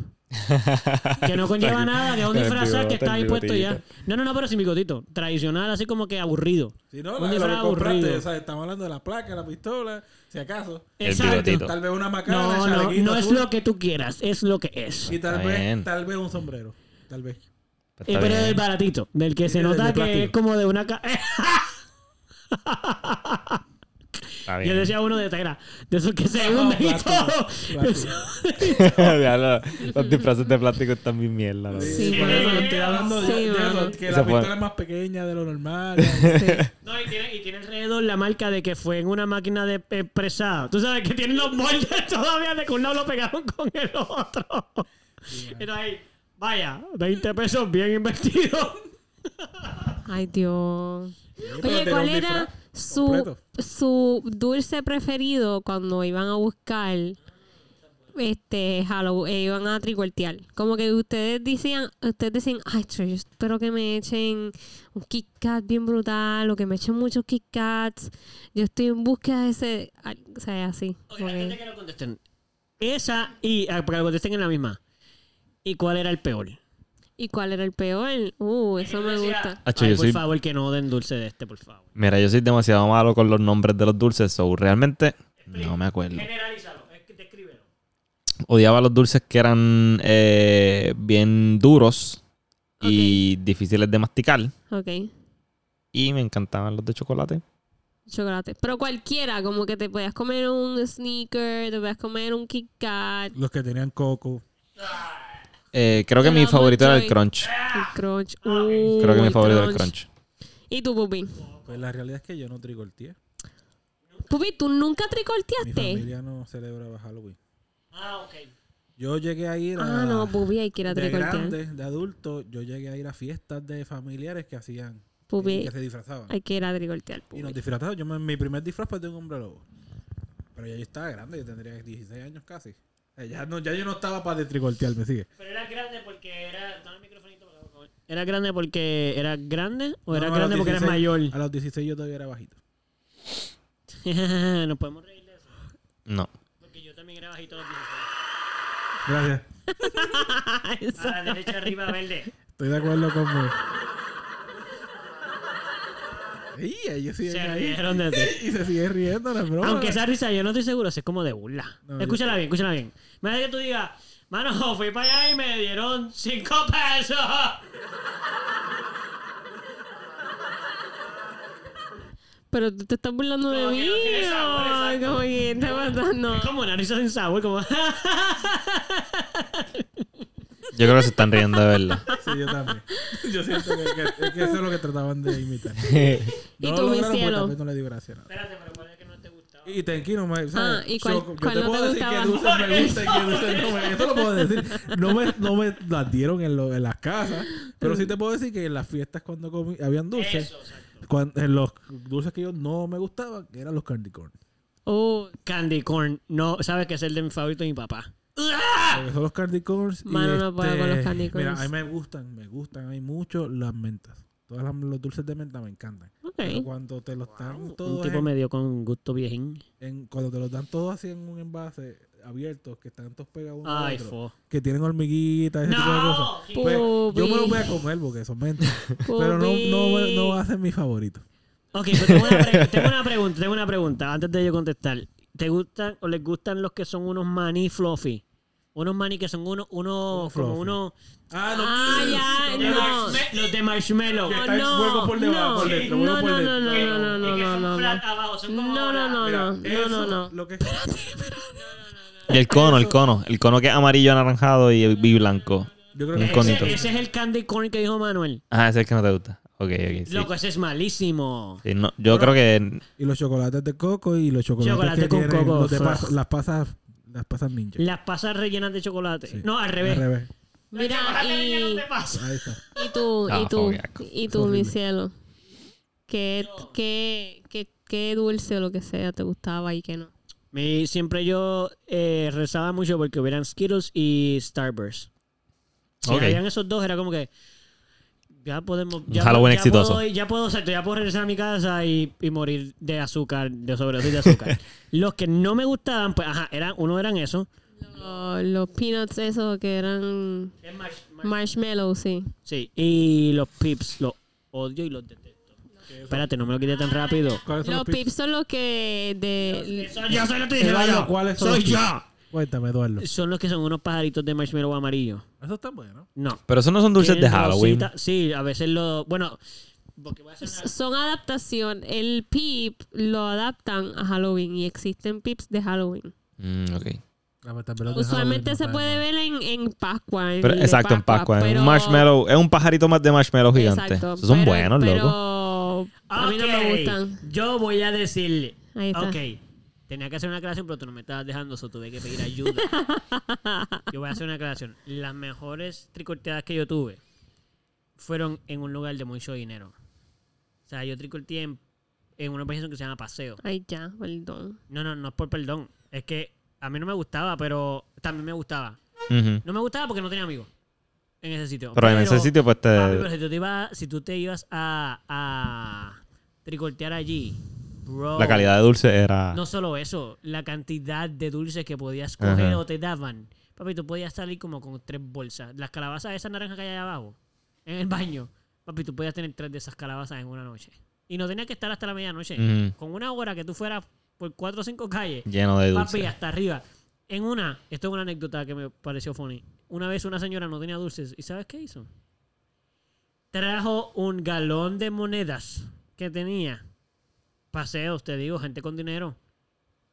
C: Que no conlleva nada, que es un
D: El
C: disfraz que
D: bigote,
C: está
D: el
C: ahí puesto ya.
D: bigotito.
C: No, no, no, pero sin bigotito. Tradicional, así como que aburrido.
B: Si no,
C: Un
B: la- lo
C: disfraz
B: que compraste,
C: aburrido.
B: o sea, estamos hablando de la placa, la pistola, si acaso.
D: El
C: Exacto.
D: bigotito.
B: Tal vez una macana,
C: No, no,
B: chalequito
C: no es
B: azul,
C: lo que tú quieras, es lo que es.
B: Y tal
D: Está
B: vez,
D: bien.
B: tal vez un sombrero. Tal vez.
C: (laughs)
D: Pues
C: Eh,
D: está
C: pero
D: bien.
C: del baratito, del que se
B: Del de
C: nota que
B: plástico.
C: es como de una... ca- (laughs)
D: Está
C: Yo
D: bien.
C: decía uno de tela, de esos
B: (laughs)
C: que se
B: No,
C: hunden y
B: plástico,
C: todo.
B: plástico.
D: (laughs)
C: (laughs)
D: Diablo, los disfraces de plástico están bien mierda. ¿no?
A: Sí.
B: por eso lo estoy hablando
A: Sí,
B: yo- yo,
A: mano.
B: que
D: Y
B: la
D: se
B: pistola
D: fue.
B: es más pequeña de lo
C: (laughs)
B: normal.
C: No, y tiene, y tiene alrededor la marca de que fue en una máquina de eh, presado. Tú sabes que tienen los moldes (laughs) todavía de que un lado lo pegaron con el otro. Pero ahí, vaya, 20 pesos bien invertidos.
A: Ay, Dios.
B: pero
A: Oye,
B: tiene
A: ¿cuál
B: un
A: era
B: disfraz
A: su,
B: completo.
A: su dulce preferido cuando iban a buscar este Halloween, eh, iban a tricortear? Como que ustedes decían, ustedes decían, ay, cho, yo espero que me echen un Kit Kat bien brutal o que me echen muchos Kit Kats. Yo estoy en búsqueda de ese, ay, o sea, así.
C: Ok,
A: como que-
C: antes de que lo contesten. Esa y. ah, Para que contesten en la misma. ¿Y cuál era el peor?
A: ¿Y cuál era el peor? Uh, eso me gusta.
D: Acho,
C: Ay,
D: yo
C: por
D: soy-
C: favor, que no den dulce de este, por favor.
D: Mira, yo soy demasiado malo con los nombres de los dulces, so realmente no me acuerdo.
C: Generalízalo, descríbelo.
D: Odiaba los dulces que eran eh, bien duros y difíciles de masticar.
A: Ok,
D: Y me encantaban los de chocolate.
A: chocolate. Pero cualquiera, como que te podías comer un sneaker, te podías comer un Kit Kat.
B: Los que tenían coco.
D: Eh, creo que
A: Pero
D: mi
A: los
D: favorito era el
A: Joy.
D: crunch.
A: El
B: Ah.
A: crunch.
D: Creo que
A: Uy,
D: mi favorito era el crunch.
A: ¿Y tú, Pupi?
B: Pues la realidad es que yo no tricorteé.
A: Pupi, ¿tú nunca
B: Mi
A: tricorteaste?
B: familia no celebraba Halloween.
C: Ah, ok.
B: Yo llegué a ir a...
A: Ah, no, Pupi, hay que ir a
B: de
A: tricortear.
B: grande, de adulto, yo llegué a ir a fiestas de familiares que hacían... y
A: Pupi,
B: Que se disfrazaban.
A: hay que ir a tricortear,
B: Y nos
A: Pupi.
B: disfrazaban. Yo me- mi primer disfraz fue de un hombre lobo. Pero ya yo estaba grande, yo tendría 16 años casi. O sea, Ya, no, ya yo no estaba para tricortear, me sigue.
C: Pero era grande porque era. Dame el microfonito para que- ¿Era grande porque era grande o
B: No,
C: era
B: no, a
C: grande
B: los
C: porque eras
B: 16
C: mayor?
B: A los 16 yo todavía era bajito.
C: (laughs) Nos podemos reír de eso.
D: No.
C: Porque yo también era bajito a los 16.
B: Gracias.
C: A Ah, la derecha arriba verde.
B: Estoy de acuerdo con vos. Y ellos siguen
C: Se
B: ahí.
C: rieron de ti.
B: (laughs) Y se siguen riendo la broma.
C: Aunque esa risa yo no estoy seguro si es como de burla.
B: No, yo-
C: escúchala bien, escúchala bien. Me hace que tú digas, mano, fui para allá y me dieron 5 pesos.
A: Pero tú te estás burlando de
C: Como que
A: mí.
C: no tiene sabor,
A: ay,
C: exacto.
A: Como que está pasando.
C: Es como una risa sin sabor, como... (laughs)
D: Yo creo que se están riendo de verdad.
B: Sí, yo (laughs) también. Yo siento que, que- que eso es lo que trataban de imitar.
A: Y
B: No
A: tú,
B: lo
A: mi
B: lograron, pues,
A: cielo.
B: tal vez no le dio gracia. nada.
C: Espérate, pero ¿cuál es que no te gustaba?
B: Y tranquilo, me, o sea,
A: Ah, ¿y cuál-
B: yo, yo
A: cuál
B: te
A: no te
B: puedo decir
A: gustaba?
B: que dulces me gusta y
A: (laughs)
B: que dulces no me Esto lo puedo decir. No me, no me las dieron en, lo- en las casas, pero sí te puedo decir que en las fiestas cuando comí, habían dulces,
C: Eso, exacto.
B: cuan- en los dulces que yo no me gustaban eran los candy corn.
A: Oh,
C: Candy corn. No, sabes que es el de mi favorito de mi papá.
B: Porque son los candy corns. y
A: Mano, no puedo con los
B: este,
A: candy corns.
B: Mira, a mí me gustan, me gustan, hay mucho las mentas. Todos los dulces de menta me encantan. Pero
A: ok.
B: cuando te los dan
C: Un
B: todos
C: tipo
B: en-
C: me dio con gusto viejín.
B: en- cuando te los dan todos así en un envase abierto, que están todos pegados uno al
C: Ay,
B: otro,
C: fo.
B: que tienen hormiguitas, ese tipo de cosas. Pues,
A: Pupi.
B: yo me los voy a comer porque
A: (laughs)
B: son mentas. pero no,
A: Pupi.
B: no, no va a ser mi favorito.
C: Ok, pero tengo una, pre- tengo una pregunta, tengo una pregunta, antes de yo contestar. ¿Te gustan o les gustan los que son unos maní fluffy? Unos maní que son unos, unos,
B: Unos
C: como
B: fluffy.
C: unos...
B: Ah,
A: Ah, ya,
C: de
A: no.
C: marshma- Los de marshmallow.
B: Que
A: No,
B: está el fuego por debajo, por dentro,
A: no,
B: fuego por
A: no, no,
B: dentro.
A: no, no, no,
C: Y que
A: no,
C: son
A: no, no.
C: flat abajo, son
A: No,
C: como
A: no,
C: bolas.
A: no, no, no, no, no.
B: Lo que
D: Y el cono, el cono. El cono que es amarillo, anaranjado y, y blanco.
B: yo creo
D: Un
B: que
D: conito.
C: Ese, ese es el candy corn que dijo Manuel.
D: Ah, ese es el que no te gusta. Ok, ok, sí.
C: Loco, ese es malísimo.
D: Sí, no, yo creo que
B: Y los chocolates de coco y los chocolates
C: Chocolate
B: que
C: con
B: tienen
C: coco,
B: los de
C: fra-
B: pas- las pasas las pasas ninja.
C: Las pasas rellenas de chocolate.
B: Sí.
C: No, al revés.
B: Al revés.
A: Mira, y,
B: Ahí está.
A: y tú,
D: Ah,
A: y tú,
D: fobiaco.
A: y
B: Es
A: tú, mi
B: horrible.
A: cielo. ¿Qué, qué, qué, qué dulce o lo que sea te gustaba y qué no?
C: Me- siempre yo eh, rezaba mucho porque hubieran Skittles y Starburst. Si
D: Ok.
C: habían esos dos, era como que ya podemos. Ya,
D: Halloween
C: ya
D: exitoso.
C: Puedo, ya puedo, exacto, ya puedo regresar a mi casa y, y morir
D: (laughs)
C: de azúcar, de sobredosis de azúcar. Los que no me gustaban, pues, ajá, eran, uno eran esos.
A: Lo- los peanuts esos que eran marshmallows, sí.
C: Sí, y los pips los odio y los detesto. Espérate, no me lo quité tan rápido.
B: ¿Cuáles son
A: Los
B: los
A: pips son los que de...
C: Soy yo, soy lo tuyo,
B: Eduardo,
C: yo.
B: ¿cuáles son
C: Soy
B: los
C: yo.
B: Cuéntame, Eduardo.
C: Son los que son unos pajaritos de marshmallow amarillo.
B: Eso está bueno.
C: No.
D: Pero esos no son dulces de
C: Tienen
D: Halloween.
C: rosita- Sí, a veces lo. Bueno, porque voy a hacer una-
A: Son adaptación. El pip lo adaptan a Halloween y existen pips de Halloween.
D: Mm, ok.
B: La verdad, pero de
A: Usualmente
B: Halloween
A: se
B: no
A: puede
B: sabe
A: ver en, en Pascua. en
D: Pero,
A: el de
D: exacto, en Pascua.
A: pero-
D: Un marshmallow. Es un pajarito más de marshmallow gigante.
A: Exacto,
D: Esos son
A: pero-
D: buenos,
A: pero
D: loco.
A: A mí no me
C: Ok,
A: gustan.
C: Yo voy a decirle.
A: Ahí está.
C: Ok. Tenía que hacer una aclaración, pero tú no me estabas dejando, eso tuve que pedir
A: (laughs)
C: ayuda. yo voy a hacer una aclaración. Las mejores tricorteadas que yo tuve fueron en un lugar de mucho dinero. O sea, yo tricorteé en, en una organización que se llama Paseo.
A: Ay, ya, perdón.
C: No, no, no es por perdón. Es que a mí no me gustaba, pero también me gustaba.
D: Ujú.
C: No me gustaba porque no tenía amigos en ese sitio.
D: Pero en ese sitio, pues
C: Papi, pero
D: te.
C: si tú te ibas, si tú te ibas a, a tricortear allí, bro,
D: La calidad de dulce era.
C: No solo eso, la cantidad de dulces que podías coger
D: Ajá.
C: o te daban. Papi, tú podías salir como con tres bolsas. Las calabazas esas naranjas que hay allá abajo, en el baño. Papi, tú podías tener tres de esas calabazas en una noche. Y no tenías que estar hasta la medianoche.
D: Ujú.
C: Con una hora que tú fueras por cuatro o cinco calles,
D: Lleno de
C: Papi,
D: dulce.
C: hasta arriba. En una, esto es una anécdota que me pareció funny. Una vez una señora no tenía dulces. ¿Y sabes qué hizo? Trajo un galón de monedas que tenía. Paseos, te digo, gente con dinero.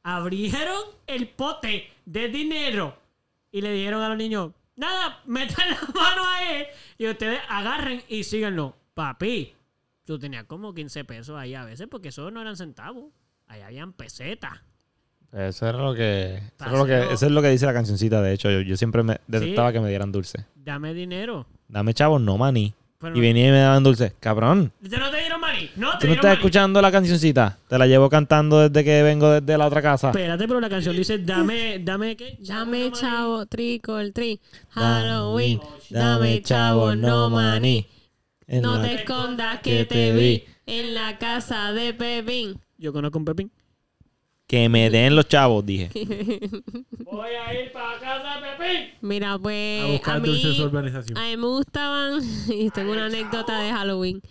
C: Abrieron el pote de dinero y le dijeron a los niños: Nada, metan la mano ahí y ustedes agarren y síganlo. Papi, tú tenías como 15 pesos ahí a veces porque eso no eran centavos. Ahí habían pesetas.
D: Eso es lo que. Eso es
C: Paseo.
D: lo que, eso es lo que dice la cancioncita, de hecho. Yo, yo siempre me detestaba que me dieran dulce.
C: dame dinero.
D: Dame chavos, no maní.
C: Pero
D: Y venía y me daban dulce. Cabrón.
C: Te- no te dieron maní. No te
D: ¿Tú no
C: dieron
D: estás
C: maní.
D: escuchando la cancioncita? Te la llevo cantando desde que vengo desde la otra casa.
C: Espérate, pero la canción dice dame, dame qué.
A: Dame
C: maní.
A: chavo, trico, el tri. Halloween.
D: Maní,
A: Dame chavo, no maní.
D: En
A: No
D: la-
A: te escondas que te vi en la casa de Pepín.
C: Yo conozco un Pepín.
D: Que me den los chavos,
A: (laughs)
D: dije.
C: Voy a ir para casa de Pepín.
A: Mira,
B: nada. A
A: pues a
B: buscar dulces de su
A: mí,
B: urbanización.
A: a mí me gustaban, (laughs) y tengo una anécdota de Halloween,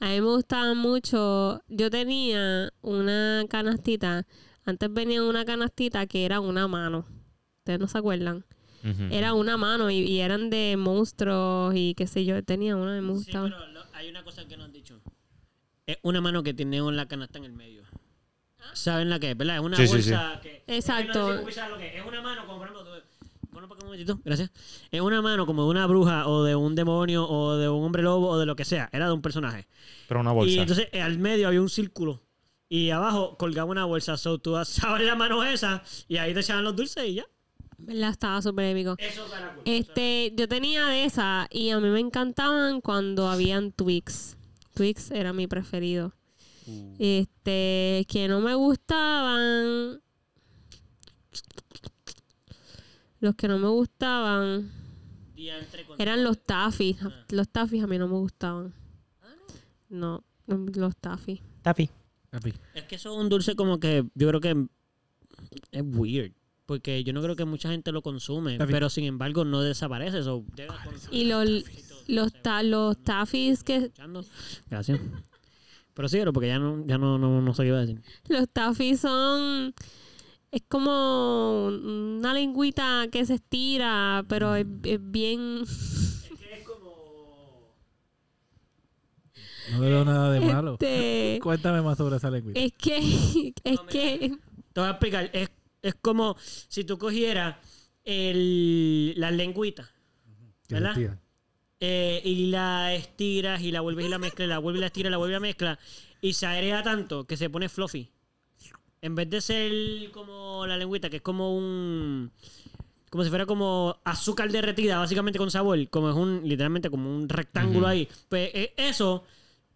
A: a mí me gustaban mucho, yo tenía una canastita, antes venía una canastita que era una mano, ustedes no se acuerdan,
D: Ujú.
A: era una mano y, y eran de monstruos y qué sé yo, tenía una y me
C: Sí,
A: gustaba.
C: pero lo- hay una cosa que no han dicho. Es una mano que tiene la canasta en el medio. ¿Saben la que es, verdad? Es una
D: Sí, sí,
C: bolsa que.
A: Ah. Exacto.
C: No sé cómo pisar lo que es. Es una mano como por ejemplo. tú- Bueno, para un momentito, gracias. Es una mano como de una bruja o de un demonio o de un hombre lobo o de lo que sea. Era de un personaje.
D: Pero una
C: Y
D: bolsa.
C: entonces eh, al medio había un círculo. Y abajo colgaba una bolsa. So tú alzabas la mano esa y ahí te echaban los dulces y ya.
A: ¿Verdad? Estaba súper épico.
C: Eso para cool.
A: Este, yo tenía de esa y a mí me encantaban cuando habían Twix. Twix era mi preferido. Uh. Este, que no me gustaban. Los que no me gustaban
C: Diantre con-
A: eran los Taffy. Los Taffy a mí no me gustaban. Ah, No, los Taffy.
D: Tapi.
B: Papi.
C: Es que eso es un dulce como que yo creo que es weird. Porque yo no creo que mucha gente lo consume.
B: Está bien.
C: Pero sin embargo no desaparece. So, debe
A: Y los, los, ta- los Taffys que
C: escuchando. Gracias. Pero síguelo porque ya no, ya no, no, no sé qué iba a decir.
A: Los tafis son. Es como una lengüita que se estira, pero es, es bien.
B: No le veo nada de malo.
A: Este,
B: Cuéntame más sobre esa
C: eh,
B: lengüita.
A: es que. (laughs) Es que.
C: Te voy a explicar. Es, es como si tú cogieras el, la lengüita.
B: Que
C: ¿verdad?
B: se tiran.
C: eh, y la estiras y la vuelves y la mezclas, la vuelves y la estiras, la vuelves y la mezclas y se agrega tanto que se pone fluffy. En vez de ser como la lengüita, que es como un... Como si fuera como azúcar derretida, básicamente con sabor, como es un, literalmente como un rectángulo ahí. Pues eh, eso,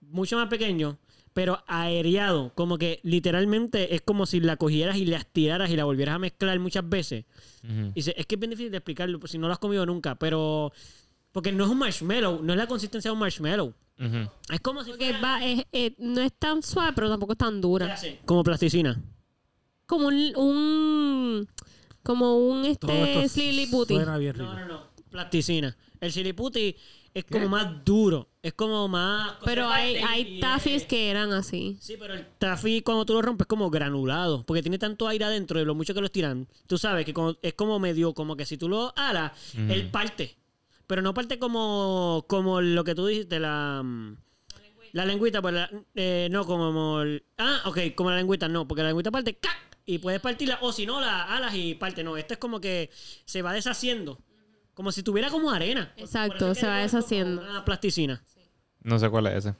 C: mucho más pequeño, pero aereado, como que literalmente es como si la cogieras y la estiraras y la volvieras a mezclar muchas veces. Y se- es que es bien difícil de explicarlo pues, si no lo has comido nunca, pero. Porque no es un marshmallow, no es la consistencia de un marshmallow. Es como si
A: porque
C: fuera-
A: va- es- es- no es tan suave, pero tampoco es tan dura.
C: Como plasticina.
A: Como un. un- Como un
B: Todo
A: este
B: esto
A: Sliliputi.
B: Suena bien rico.
C: No, no, no. Plasticina. El siliputi es como más duro. Es como más.
A: Pero hay, hay
C: Y, eh,
A: tafis que eran así.
C: Sí, pero el taffy cuando tú lo rompes es como granulado, porque tiene tanto aire adentro de lo mucho que lo estiran. Tú sabes que cuando- es como medio, como que si tú lo alas, él parte. Pero no parte como, como lo que tú dijiste, la, mm, la lengüita, pues la- eh, no como el- ah, ok, como la lengüita, no, porque la lengüita parte ¡cac! y puedes partirla, o si no, la alas y parte, no. Este es como que se va deshaciendo, como si tuviera como arena. Por- por eso
A: Exacto,
C: es que
A: se va
C: le ponen como
A: deshaciendo.
C: Una plasticina.
D: No sé cuál es ese.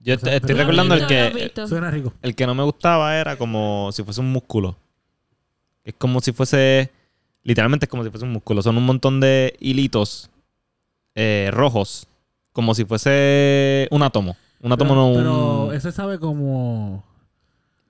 D: Yo est-
B: sé,
D: estoy
B: pero-
D: recordando el
A: No lo has
D: que,
A: visto.
B: Suena rico.
D: el que no me gustaba era como si fuese un músculo. Es como si fuese. Literalmente es como si fuese un músculo. Son un montón de hilitos eh, rojos. Como si fuese un átomo. Un átomo
B: pero,
D: no un.
B: pero ese sabe como.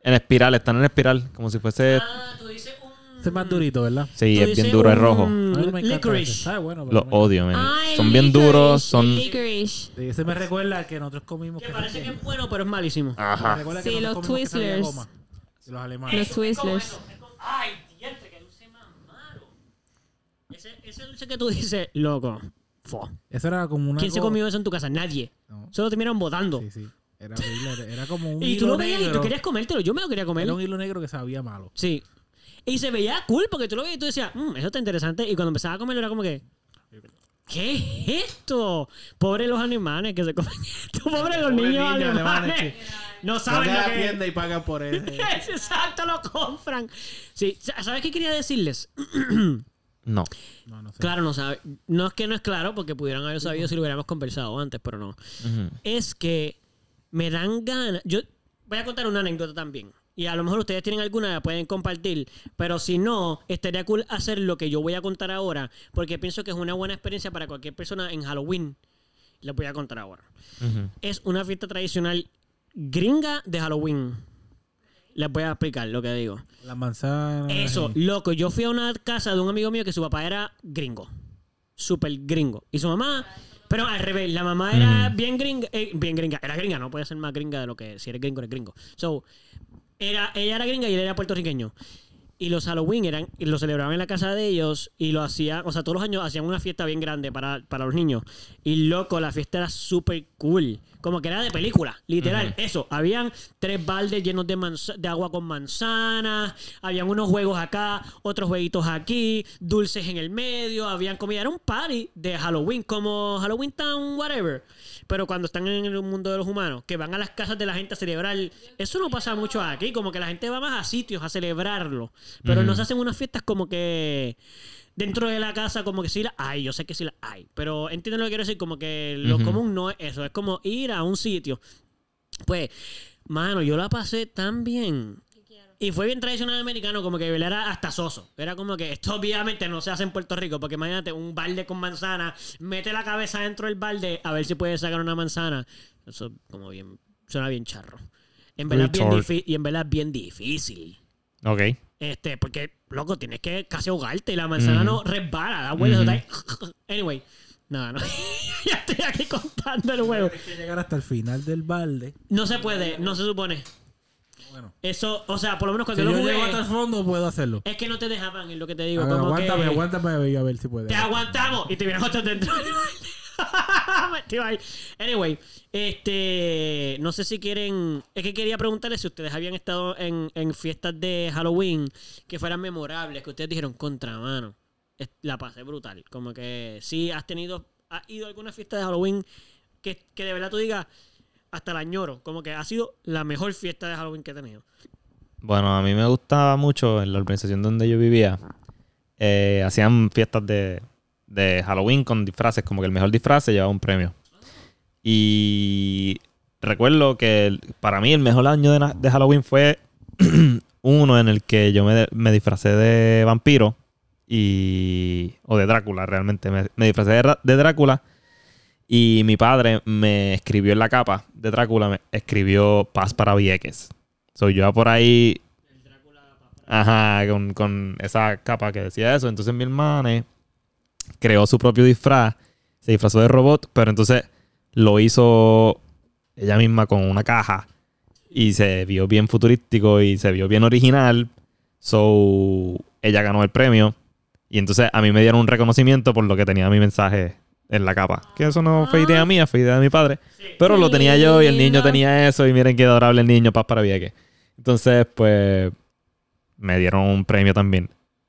D: En espiral, están en espiral. Como si fuese.
C: Ah, tú dices un...
B: Ese es más durito, ¿verdad?
D: sí,
C: Tú
D: es bien
C: dices
D: duro, es
C: un
D: rojo.
B: A mí no me encanta ese.
C: Mm. Licorice.
B: Sabe bueno, pero
D: Los
B: no me encanta.
D: odio, man.
A: Ah, el
D: son bien
A: licorice,
D: duros, son.
A: licorice.
B: Sí, ese me recuerda al que nosotros comimos.
C: Que parece que es bueno, pero es malísimo.
B: Me
D: Ajá.
B: recuerda
A: Sí,
B: nosotros
A: los
B: comimos que sabía
A: Twizzlers.
B: goma. De Los
A: Los
B: alemanes.
A: Twizzlers.
C: Ay, diantre, que dulce más malo. Ese, ese dulce que tú dices, loco. fo.
B: Eso era como una.
C: ¿Quién se
B: goma.
C: comió eso en tu casa? Nadie.
B: No,
C: Solo te miran botando.
B: sí, sí. Era horrible. Era como un.
C: y tú
B: hilo
C: lo veías y
B: negro.
C: tú querías comértelo. Yo me lo quería comer.
B: Era un hilo negro que sabía malo.
C: Sí. Y se veía cool porque tú lo veías y tú decías, "Mm, eso está interesante. Y cuando empezaba a comerlo era como que, ¿qué es esto? Pobre los animales que se comen (laughs) esto. Pobre los
B: Pobres
C: niños
B: niños
C: alemanes.
B: alemanes,
C: (laughs) No saben lo que es.
B: y pagan por él.
C: (laughs) Exacto, lo compran. Sí, sa- ¿sabes qué quería decirles? (clears throat)
D: No.
B: No, no sé.
C: Claro, no sabe. No es que no es claro, porque pudieran haber sabido si lo hubiéramos conversado antes, pero no.
D: Ujú.
C: Es que me dan ganas. Yo voy a contar una anécdota también. Y a lo mejor ustedes tienen alguna, la pueden compartir. Pero si no, estaría cool hacer lo que yo voy a contar ahora, porque pienso que es una buena experiencia para cualquier persona en Halloween. Les voy a contar ahora.
D: Ujú.
C: es una fiesta tradicional gringa de Halloween. Les voy a explicar lo que digo.
B: Las manzanas.
C: Eso,
B: y-
C: loco, yo fui a una casa de un amigo mío que su papá era gringo. Súper gringo. Y su mamá, pero al revés, la mamá era bien gringa, eh, bien gringa, era gringa, no puede ser más gringa de lo que si eres gringo eres gringo. So, era, ella era gringa y él era puertorriqueño. Y los Halloween eran, y lo celebraban en la casa de ellos y lo hacían, o sea, todos los años hacían una fiesta bien grande para, para los niños. Y loco, la fiesta era súper cool. Como que era de película, literal. Eso, habían tres baldes llenos de, manza- de agua con manzanas, habían unos juegos acá, otros jueguitos aquí, dulces en el medio, habían comida. Era un party de Halloween, como Halloween Town, whatever. Pero cuando están en el mundo de los humanos, que van a las casas de la gente a celebrar, eso no pasa mucho aquí, como que la gente va más a sitios a celebrarlo. Pero no se hacen unas fiestas como que dentro de la casa, como que sí la hay, yo sé que sí la hay. Pero entienden lo que quiero decir, como que lo
D: Ujú.
C: común no es eso, es como ir a un sitio. Pues, mano, yo la pasé tan bien. Y fue bien tradicional americano, como que era hasta soso. Era como que esto obviamente no se hace en Puerto Rico, porque imagínate un balde con manzana, mete la cabeza dentro del balde a ver si puedes sacar una manzana. Eso como bien, suena bien charro. En verdad, es bien
D: Retard.
C: difi- y en verdad es bien difícil.
D: Ok.
C: Este, porque, loco, tienes que casi ahogarte y la manzana
D: Ujú.
C: no resbala, da vueltas.
D: Ujú.
C: da- (laughs) Anyway, nada, no. (laughs) ya estoy aquí contando el juego.
B: Tienes que llegar hasta el final del balde.
C: No se puede, no se supone.
B: Bueno.
C: Eso, o sea, por lo menos
B: Si
C: cuando
B: yo
C: lo
B: llego hasta el
C: jugué,
B: fondo, puedo hacerlo.
C: es que no te dejaban, es lo que te digo.
B: A ver,
C: como
B: aguántame,
C: que,
B: aguántame, a ver, a ver si puedes.
C: Te aguantamos y te vieron otro dentro. Metido ahí. Anyway, este, no sé si quieren, es que quería preguntarles si ustedes habían estado en, en fiestas de Halloween que fueran memorables, que ustedes dijeron contramano. es- La pasé brutal. Como que si has tenido, has ido a alguna fiesta de Halloween que, que de verdad tú digas, hasta la añoro. Como que ha sido la mejor fiesta de Halloween que he tenido.
D: Bueno, a mí me gustaba mucho en la organización donde yo vivía. eh, hacían fiestas de, de Halloween con disfraces, como que el mejor disfraz se llevaba un premio. Y recuerdo que el- para mí el mejor año de, na- de Halloween fue (clears throat) uno en el que yo me, de- me disfracé de vampiro y o de Drácula realmente. Me, me disfracé de, Ra- de Drácula y mi padre me escribió en la capa de Drácula, me escribió Paz para Vieques. Soy yo por ahí Ajá, con, con esa capa que decía eso. Entonces mi hermana creó su propio disfraz, se disfrazó de robot, pero entonces lo hizo ella misma con una caja y se vio bien futurístico y se vio bien original. So, ella ganó el premio. Y entonces a mí me dieron un reconocimiento por lo que tenía mi mensaje en la capa. Que eso no fue idea mía, fue idea de mi padre. Pero lo tenía yo y el niño
A: Lindo.
D: tenía eso. Y miren qué adorable el niño, paz para Vieques. Entonces, pues, me dieron un premio también.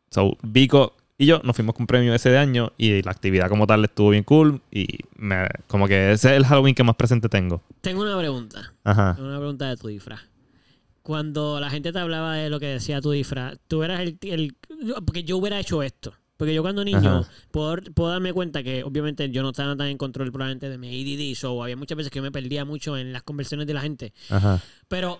D: So, Vico y yo nos fuimos con un premio ese de año y la actividad como tal estuvo bien cool. Y me- como que ese es el Halloween que más presente tengo.
C: Tengo una pregunta.
D: Ajá.
C: Una pregunta de tu disfraz. Cuando la gente te hablaba de lo que decía tu disfraz, tú eras el. el- porque yo hubiera hecho esto. Porque yo cuando niño
D: Ajá.
C: puedo, puedo darme cuenta que obviamente yo no estaba tan en control probablemente de mi ADD, so había muchas veces que yo me perdía mucho en las conversaciones de la gente.
D: Ajá.
C: Pero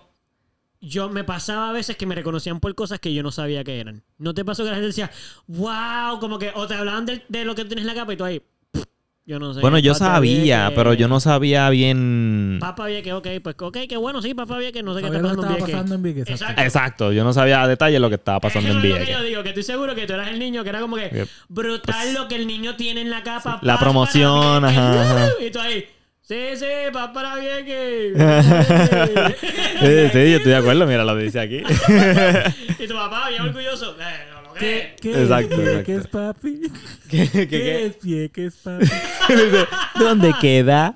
C: yo me pasaba a veces que me reconocían por cosas que yo no sabía que eran. ¿No te pasó que la gente decía, wow, como que, o te hablaban del- de, lo que tú tienes en la capa y tú ahí, "Pff, yo no sé.
D: Bueno, yo
C: Papá
D: sabía,
C: Vieque".
D: pero yo no sabía bien.
C: Papá había que, ok, pues, ok, qué bueno, sí, papá había que no sé qué está
B: Sabía lo que
C: pasando en
B: estaba
C: Vieques.
B: pasando en Vieques. exacto.
C: Exacto.
D: Exacto, yo no sabía a detalle lo que estaba pasando
C: Eso
D: en
C: es lo que
D: (laughs) Vieques.
C: yo digo, que estoy seguro que tú eras el niño que era como que
D: Yep. Pues
C: brutal lo que el niño tiene en la capa.
D: La
C: paz
D: promoción,
C: para
D: ajá,
C: Vieques.
D: ajá.
C: Y tú ahí, sí, sí, papá para bien
D: (laughs) Sí, sí, yo estoy de acuerdo, mira, lo
C: (laughs)
D: dice aquí. (laughs)
C: Y tu papá bien orgulloso. Eh, no lo
B: ¿Qué,
C: crees.
B: qué
D: Exacto,
B: es
D: exacto.
B: Vieques, papi?
D: ¿Qué,
B: ¿Qué,
D: qué, qué?
B: es Vieques, papi?
D: ¿Dónde queda?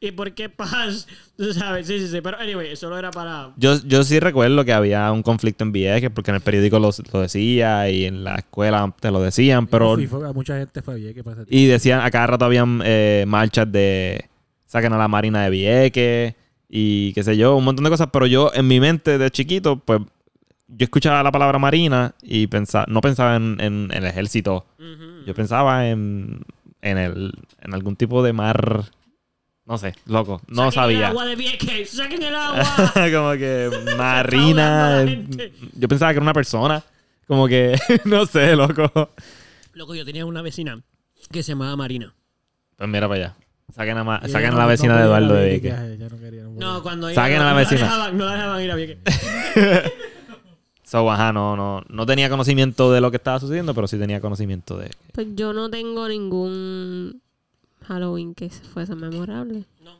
C: ¿Y por qué paz? (laughs) Tú sabes, sí, sí, sí. Pero anyway, solo era para.
D: Yo, yo sí recuerdo que había un conflicto en Vieques porque en el periódico lo, lo decía y en la escuela te lo decían, pero...
B: Sí, fue- a mucha gente fue a Vieques para ese
D: Y decían, a cada rato habían eh, marchas de saquen a la Marina de Vieques y qué sé yo, un montón de cosas, pero yo en mi mente de chiquito, pues yo escuchaba la palabra Marina y pensaba, no pensaba en, en el ejército,
C: Ujú.
D: yo pensaba en, en, el, en algún tipo de mar, no sé, loco, no
C: Saquen El
D: sabía.
C: agua de Vieques, saquen el agua.
D: (laughs) como
C: (laughs)
D: que
C: ahogando
D: Marina.
C: la gente.
D: Yo pensaba que era una persona. Como que, (laughs) no sé, loco.
C: Loco, yo tenía una vecina que se llamaba Marina.
D: Pues mira para allá. Saquen a, ma-
B: tiempo.
D: saquen a
B: Ella
D: la
B: no-
D: vecina
B: no
D: de
B: quería ir
D: Eduardo
B: a
D: de
B: Vieques,
D: Vieques.
B: ella no quería ir a Vieques.
C: No, cuando
D: Saquen a la
C: no
D: vecina.
C: dejaban, no la dejaban ir a Vieques.
D: (laughs) So, ajá, no, no, no tenía conocimiento de lo que estaba sucediendo, pero sí tenía conocimiento de.
A: Pues yo no tengo ningún Halloween que fuese memorable.
C: No.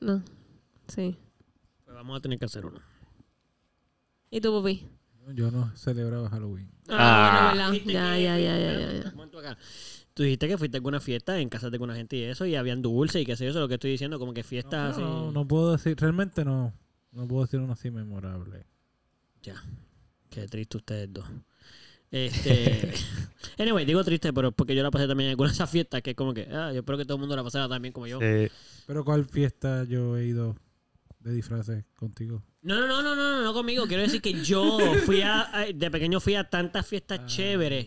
A: No. Sí.
C: Pues vamos a tener que hacer uno.
A: ¿Y tú, papi?
B: Yo no celebraba Halloween.
D: Ah.
A: bueno, ¿verdad?
C: Dijiste
A: Ya,
C: que
A: ya,
C: fuiste-
A: ya, ya, ya,
C: espérate,
A: ya.
C: un momento acá. Tú dijiste que fuiste a alguna fiesta en casa de alguna gente y eso, y habían dulce y qué sé yo, eso es lo que estoy diciendo, como que fiestas así.
B: No, no puedo decir, realmente no. No puedo decir uno así memorable.
C: Ya. Qué triste ustedes dos. Este. (laughs) anyway, digo triste, pero es porque yo la pasé también en alguna de esas fiestas que es como que, ah, yo espero que todo el mundo la pasara también como yo.
D: Eh,
B: Pero ¿cuál fiesta yo he ido de disfraces contigo?
C: No, no, no, no, no, no, no conmigo. Quiero decir que yo fui a, a- de pequeño fui a tantas fiestas chéveres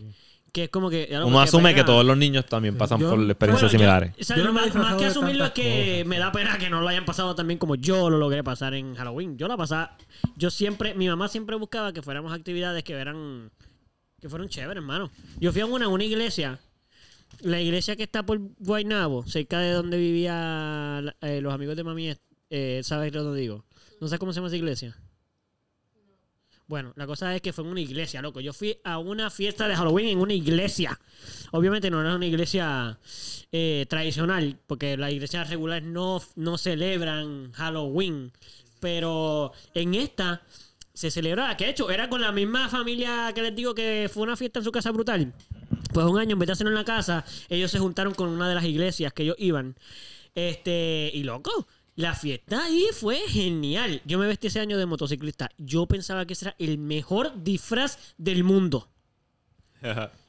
C: que es como que. ya lo
D: Ah, Uno
C: qué
D: asume que
C: pena.
D: todos los niños también pasan
B: Yo-
D: por
C: Bueno,
D: experiencias
C: yo- (laughs)
D: similares.
C: o sea,
B: Yo no me he
C: más,
B: disfrazado
C: más que
B: de
C: asumirlo es
B: tantas
C: que
B: cosas.
C: me da pena que no lo hayan pasado también como yo lo logré pasar en Halloween. Yo la pasaba. Yo siempre. Mi mamá siempre buscaba que fuéramos actividades que eran. Que fueron chéveres, hermano. Yo fui a una, una iglesia. La iglesia que está por Guaynabo, cerca de donde vivía la- eh, los amigos de mami, eh, ¿sabes lo que digo? No sé cómo se llama esa iglesia. Bueno, la cosa es que fue en una iglesia, loco. Yo fui a una fiesta de Halloween en una iglesia. Obviamente no era una iglesia eh, tradicional, porque las iglesias regulares no, no celebran Halloween. Pero en esta se celebraba, que de hecho era con la misma familia que les digo que fue una fiesta en su casa brutal. Pues un año, en vez de hacerlo en la casa, ellos se juntaron con una de las iglesias que ellos iban. Este, y loco, la fiesta ahí fue genial. Yo me vestí ese año de motociclista. Yo pensaba que ese era el mejor disfraz del mundo.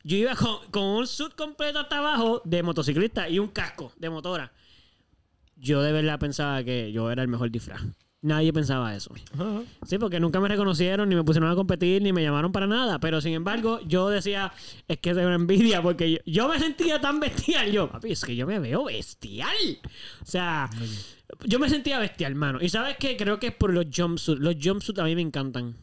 C: Yo iba con, con un suit completo hasta abajo de motociclista y un casco de motora. Yo de verdad pensaba que yo era el mejor disfraz. Nadie pensaba eso. Sí, porque nunca me reconocieron, ni me pusieron a competir, ni me llamaron para nada. Pero sin embargo, yo decía, es que es una envidia, porque yo, yo me sentía tan bestial. Yo, papi, es que yo me veo bestial. O sea, yo me sentía bestial, mano. Y sabes qué? Creo que es por los jumpsuits. Los jumpsuits a mí me encantan.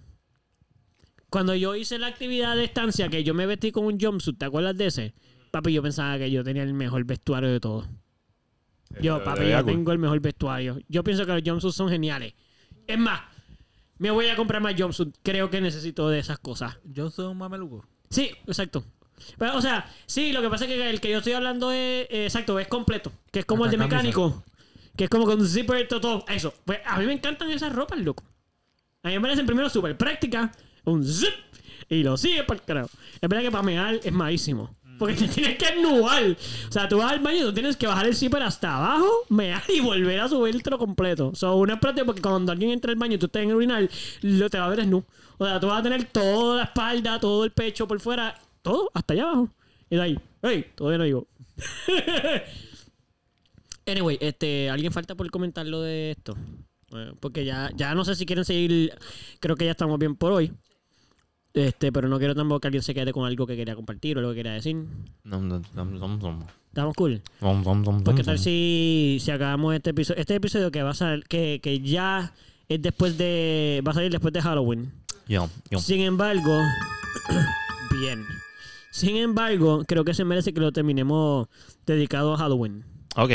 C: Cuando yo hice la actividad de estancia, que yo me vestí con un jumpsuit, ¿te acuerdas de ese? Papi, yo pensaba que yo tenía el mejor vestuario de todos. Yo, papi, yo tengo el mejor vestuario. Yo pienso que los jumpsuits son geniales. Es más, me voy a comprar más jumpsuits. Creo que necesito de esas cosas.
B: Yo soy un mameluco.
C: Sí, exacto. Pero, o sea, sí, lo que pasa es que el que yo estoy hablando es, eh, exacto, es completo. Que es como
B: Hasta
C: el de
B: camisa.
C: mecánico. Que es como con zipper, todo, todo eso. Pues a mí me encantan esas ropas, loco. A mí me parecen primero súper prácticas. Un zip. y lo sigue para el carajo. Es verdad que para mear es malísimo. Porque te tienes que ennubar. O sea, tú vas al baño y tú tienes que bajar el zipper hasta abajo, mear y volver a subírtelo completo. O sea, una práctica porque cuando alguien entra al baño y tú estás en el urinal, lo te va a ver desnudo. O sea, tú vas a tener toda la espalda, todo el pecho por fuera, todo hasta allá abajo. Y de ahí, ¡ey! Todavía no digo. Anyway, este, ¿alguien falta por comentar lo de esto? Eh, porque ya, ya no sé si quieren seguir. Creo que ya estamos bien por hoy. Este, pero no quiero tampoco que alguien se quede con algo que quería compartir o algo que quería decir.
D: Nom, nom, nom, nom, nom.
C: ¿Estamos cool?
D: Nom, nom, nom,
C: Pues qué
D: nom, nom.
C: tal si, si acabamos este episodio. Este episodio que va a salir, que, que ya es después de. va a salir después de Halloween.
D: Yum, yum.
C: Sin embargo, (coughs) bien. Sin embargo, creo que se merece que lo terminemos dedicado a Halloween.
D: Ok.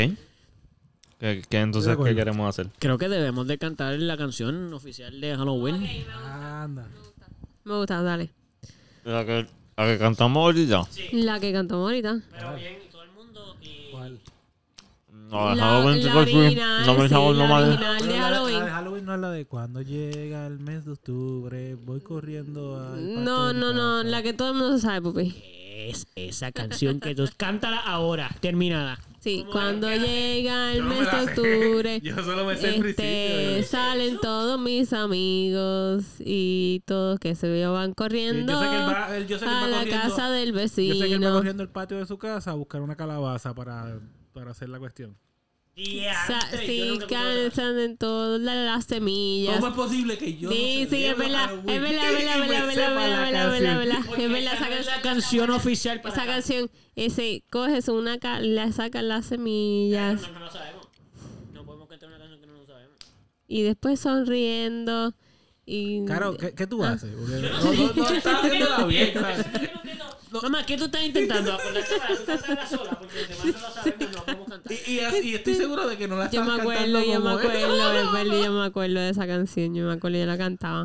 D: ¿Qué, qué
B: Yo
D: entonces
B: recuerdo.
D: qué queremos hacer?
C: Creo que debemos de cantar la canción oficial de Halloween.
B: Anda.
A: Me gusta, dale.
D: La que, la que cantamos ahorita.
A: La que cantamos ahorita.
C: Pero bien, todo el mundo eh, y...
B: ¿Cuál?
D: No,
A: la,
D: Oh, Halloween,
A: la
D: chicos, sí.
A: original,
D: No me
A: sí,
D: echamos
A: la
D: nomás.
A: original
B: Pero
A: de
B: la, la
A: Halloween.
B: de Halloween no es la de cuando llega el mes de octubre, voy corriendo al parque
A: No,
B: de mi
A: no, no,
B: casa.
A: la que todo el mundo sabe, papi.
C: Es esa canción que
A: (laughs)
C: tú... Cántala ahora, terminada.
A: Sí, cuando llega el
B: Yo no me
A: mes
B: la
A: de
B: sé.
A: octubre,
B: (laughs) Yo solo me sé el
A: este,
B: principio.
A: salen todos mis amigos y todos que se van corriendo
B: Yo sé que él va- él- yo sé que él va
A: a la
B: corriendo.
A: casa del
B: Yo sé que él va
A: vecino.
B: corriendo el patio de su casa a buscar una calabaza para, para hacer la cuestión.
A: Sa- sí, (laughs) cansan en todas la- las semillas.
B: es posible que
A: Sí, sí, es verdad, es verdad, es verdad, es verdad, es verdad, es verdad, es verdad, es verdad, es verdad, esa
C: Esa
A: canción-
C: canción oficial para...
A: Esa
C: acá.
A: canción, ese, coges una, ca- la sacas las semillas.
C: No, no lo sabemos. No podemos cantar una canción que no lo sabemos.
A: y después sonriendo y
B: Claro, ¿qué, qué tú haces? Porque no, no, no estás haciéndola bien. ¿sabes?
C: Mamá, ¿qué tú estás
A: (laughs)
C: intentando? Acordarte para tú cantarla sola, porque los demás no lo sabemos, no podemos cantar.
B: Y, y, y estoy seguro de que no la
A: yo
B: estás
A: me acuerdo
B: cantando
A: yo me
B: como él.
A: acuerdo es verdad, yo me acuerdo de esa canción yo me acuerdo yo la cantaba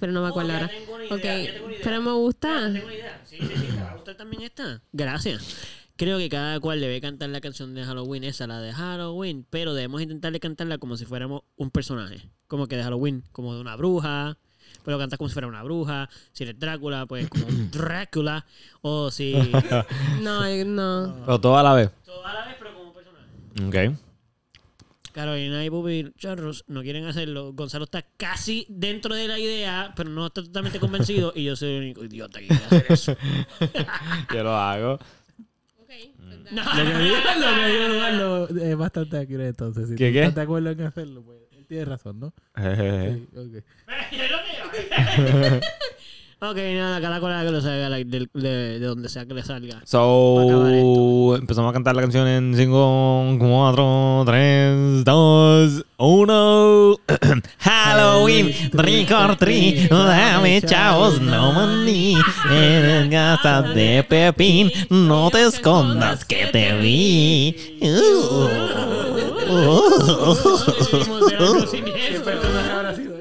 A: pero no me acuerdo
C: ya
A: ahora
C: tengo una idea, ya tengo
A: ok
C: una idea.
A: pero me gusta
C: Tengo una idea. Sí, sí, sí. ¿Te va a gustar también esta? Gracias. Creo que cada cual debe cantar la canción de Halloween, esa, la de Halloween, pero debemos intentarle cantarla como si fuéramos un personaje. Como que de Halloween, como de una bruja. Pero cantas como si fuera una bruja. Si eres Drácula, pues como (clears throat) un Drácula. O si.
A: no yo- no
D: Pero todo a la vez.
C: (laughs) Toda la vez, pero como un personaje.
D: Ok.
C: Carolina y Bubi Charros no quieren hacerlo. Gonzalo está casi dentro de la idea, pero no está totalmente convencido. y yo soy el único idiota que quiere hacer (laughs) eso.
D: Yo lo (laughs) hago.
A: Mm.
C: No,
B: Lo que dijo, (laughs) lo que dijo Eduardo es bastante accurate entonces. Si
D: ¿Qué,
B: tú
D: qué?
B: estás de acuerdo en hacerlo, pues él tiene razón, ¿no? Sí, ok.
C: (laughs) ok, nada, cada cual que lo salga like, del- de, de donde sea que le salga. Para acabar
D: So, empezamos a cantar la canción en 5, 4, 3, 2, 1. (coughs) Halloween, trick or treat, dame chavos, no maní. En gata de Pepín, no te escondas que te vi. Uh, uh, uh,
A: (laughs)
D: uh.
C: No sé si vimos el otro sin eso.
B: ¿Qué persona habrá sido?